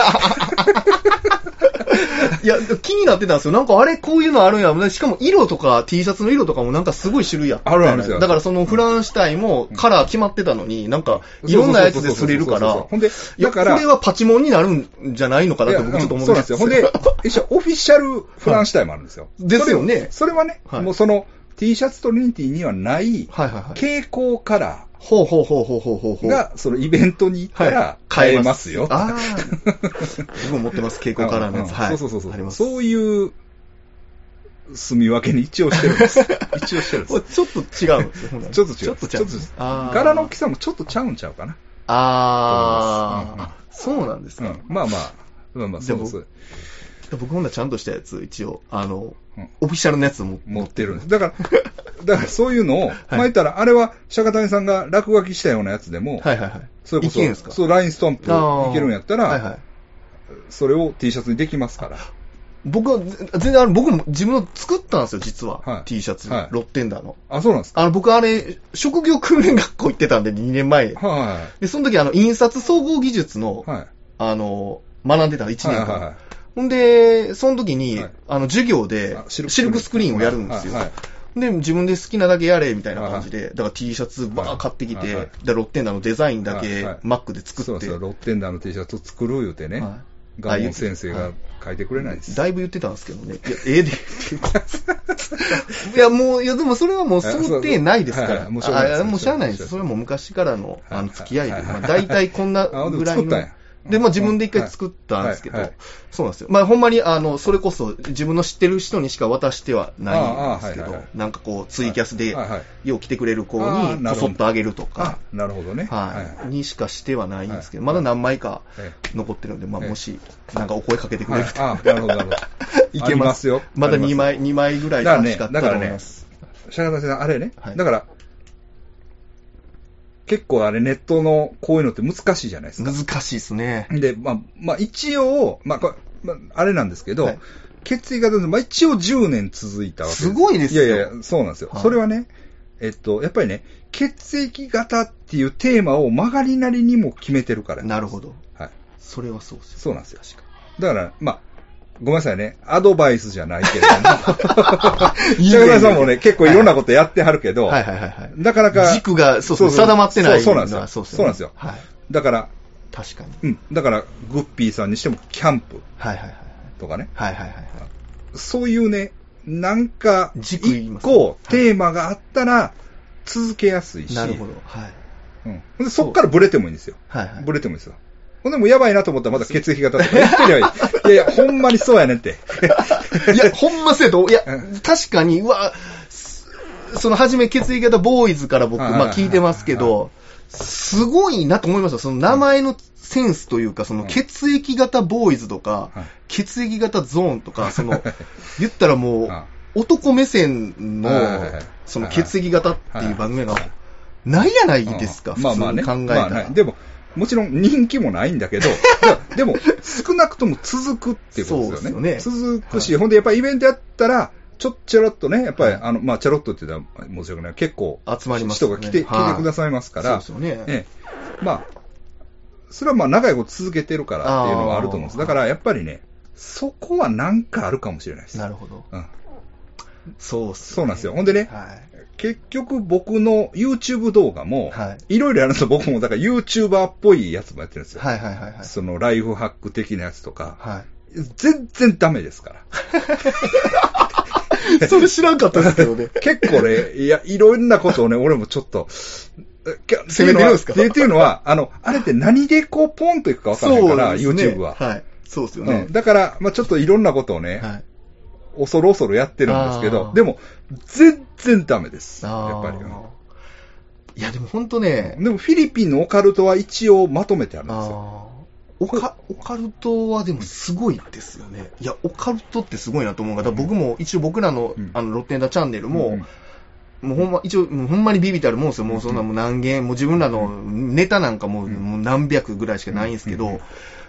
S2: いや、気になってたんですよ。なんかあれ、こういうのあるんや。でしかも色とか T シャツの色とかもなんかすごい種類やった
S1: あるあるですよ
S2: だからそのフランス体もカラー決まってたのに、なんかいろんなやつで擦れる
S1: そうそうそうそうそ
S2: か
S1: う
S2: ら
S1: ほ、んで、だから、
S2: いやこれはパチモンになるんじゃないのかなって僕ちょっと思って
S1: いやうんそうなんですよ。ほんで、一緒、オフィシャルフランスタイムあるんですよ。
S2: ですよね
S1: それはね、
S2: はい
S1: もうその T シャツトリニティにはない、
S2: はいはいはい。
S1: 蛍光カラ
S2: ほうほうほうほうほうほうほ
S1: ー
S2: う。
S1: が、そのイベントに行ったら、買えますよ。
S2: ああ。僕も持ってます。蛍光カラーのやつ。
S1: うん
S2: はい。
S1: そうそうそう
S2: あ
S1: そ
S2: り
S1: う。
S2: ます。
S1: そういう住み分けに一応してるん です。一応してるんで
S2: ちょ
S1: す
S2: っ。と違うんですよほんな ら
S1: ちょっと違う。
S2: ちょっと違うんですあー
S1: 柄の大きさもちょっとちゃうんちゃうかな。
S2: あー、
S1: うん
S2: あそうなんです
S1: う
S2: か。
S1: ん。まあまあ、まあまあ、
S2: で
S1: そ
S2: も
S1: うそう。
S2: 僕ほんならちゃんとしたやつ、一応、あの、
S1: うん
S2: オフィシャルのやつも
S1: 持ってるんです。だから、だからそういう のを、まあ言ったら、あれは、釈迦谷さんが落書きしたようなやつでも、
S2: はいはいはい。
S1: それこ
S2: いけるんです
S1: そ、
S2: か
S1: そう、ラインストンプ
S2: あー
S1: いけるんやったら、
S2: はいはい。
S1: それを T シャツにできますから。
S2: 僕は、ぜ全然あの、僕も自分の作ったんですよ、実は。
S1: はい
S2: T シャツ、
S1: はい
S2: ロッテンダーの。
S1: あ、そうなんですか。
S2: あの、僕あれ、職業訓練学校行ってたんで、2年前。
S1: は
S2: で、その時あの、印刷総合技術の、
S1: い。はい。
S2: あの、学んでた1年
S1: は
S2: 間。
S1: いはいはい
S2: ほんで、その時に、
S1: はい
S2: あの、授業で
S1: あ、
S2: シ
S1: シ
S2: ル
S1: ル
S2: ク
S1: ク
S2: スクリーンをやるんですよ。
S1: はいはい
S2: で、自分で好きなだけやれ、みたいな感じで、だから T シャツば
S1: は
S2: ー
S1: い
S2: 買ってきて、
S1: はいはい
S2: で、ロッテンダのデザインだけ
S1: はいはい、
S2: マックで作
S1: そ
S2: っ
S1: う
S2: て、
S1: そう、ロッテンダーの T シャツを作ろう言うてね、
S2: は
S1: ガモン先生が書いてくれないで
S2: い
S1: す。
S2: だいぶ言ってたんですけどね。いや、ええで、 いや、もう、いや、でもそれはもう想定ないですか
S1: はいは
S2: ら。
S1: いもうしょうがないです
S2: あもうしゃあないです。
S1: し
S2: そ
S1: ょうが
S2: れはもう昔からの、
S1: はい
S2: あの、付き合いで。
S1: はい
S2: まあ、大体こんな
S1: あでも
S2: ぐらい
S1: 作ったん
S2: の
S1: や。
S2: で、まあ自分で一
S1: うん
S2: 回作ったんですけど
S1: はいはい、
S2: そうなんですよ。まあほんまに、あの、それこそ自分の知ってる人にしか渡してはないんですけ
S1: ああはいはい
S2: ど
S1: は、い
S2: なんかこう、ツイキャスで
S1: はいはい、
S2: よう来てくれる子
S1: ああ
S2: に、
S1: なるほ
S2: こ
S1: ど
S2: そっとあげると
S1: あ
S2: か、、
S1: なるほどね。
S2: は
S1: い
S2: い、にしかしてはないんですけど、
S1: はい
S2: まだ何枚か
S1: え
S2: 残ってるんで、まあ
S1: ええ
S2: もし、なんかお声かけてく
S1: は
S2: れ
S1: い
S2: ると。
S1: あ、なるほど、なる ほど。いけますよ。
S2: まだ
S1: ありす
S2: 2。枚、二枚ぐらい
S1: だから
S2: 欲し
S1: ね、
S2: かっ
S1: だ
S2: た
S1: か
S2: と
S1: ら
S2: 思い
S1: ね
S2: ま、す。
S1: 釈迦田さん、あれね
S2: はい、
S1: だから、結構あれ、ネットのこういうのって難しいじゃないですか。
S2: 難しいですね。
S1: で、まあ、まあ、一応、まあ、これまああれなんですけど、
S2: はい
S1: 決意が、まあ、一応10年続いたわけ
S2: すごいですよ
S1: いやいや、そうなんですよ。
S2: はい
S1: それはね、えっと、やっぱりね、血液型っていうテーマを曲がりなりにも決めてるから。
S2: なるほど。
S1: はい。
S2: それはそうですよ。
S1: そうなんですよ。
S2: 確か
S1: だから、まあ、ごめんなさいね。アドバイスじゃないけれども。
S2: いいね
S1: 釈迦さんもね、結構いろんなことやってはるけど、
S2: はいはいはいはい。
S1: なかなか、
S2: 軸が、そう
S1: そ
S2: そう、
S1: うそう
S2: 定まってな
S1: そ
S2: い
S1: うそうなんですよ
S2: のはそう
S1: そうなんですよ
S2: はい。
S1: だから、
S2: 確かに。
S1: うん。だから、グッピーさんにしても、キャンプ
S2: はいはいはい。
S1: とかね。
S2: はいはいはいはい。
S1: そういうね、なんか、
S2: 軸言い
S1: 一
S2: ますね
S1: 個テーマがあったら、続けやすいし、
S2: なるほど。はい。
S1: うんでそっからブレてもいいんですよ。
S2: はいはい。
S1: ブレてもいいですよ。ほんでもうやばいなと思ったらまた血液型とか言ってりゃいい。いやいや、ほんまにそうやねん って。
S2: いや、ほんまそうやと、いや
S1: う、
S2: 確かに、うわ、すその、初め、血液型ボーイズから僕、
S1: はいはい
S2: まあ、聞いてますけ
S1: はいは
S2: ど、すごいなと思いました。その名前のセンスというか、その
S1: うん
S2: 血液型ボーイズとか
S1: はい、
S2: 血液型ゾーン とか、その、言ったらも
S1: は
S2: う、男目線の
S1: はいはいはい、
S2: その血液型っていう番組が、ないやないですか、
S1: うん
S2: 普通に考えた
S1: まあ
S2: ら
S1: ね。でも、もちろん人気もないんだけど、 でも、でも少なくとも続くっていうことですよね。
S2: そう
S1: 続くし、ほんでやっぱりイベントやったら、ちょ、ちょろっとね、やっぱり、
S2: はい
S1: あの、まあ、ちょろっとって言ったら申し訳ない。結構、
S2: 集まります
S1: 人
S2: よね
S1: が来て、
S2: は
S1: 来
S2: い
S1: てくださいますから、
S2: そうですよね。
S1: ええ、まあ、それはまあ長いこと続けてるからっていうのはあると思うんです。
S2: あー
S1: だからやっぱりね、そこはなんかあるかもしれないです。
S2: なるほど。
S1: うん、
S2: そうっす
S1: そうなんですよ。ほんでね、
S2: はい。
S1: 結局僕の YouTube 動画も、、
S2: はい
S1: ろいろやるんですよ。僕もだから YouTuber っぽいやつもやってるんですよ。
S2: はいはいはいはい。
S1: そのライフハック的なやつとか、
S2: は
S1: 全然ダメですから。
S2: い。それ知らんかったですけどね。
S1: 結構ね、いや、いろんなことをね、俺もちょっと、攻
S2: 攻めてるんですか
S1: っていうのは、あの、あれって何でこうポンといく かわからない
S2: そう
S1: か
S2: な
S1: ら、
S2: んですね。
S1: YouTube は。
S2: はい。そうですよ
S1: う
S2: ね
S1: ん、。だから、まあ、ちょっといろんなことをね、
S2: はい。
S1: 恐る恐るやってるんですけ
S2: あ
S1: ど
S2: ー、
S1: でも、全然ダメです。や
S2: あ
S1: っ
S2: ー
S1: ぱりう
S2: いや、でも本当ね
S1: ん。、でも、フィリピンのオカルトは一応まとめてあるんですよ。
S2: あーオカオカルトはでもすごいですよね。いや、オカルトってすごいなと思うから、僕も一応僕らの
S1: うん
S2: あの、ロッテンダチャンネルも、
S1: うん
S2: もうほんま、一応、もうほんまにビビたるもんですよ。もうそんなもう何件、もう自分らのネタなんかもう
S1: うん
S2: もう何百ぐらいしかないんですけ
S1: う
S2: ど、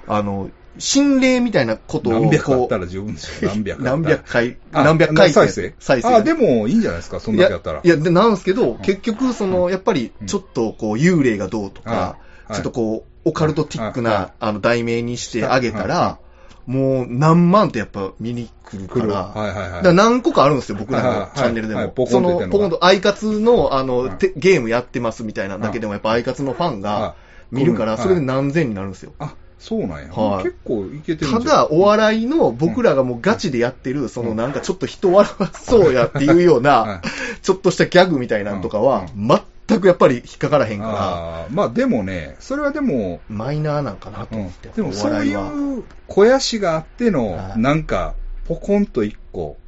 S2: あの、心霊みたいなことをこう。
S1: 何百あったら十分ですよ。何百あったら。
S2: 何百回、
S1: あ
S2: 何百回
S1: 再生
S2: 再生。
S1: あ、でもいいんじゃないですか、そんだけやったら。
S2: いや、いやでなんですけど、結局、その、やっぱり、ちょっと、こう、幽霊がどうとか、
S1: はい
S2: ちょっとこう、オカルトティック
S1: はいは、
S2: ないあの、題名にしてあげたら、もう、何万ってやっぱ見に来るか
S1: 来る
S2: ら
S1: わ。、はいはいは
S2: だ
S1: い。
S2: から何個かあるんですよ、僕ら
S1: はいはい
S2: の
S1: はい
S2: チャンネルで
S1: はい
S2: も。
S1: ポコ
S2: そ
S1: ンと
S2: の
S1: 出て、んのが
S2: ポコンと、アイカツの、あの、
S1: はい
S2: てゲームやってますみたいなだけでも、やっぱアイカツのファンが
S1: は
S2: 見るから、
S1: はい
S2: それで何千になるんですよ。
S1: あ、そうなんや。
S2: はい
S1: 結構いけてる
S2: た
S1: んじゃん
S2: だ、お笑いの僕らがもうガチでやってる、そのなんかちょっと人笑わそうやっていうよう
S1: は、
S2: ないちょっとしたギャグみたいなんとかは、全くやっぱり引っかからへんから、
S1: あーまあでもね、それはでも、
S2: マイナーなんかなと
S1: う
S2: 思
S1: ん
S2: って、
S1: でも
S2: お
S1: そう
S2: 笑
S1: い
S2: は。
S1: う肥やしがあって
S2: は
S1: の、
S2: い
S1: なんか、ポコンと一個、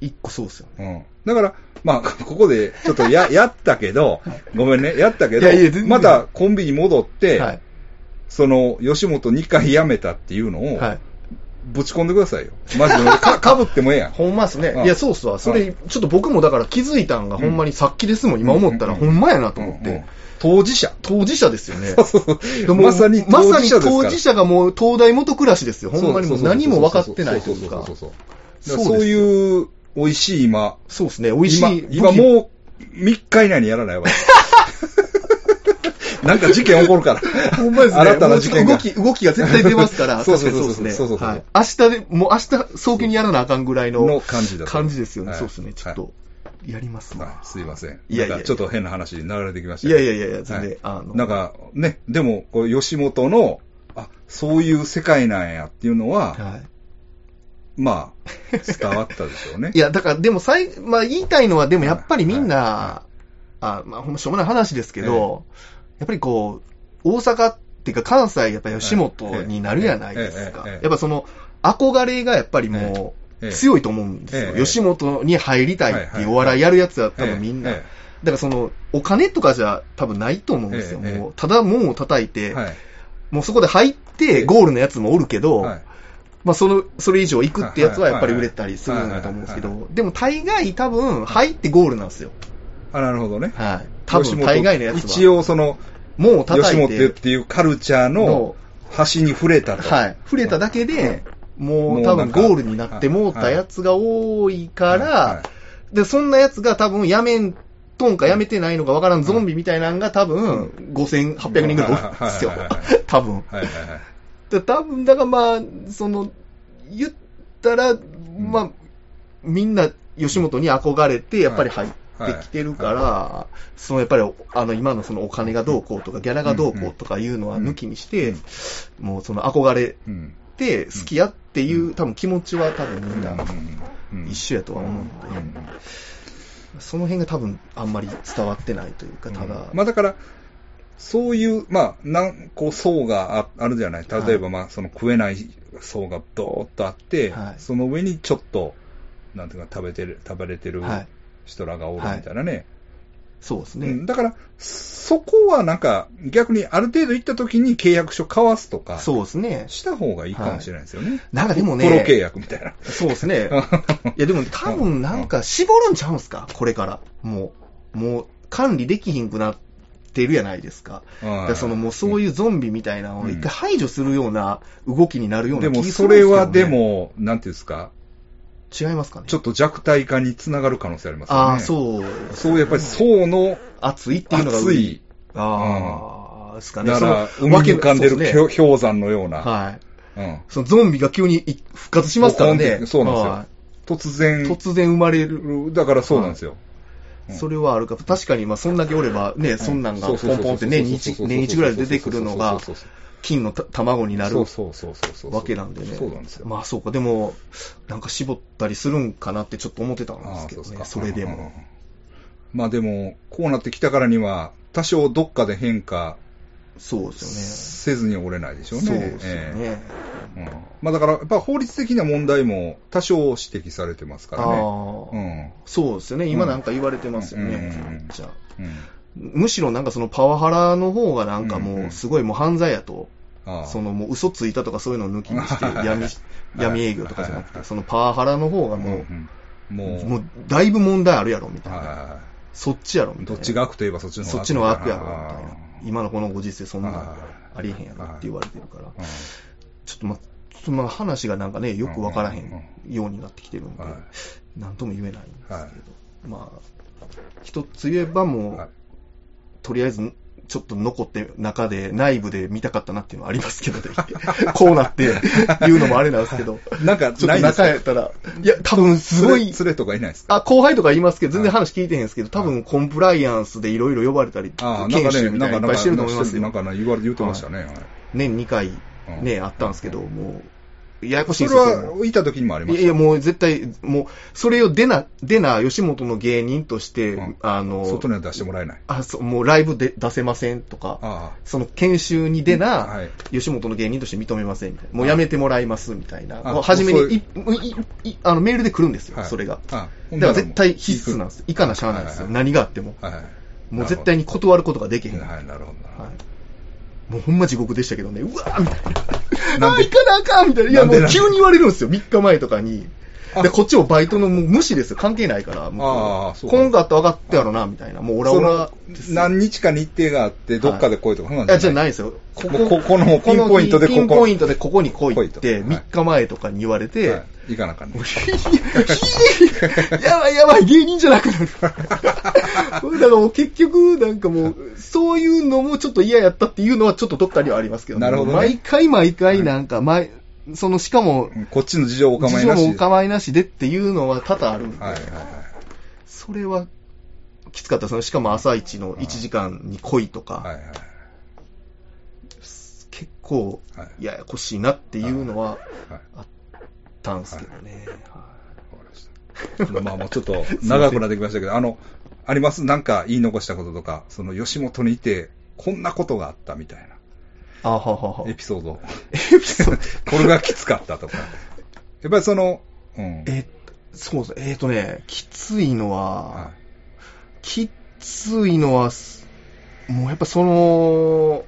S2: 一個そうですよね。
S1: うん。だから、まあ、 ここで、ちょっと や、やったけど、ごめんね、やったけど
S2: いやいや全、然
S1: またコンビに戻って、
S2: はい。
S1: その、吉本2回辞めたっていうのを、
S2: はい。
S1: ぶち込んでくださいよ。マジで俺、か、かぶってもええやん。
S2: ほんまっす
S1: う
S2: ね
S1: ん。
S2: いや、そうっすわ。それ、ちょっと僕もだから気づいたんがほんまにさっきですもん。今思ったら
S1: うん
S2: ほんまやなと
S1: うん
S2: 思っ
S1: うん
S2: て。
S1: 当事者。
S2: 当事者ですよね。でも
S1: まさに
S2: ま
S1: 当事者
S2: さに
S1: ですから。
S2: 当事者がもう東大元暮らしですよ。ほんまにもう
S1: そうそうそうそう
S2: 何も分かってないというか
S1: そ。うそうそうそうそうそ
S2: そう
S1: う
S2: ですよ
S1: いう、美味しい今。
S2: そうですね。美味しい。
S1: 今、今
S2: う。
S1: もう、3日以内にやら ないわ。なんか事件起こるから。
S2: ほんまですね。
S1: 新たな事件が
S2: もう動き、動きが絶対出ますから。
S1: そうそうそう
S2: 確かに
S1: そうそうそうそう
S2: はい明日で、もう明日早急にやらなあかんぐらい
S1: の
S2: の
S1: 感じだと
S2: 感じですよね。
S1: はい
S2: そうですね。ちょっ
S1: は
S2: と、やります
S1: いは
S2: わ
S1: い。すいません。
S2: いやいやいや
S1: なんかちょっと変な話に流れてきましたけ
S2: い
S1: ど
S2: やいやいやいや、全
S1: はい
S2: 然、あの。
S1: なんかね、でも、こう吉本の、あ、そういう世界なんやっていうのは、
S2: はい。
S1: まあ、伝わったでしょうね
S2: い。や、だから、でも、さい、まあ、言いたいのは、でも、やっぱりみんな、あ、まあ、ほんましょうもない話ですけど、やっぱりこう、大阪っていうか、関西、やっぱ吉本になるやないですか。
S1: ええええええ
S2: やっぱその、憧れがやっぱりも
S1: ええ
S2: う、強いと思うんです
S1: え
S2: よ。
S1: え
S2: 吉本に入りたいっていうお笑いやるやつは多分みんな。
S1: え
S2: だからその、お金とかじゃ多分ないと思うんですよ。
S1: ええええ
S2: もう、ただ門を叩い
S1: え
S2: て、
S1: はい。
S2: もうそこで入っ
S1: ええ
S2: て、ゴールのやつもおるけど、
S1: はい
S2: まあ、その、それ以上行くってやつはやっぱり売れたりするんだと思うんですけ
S1: はい
S2: ど、でも大概多分、入ってゴールなんですよ。
S1: あ、なるほどね。
S2: はい。多
S1: 吉本
S2: 分大概のやつは。
S1: 一、応その、
S2: もう
S1: 吉
S2: 叩い、
S1: 本ってていうカルチャーの
S2: の
S1: 端に触れたと。
S2: はい。触れただけで、もう多分ゴールになってもうたやつが多いか
S1: は
S2: ら、で、そんなやつが多分やめんとんかやめてないのかわからんゾンビみたいなのが多分5800人ぐらいおるんですよ
S1: はいはいはい。
S2: 多
S1: い
S2: 分。
S1: はいはいはい。
S2: で多分、だからまあ、その、言ったら、まあ、みんな吉本に憧れて、やっぱり入ってきてるから、そのやっぱり、あの、今のそのお金がどうこうとか、ギャラがどうこうとかいうのは抜きにして、もうその憧れ
S1: うん。
S2: て、好きやっていう、多分気持ちは多分みん
S1: うん
S2: な
S1: うん
S2: 一緒やとは思うんで、その辺が多分あんまり伝わってないというか、ただ、
S1: まあだから、そういう、まあ、何個層がああるじゃない。例えば、まあ、その食えない層がドーッとあって、
S2: はい
S1: その上にちょっと、なんていうか、食べてる、食べれてる
S2: はい。
S1: 人らがおるみたいなね。
S2: そうです
S1: うん
S2: ね。
S1: だから、そこはなんか、逆にある程度行った時に契約書交わすとか、
S2: そうですね。
S1: した方がいいかもしれないですよね。
S2: なんかでもね、
S1: プロ契約みたいな。
S2: そうですね。いや、でも多分なんか絞るんちゃうんすかこれから。もう、もう管理できひんくなってるやないですか。だからそのもうそう
S1: い
S2: いうゾンビみたいなのを一回排除するような動きになるよう
S1: で
S2: な
S1: も、
S2: 気す
S1: そ
S2: るんすけ
S1: れ
S2: ど、ね。
S1: はで、も、なんていうんですか、
S2: 違いますかね。
S1: ちょっと弱体化につながる可能性ありますよね。
S2: ああ、そう。
S1: そう、やっぱり層の
S2: 熱いっていうのが売
S1: 熱
S2: り。
S1: い、
S2: ああ、ですかね。
S1: なら、
S2: その
S1: 海に浮かんでる
S2: わけ
S1: ひょ氷山のよう
S2: そうっすね
S1: な、
S2: はい。
S1: うん
S2: そのゾンビが急にい復活しますから
S1: ボコンって
S2: ね。
S1: そうなんですよ突然
S2: はい、突然生まれる。
S1: だからそうなんですよ。うん
S2: それはあるか。確かに、まあ、そんだけおれば、ね、そんなんがポンポンって年一、年一ぐらいで出てくるのが、
S1: そうそうそうそう
S2: 金のた卵になる
S1: そうそうそうそうそう
S2: わけなんでね。
S1: そうなんですよ。
S2: まあそうか、でも、なんか絞ったりするんかなってちょっと思ってたんですけど
S1: ああう
S2: ね、
S1: か
S2: それで
S1: うんうんうん
S2: も。
S1: まあでも、こうなってきたからには、多少どっかで変化
S2: そうです
S1: せずに折れないでしょ
S2: よ
S1: う
S2: ね。
S1: ね。
S2: そうですよ
S1: え
S2: ね。
S1: えうんまあだから、やっぱ法律的な問題も多少指摘されてますからね。
S2: あ
S1: う
S2: あ、
S1: ん
S2: そうですよね。今なんか言われてますよ
S1: うんうんうん
S2: ね。じゃあ
S1: うん
S2: むしろなんかそのパワハラの方がなんか
S1: うんう
S2: も
S1: ん
S2: うすごいもう犯罪やと、
S1: ああ
S2: そのもう嘘ついたとかそういうのを抜きに して闇闇営業とかじゃなく
S1: は
S2: て、そのパワハラの方がも
S1: うんうん
S2: う、
S1: もう、
S2: もうだいぶ問題あるやろみたい
S1: はい
S2: な。
S1: はいは
S2: そっちやろ
S1: い
S2: みた
S1: ど
S2: い
S1: っ
S2: な。
S1: ちが悪といえばそっちの方
S2: そ
S1: が
S2: っ
S1: 悪
S2: ちの悪やろ、みたい
S1: あ
S2: な。今のこのご時世、そんな
S1: あ
S2: ありえへんやろって言われてるから
S1: あ、うん
S2: ちょっとま、ちょっとまあ話がなんかね、よくわからへんようになってきてるんで
S1: はい、
S2: なんとも言えないんですけど
S1: はい、
S2: まあ、一つ言えばも、
S1: はいう
S2: とりあえず、ちょっと残って中で、内部で見たかったなっていうのはありますけどね、 こうなって言うのもあれ なんですけど、
S1: なんか、
S2: ちょ
S1: な
S2: っ
S1: い
S2: と
S1: です
S2: 中
S1: か
S2: やったら、いや、多分すご
S1: 連、
S2: い
S1: れ連れとかいないですか
S2: あ、後輩とか言いますけど、全然話聞いてへんですけど、多分コンプライアンスでいろいろ呼ばれたり、
S1: ああ、なんか
S2: 研
S1: ね、
S2: 修み
S1: な
S2: たい
S1: んか、
S2: な
S1: なん
S2: いっぱい
S1: か、
S2: してると思います
S1: なん
S2: よ。
S1: かね、言われ、言ってましたね。はい
S2: 年2回
S1: うん
S2: ね、あったんですけど、もう、ややこしい
S1: そ
S2: んで
S1: れ
S2: すよ。それも
S1: は、いた時にもありま
S2: いや
S1: し
S2: いや、もう絶対、もう、それを出な、出な、吉本の芸人として、
S1: うん
S2: あ
S1: た。
S2: の、
S1: 外には出してもらえない。
S2: あそうもうライブで出せませんとか、
S1: あ
S2: その研修に出な、
S1: はい
S2: 吉本の芸人として認めませんみたいな、もうやめてもらいますみたいな、
S1: あ
S2: もう初め
S1: そう
S2: にいいいあのメールで来るんです
S1: あ。
S2: よ、
S1: はい
S2: それが。
S1: あほ
S2: だ
S1: んな
S2: か
S1: も
S2: ら
S1: う
S2: 絶対必須なんですよ。いかなしゃあないですよ、
S1: はい
S2: 何があっても。
S1: はいはい。
S2: もう絶対に断ることができへん。はい
S1: はい、なるほどな。
S2: もうほんま地獄でしたけどね、うわーみたい
S1: な
S2: な。
S1: ん
S2: あ
S1: で
S2: ー行かなあかんみたいな。いや、
S1: なん
S2: も
S1: で
S2: う急に言われるんですよ、3日前とかに。
S1: あ
S2: で、こっちもバイトのもう無視ですよ、関係ないから。
S1: あ
S2: も
S1: ーそうう
S2: 今後あったら分かったやろな、みたいな。もうオラオラです
S1: その
S2: よ。
S1: 何日か日程があって、どっかで来いとか、そんなん
S2: いや、じゃあない
S1: い。
S2: ですよ。こ
S1: もうここのピンポイントでここ
S2: ピンポイントでここに来いっ
S1: 来い
S2: て、
S1: とはい
S2: 3日前とかに言われて、
S1: はい、行かなあかんね
S2: もうひー やばいやばい、芸人じゃなくなる。 だからもう結局、なんかもう、そういうのもちょっと嫌やったっていうのはちょっとどっかにはありますけど、
S1: なるほどね
S2: 毎回毎回なんか、毎その、しかも、
S1: うんこっちの事情お構
S2: 事
S1: い
S2: 情
S1: なし。
S2: もお構いなしでっていうのは多々あるんで、
S1: はいはいは
S2: それはきつかったですね。しかも朝一の1時間に来いとか、
S1: い。はいはい
S2: 結構
S1: はい
S2: ややこしいなっていうのは
S1: はい
S2: あったんですけどね。
S1: わかりましたまあもうちょっと長くなってきましたけど、あの、ありますなんか言い残したこととか、その吉本にいて、こんなことがあったみたい
S2: あははは
S1: なエピソード。
S2: エピソード
S1: これがきつかったとか。やっぱりその、うん。
S2: えっと、そうそう、えっ、とね、きついのは、
S1: は
S2: きついのは、すもうやっぱその、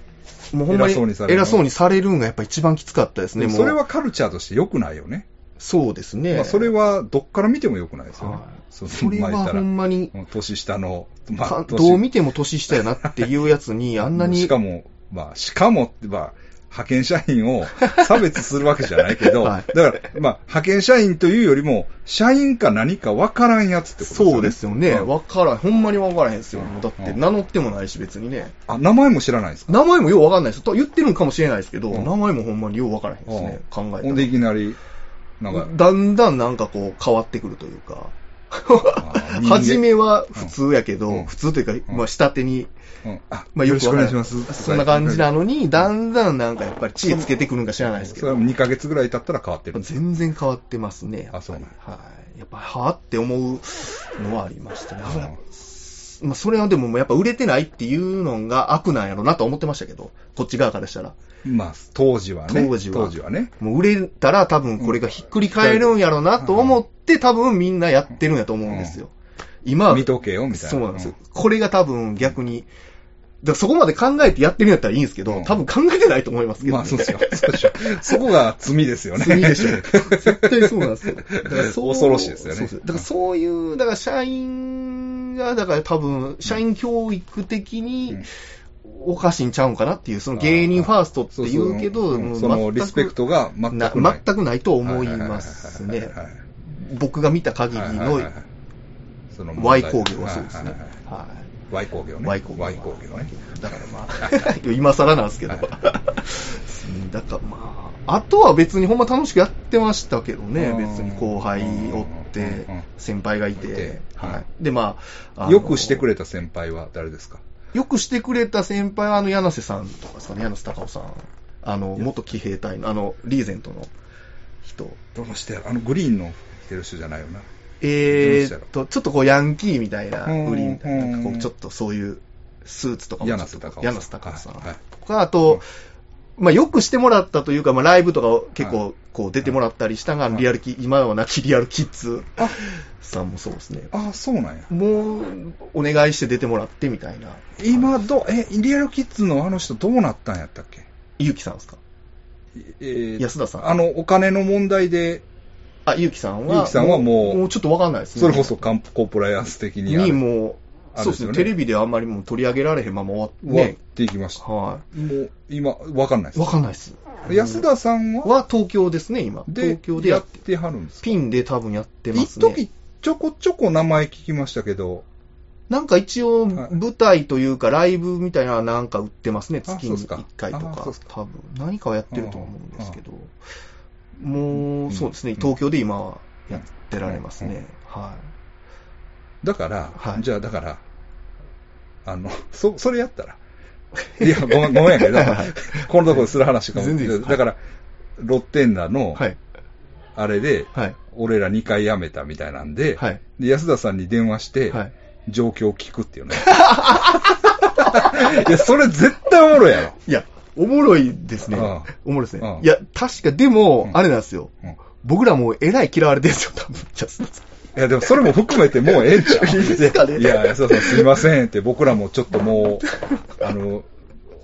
S2: もうほんまに
S1: 偉そうにされるの
S2: 偉そうにされるんがやっぱ一番きつかったです
S1: い、で
S2: ね、も
S1: も
S2: う。
S1: それはカルチャーとして良くないよね。
S2: そうですね。
S1: まあそれ
S2: は、
S1: はどっから見ても良くないですよね。
S2: そ
S1: の
S2: れは
S1: まあ言った
S2: ほ
S1: ら
S2: んまに、
S1: うん年下の、ま
S2: か
S1: あ、
S2: どう見ても年下やなっていうやつに、あんなに
S1: し、か も、まあ、しかもって、まあ、派遣社員を差別するわけじゃないけど、
S2: はい
S1: だから、まあ、派遣社員というよりも、社員か何かわからんやつってことですよね。
S2: そうですよね。
S1: うん
S2: わ、からん。ほんまにわからへんですよ。
S1: うん
S2: だって
S1: うん
S2: 名乗ってもないし、別にね。
S1: あ、名前も知らないですか
S2: 名前もようわかんないです。と言ってるんかもしれないですけど、
S1: うん
S2: 名前もほんまにようわからへんですね。考えた
S1: ほん
S2: ら
S1: で、いきなり、なんか、
S2: だんだんなんかこう変わってくるというか、
S1: あー
S2: 初めは普通やけど、
S1: うん
S2: 普通というか、
S1: うん
S2: まあ下手に、
S1: うんあ
S2: まあ
S1: よ
S2: よ
S1: ろ
S2: く
S1: しく
S2: わ
S1: お
S2: から
S1: 願
S2: ない
S1: します。
S2: そんな感じな
S1: の
S2: のに、だんだんなんかやっぱり知恵つけてくるんか知らないですけ
S1: それ
S2: ど
S1: は、2ヶ月ぐらい経ったら変わってる。
S2: 全然変わってますね、やっぱり
S1: あそうなんや
S2: はい。やっぱ、はぁって思うのはありましたね。
S1: うん
S2: やっぱまあそれはでもやっぱ売れてないっていうのが悪なんやろなと思ってましたけど、こっち側からしたら。
S1: まあ、当時はね。
S2: 当時は
S1: ね。
S2: もう売れたら多分これがひっくり返るんやろなと思って多分みんなやってるんやと思うんですよ。今は
S1: 見とけよ、みたいな。
S2: そうなんですよ。これが多分逆に、だからそこまで考えてやってるんやったらいいんですけど、
S1: うん
S2: 多分考えてないと思います
S1: うん
S2: けど、
S1: まあ、そうですよ。そうでしょ。そこが罪ですよね。
S2: 罪でしょ。 絶対そうなんですよ。だからそう
S1: 恐ろしいですよね
S2: そうだからそういう、だから社員が、だから多分、社員教育的
S1: う
S2: に
S1: ん、
S2: おかしいんちゃうんかなっていう、その芸人ファーストって言うけ
S1: そ
S2: ど、
S1: そうん
S2: もう
S1: そのリスペクトが全くな。
S2: ない全くないと思いますね。僕が見た限りの
S1: ワ
S2: Y 工業はそうですね。はい
S1: Y 工業ね。
S2: Y 工業
S1: Y 工業ね。
S2: だからまあ、 今更なんですけど。
S1: はい
S2: だからまあ、あとは別にほんま楽しくやってましたけどね
S1: う、ん
S2: 別に後輩
S1: う
S2: おっ
S1: ん
S2: て
S1: うんうん、
S2: 先輩がい
S1: いて
S2: て、
S1: は
S2: はいい。でまあ、あの
S1: よくしてくれた先輩は誰ですか
S2: よくしてくれた先輩は、あの、柳瀬さんとかですかね、柳瀬隆夫さん。あの、元騎兵隊の、あの、リーゼントの人。
S1: どの人やろあのグリーンの着てる人じゃないよな。
S2: えーっと、ちょっとこうヤンキーみたいな、
S1: うん
S2: 売りみたいな、なんか
S1: う
S2: こ
S1: ん
S2: うちょっとそういうスーツとかもちょっと
S1: 柳瀬隆夫さん
S2: 柳瀬隆夫さん。
S1: はい
S2: とか、あと、まあよくしてもらったというか、まあライブとかを結構こう出てもらったりした
S1: は
S2: が、
S1: い
S2: リアルキ、今はなきリアルキッズ
S1: あ
S2: さんもそうですね。
S1: ああ、そうなんや。
S2: もう、お願いして出てもらってみたいな。
S1: 今ど、え、リアルキッズのあの人どうなったんやったっけ
S2: ゆうきさんですか
S1: えー
S2: 安田さん。
S1: あの、お金の問題で、
S2: あ、ゆうきさんは。
S1: ゆうきさんはもう
S2: もうちょっとわかんないですね。
S1: それこそカンプコンプライアンス的にあれ
S2: にもう、
S1: あれ
S2: そ
S1: で
S2: うですす
S1: よ
S2: ね
S1: ね
S2: テレビであんまりもう取り上げられへんまま終わって、
S1: 終わっ
S2: ね。
S1: ていきました。
S2: は
S1: もう、今、わかんないで
S2: い。わかんないです。
S1: す。安田さんは
S2: は東京ですね、今。
S1: で
S2: 東京でや
S1: や
S2: っ
S1: っ、てはるんですか
S2: ピンで多分やってま
S1: 一
S2: すね。
S1: 時ちょこちょこ名前聞きましたけど、
S2: なんか一応、
S1: はい
S2: 舞台というか、ライブみたいなのはなんか売ってますね、
S1: あ
S2: 月
S1: そう
S2: に
S1: っすか
S2: 1回と
S1: あそう
S2: か
S1: っす、
S2: 多分何かはやってると思うんですけど、
S1: う
S2: も
S1: ん
S2: う、そうです
S1: う
S2: ね、
S1: ん
S2: 東京で今はやってられます
S1: うんう
S2: ね。は
S1: だから、
S2: はい
S1: じゃあだから、あの、そ、それやったら。いや、ごめん、ごめんやけど、このところする話かも。
S2: 全然いいです
S1: だから、ロッテンダの、
S2: はい。
S1: あれで、
S2: はい。
S1: 俺ら2回辞めたみたいなんで、
S2: はい。
S1: で安田さんに電話して、
S2: はい。
S1: 状況を聞くっていうね。 いや、それ絶対おもろいやろ。
S2: いや、おもろいですね。
S1: うん
S2: おもろいですね。
S1: うん
S2: いや、確か、でも、
S1: うん
S2: あれなんですよ。
S1: うんい
S2: 僕らもうえらい嫌われてるんですよ、多分。ジャスさん
S1: や、でもそれも含めてもうええんちゃう
S2: いいですかね
S1: いや、安田さんすいませんって、僕らもちょっともう、あの、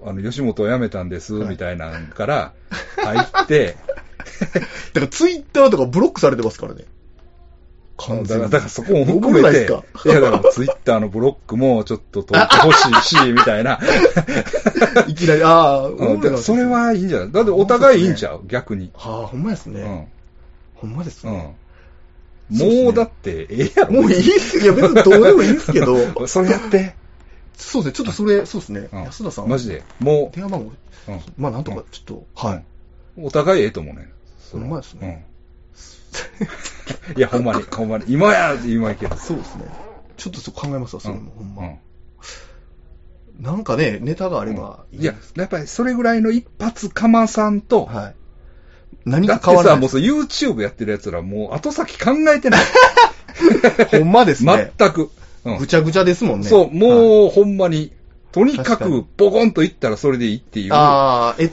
S1: あの、吉本を辞めたんです、みたいなんから入って、
S2: だから、ツイッターとかブロックされてますからね。完
S1: だ
S2: 全
S1: から、
S2: に
S1: だからそこも含めて、
S2: おもろないっす
S1: いや、だからツイッターのブロックもちょっと通ってほしいし、みたいな。
S2: いきなり、ああ、おもろ
S1: うん、
S2: いな
S1: だからそれ。はいいんじゃないだってお互いいいんちゃう逆に。
S2: はあ、ほんまです
S1: う
S2: ね。
S1: ん。
S2: ほんまです
S1: うん
S2: ね。。そうっすね
S1: もうだって、ええやろ。
S2: もういいっすいや、別にどうでもいいんですけ ど。
S1: それやって。
S2: そうですね、ちょっとそれ、そうですね。
S1: うん
S2: 安田さん。
S1: マジで。も
S2: 電話番号、
S1: う、うん
S2: まあ、なんとか、ちょっと、はい。
S1: お互いええと思うね。
S2: ほんまですね。
S1: うん。いや、ほんまに、ほんまに。今やって今いける。
S2: そうですね。ちょっとそう考えますわ、それも、ほん
S1: う
S2: ま
S1: ん。
S2: なんかね、ネタがあればいい
S1: い
S2: で
S1: や
S2: す、
S1: やっぱりそれぐらいの一発かまさんと、
S2: はい。何
S1: だっ
S2: か
S1: て
S2: 変わら
S1: さ、
S2: な
S1: もう
S2: い。
S1: そう YouTube やってる奴らもう後先考えてない。
S2: ほんまですね。
S1: 全く。うん
S2: ぐちゃぐちゃですもんね。
S1: そう、
S2: はい
S1: もうほんまに、とにか
S2: 確か
S1: く
S2: に
S1: ボコンといったらそれでいいっていう。
S2: ああ、え、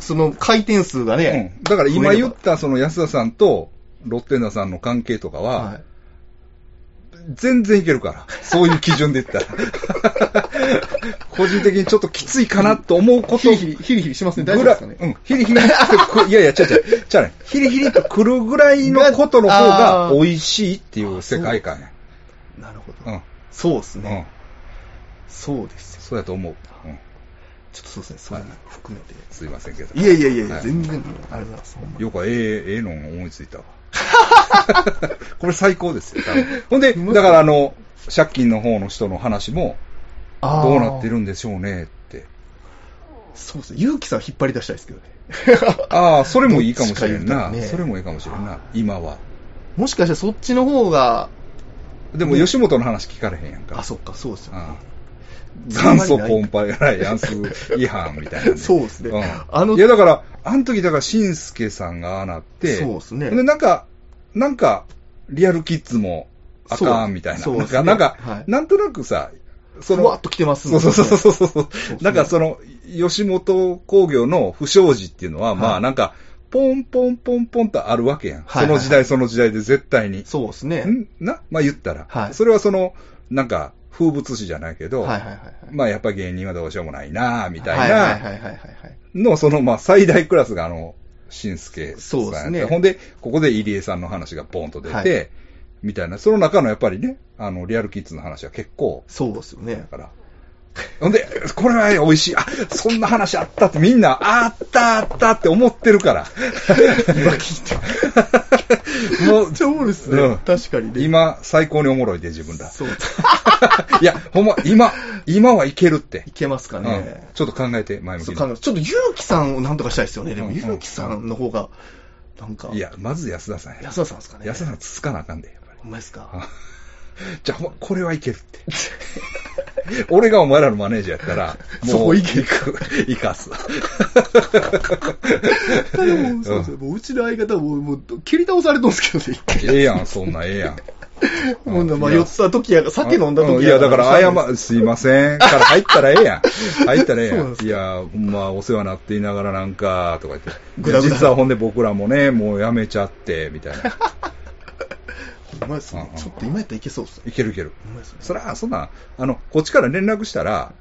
S2: その回転数が
S1: う
S2: ね。
S1: ん、だから今
S2: 増えれ
S1: 言
S2: ば
S1: ったその安田さんとロッテンダさんの関係とか
S2: は
S1: は、
S2: い。
S1: 全然いけるから。そういう基準で言った ら。個人的にちょっときついかなと思うこと
S2: ヒリヒリ、ヒリヒリしますね。大丈
S1: ぐ
S2: 夫で
S1: らい、
S2: すかね。
S1: うん、ヒリヒリってく、いやいや、違う違う、違うね。ヒリヒリとくるぐらいのことの方が
S2: あー
S1: 美味しいっていう世界観や。
S2: なるほ
S1: う
S2: ど。
S1: ん、
S2: そうです
S1: うん、
S2: ね。そうですよ。
S1: そうやと思う。うん、
S2: ちょっとそうですね、それも含めて。
S1: すいませんけど。
S2: いやいやいやい
S1: は
S2: や、
S1: い
S2: 全然、あれだ、そんな。
S1: よくええ、ええのん思いついた わ。これ最高ですよ、多分ほんで、だからあの、借金の方の人の話も、
S2: あー
S1: どうなってるんでしょうねって。
S2: そうですね。ゆうきさん引っ張り出したいですけどね。
S1: ああ、それもいいかもしれん
S2: どっちか言う
S1: な
S2: たら。ね
S1: それもいいかもしれんな、今は。
S2: もしかしたらそっちの方が、
S1: でも、
S2: ね
S1: 吉本の話聞かれへんやんか。
S2: あ、そっか、そうですよね。
S1: うん元祖コンパイライアンス違反みたいなね、
S2: そうですね
S1: ん
S2: あの
S1: いや、だから、あの時、だから、しんすけさんがああなって、
S2: そうですね。
S1: で、なんか、なんか、リアルキッズも、あか
S2: そうん
S1: みたいな。
S2: そう
S1: なん
S2: ですね
S1: か、なんか、
S2: はい
S1: なんとなくさ、そ
S2: ふわ
S1: の
S2: っ、と来てま
S1: そ
S2: すも
S1: うんそうそうそうそうそう、
S2: すね
S1: なんかその、吉本工業の不祥事っていうのは、ま
S2: は
S1: あ
S2: い
S1: なんか、ポンポンポンポンとあるわけやん。
S2: はい
S1: その時代その時代で絶対に。
S2: そうですね。
S1: んなまあ言ったら、
S2: はい
S1: それはその、なんか、風物詩じゃないけど、
S2: はいはいはいはい。
S1: まあやっぱ芸人はどうしようもないなあみたい
S2: はいはい
S1: な
S2: はいはいはい。
S1: の、そのまあ最大クラスがあの、しんすけさんやった
S2: そうですね
S1: ほんで、ここで入江さんの話がポンと出て、
S2: はい
S1: みたいな、その中のやっぱりね、あの、リアルキッズの話は結構、
S2: そうですよね
S1: だ。から。ほんで、これは美味しい。あ、そんな話あったってみんな、あったあったって思ってるから。
S2: 今聞いて。
S1: も
S2: めっちゃおもろいっすね。
S1: うん
S2: 確かに
S1: う、
S2: ね。
S1: 今、最高におもろいで、自分ら。
S2: そう。
S1: いや、ほんま、今、今はいけるって
S2: い。けますかね
S1: うん。ちょっと考えて、前向き
S2: そう
S1: に
S2: 考。えちょっとゆうきさんをなんとかしたいですよね。で
S1: う
S2: も
S1: んうん
S2: ゆうきさんの方が、なんか、
S1: いや、まず安田さんや。
S2: 安田さんですかね。
S1: 安田さんつつかなあかんで、やっぱり。
S2: ほんまですか。
S1: あじゃあ、ほんまこれはいけるって。俺がお前らのマネージャーやったら、
S2: そこいけ
S1: いく、いか す。
S2: でも、そうですね。もううちの相方も、もう、蹴り倒されたんですけどね、一回。
S1: ええやん、そんなんええやん。
S2: もうなまあ、
S1: いや
S2: 酔った時や、酒飲んだ時
S1: いや、だから、謝
S2: る。
S1: る、すいません。から入ったらええやん。 入ったらええや
S2: そうなん
S1: ん
S2: で。す
S1: いや、ほんま、お世話になっていながらなんか、とか言って。
S2: ぐだぐだ
S1: 実はほんで僕らもね、もうやめちゃって、みたいな。
S2: ほんまですね
S1: うんうん
S2: ちょっと今やったらいけそうっすね。
S1: いけるいける。
S2: ほんまですね
S1: そら、そんな、あの、こっちから連絡したら、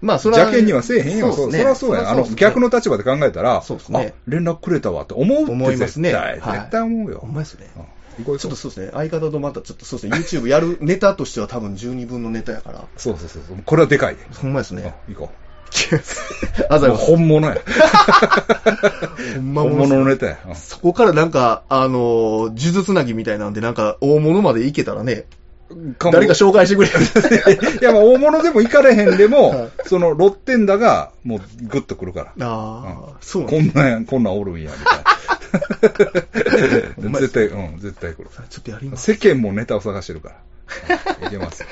S2: まあ、それは。
S1: 邪険にはせえへんよ。そ
S2: っ
S1: う
S2: す
S1: そ
S2: ね
S1: らそうやん。あの、
S2: そらそうっすね
S1: 逆の立場で考えたら、
S2: そうっすね
S1: あ、連絡くれたわって思うって
S2: 思いますね
S1: 絶対
S2: はい
S1: 絶対思うよ。
S2: ほんまですね。
S1: うん。ちょっ
S2: ちょ
S1: と
S2: っと、そうですね。相方とまたちょっとそうですね。YouTube やるネタとしては多分12分のネタやから。
S1: そうそうそうそう。これはでかいで。
S2: ほんまですね。
S1: うん行こ
S2: あ
S1: う。
S2: ざ
S1: もう
S2: よ。
S1: 本物や。
S2: ほんま
S1: 本
S2: も
S1: 物の
S2: の。
S1: ネタや。うん
S2: そこからなんか、あのー、呪術つなぎみたいなんで、なんか、大物までいけたらね、
S1: かも
S2: 誰か紹介してくれ る。
S1: いや、まあ、大物でも行かれへんでも、
S2: はい
S1: その、ロッテンダが、もう、グッとくるから。
S2: ああ、そうなん
S1: こんなんや、こんなんおるんや、 みたい
S2: ほんま
S1: な。
S2: や
S1: 絶対、うん、絶対来る。
S2: ちょっとやります。
S1: 世間もネタを探してるから。 いけます。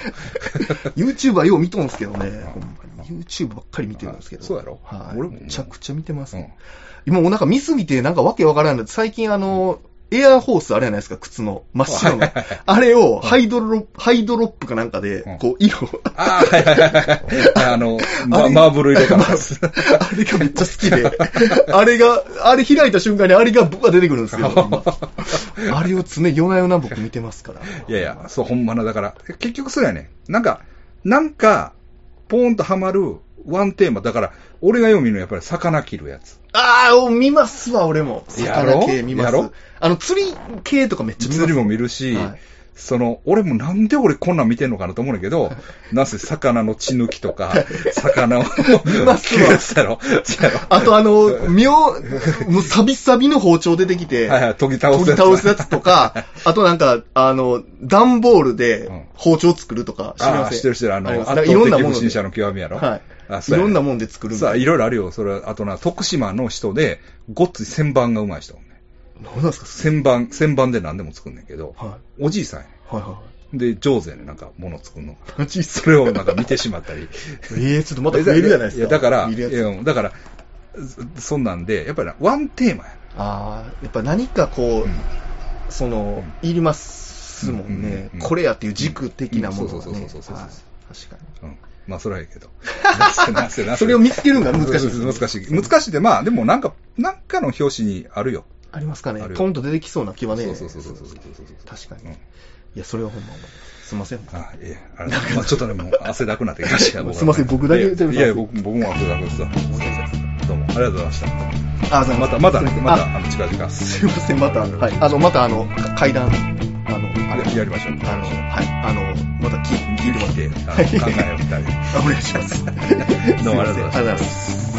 S2: YouTube はよう見とんすけどね、ほんまに。YouTube ばっかり見てるんですけど。
S1: そうやろ
S2: はい。
S1: 俺
S2: 俺
S1: も
S2: も。めちゃくちゃ見てます、
S1: うん
S2: ね今もうなんか見すぎて、なんかわけわからんの最近あの、エアホースあれじゃないですか、靴の。真っ白の。あれを、ハイドロ、ハイドロップかなんかで
S1: うん、
S2: こう、色を、
S1: ああ、はいはいはいはい。あの、ま
S2: あれ
S1: マーブル色かな。
S2: あれがめっちゃ好きで、あれが、あれ開いた瞬間にあれがブワ出てくるんですけど、今あれを常に夜な夜な僕見てますから。
S1: いやいや、そう、ほんまな、だから、結局そうやねん。なんか、なんか、ポーンとはまるワンテーマ。だから、俺が読みのやっぱり魚切るやつ。
S2: ああ、見ますわ、俺も。
S1: やろ
S2: 魚系見ま
S1: やろ
S2: す。あの、釣り系とかめっちゃ見ます。
S1: 釣りも見るし、
S2: はい
S1: その、俺もなんで俺こんなん見てんのかなと思うんだけど、 なんせ魚の血抜きとか、魚を
S2: ます
S1: 切
S2: わ
S1: るやつやろ。そうやろ
S2: あとあの、妙、もうサビサビの包丁出てきて、
S1: はいはい、研ぎ倒す
S2: 取り
S1: やつ。
S2: 倒すやつとか、あとなんか、あの、段ボール
S1: うん
S2: で包丁作るとか、知り
S1: あ
S2: ま
S1: あ、
S2: せん。
S1: してるしてる。あの、
S2: ります
S1: 圧
S2: だから
S1: 倒
S2: いろんな
S1: 的
S2: も
S1: 不
S2: の
S1: 審
S2: で。
S1: 者の極みやろ。
S2: は
S1: あ
S2: い。い
S1: そうやね
S2: ろんなもんで作るんで
S1: さあ、いろいろあるよ。それは、あとな、徳島の人で、ごっつい旋盤が上手い人。
S2: 何なんですか
S1: 旋盤、旋盤で何でも作んねんけど、
S2: は
S1: おじいさんやね
S2: い。はいは
S1: んで、上手やねんなんか、物作るの。
S2: い。ち
S1: それをなんか見てしまったり。
S2: ええ、ちょっ とまた増えるじゃないですか。
S1: や、だから、
S2: 見
S1: い
S2: るやつ
S1: やだから、そそんなんで、やっぱりなワンテーマや。
S2: ああ、やっぱ何かこう、その、いりますもん
S1: うんうん
S2: ね
S1: うん。
S2: これやっていう軸的なもの
S1: うんそう
S2: が
S1: そう
S2: ね。
S1: そうそうそう
S2: はい確かに。
S1: うん。まあ、それはいいけど。 なせなせなせ
S2: それを見つけるのが難しいですね
S1: 難しい。難しいで、まあ、でもなんか、なんかの表紙にあるよ。
S2: ありますかね
S1: ある。よ
S2: ポンと出てきそうな気はね。
S1: そうそうそうそうそうそうそうそう
S2: 確かに。
S1: うん
S2: いや、それはほんま思う。すいません。
S1: あ、いえ、あれ、まあ、ちょっとね、もう汗だくなってきましたよ。
S2: すいません僕だけ
S1: いやい
S2: 全部
S1: やいや、僕僕も汗だくですわ。どうも、ありがとうございました。
S2: あ、ざい
S1: ま
S2: す
S1: た、また、ま
S2: あ
S1: た、あの、近々。
S2: すいません、また、はい。あの、また、あの、か階段、あの、あれ、
S1: やりましょう。
S2: あの、はい。あの、また聞い
S1: 聞いてもらって、あの考えを二人。
S2: あ、お願いします。
S1: どうもありがとうございました
S2: すいませんありがとうございます。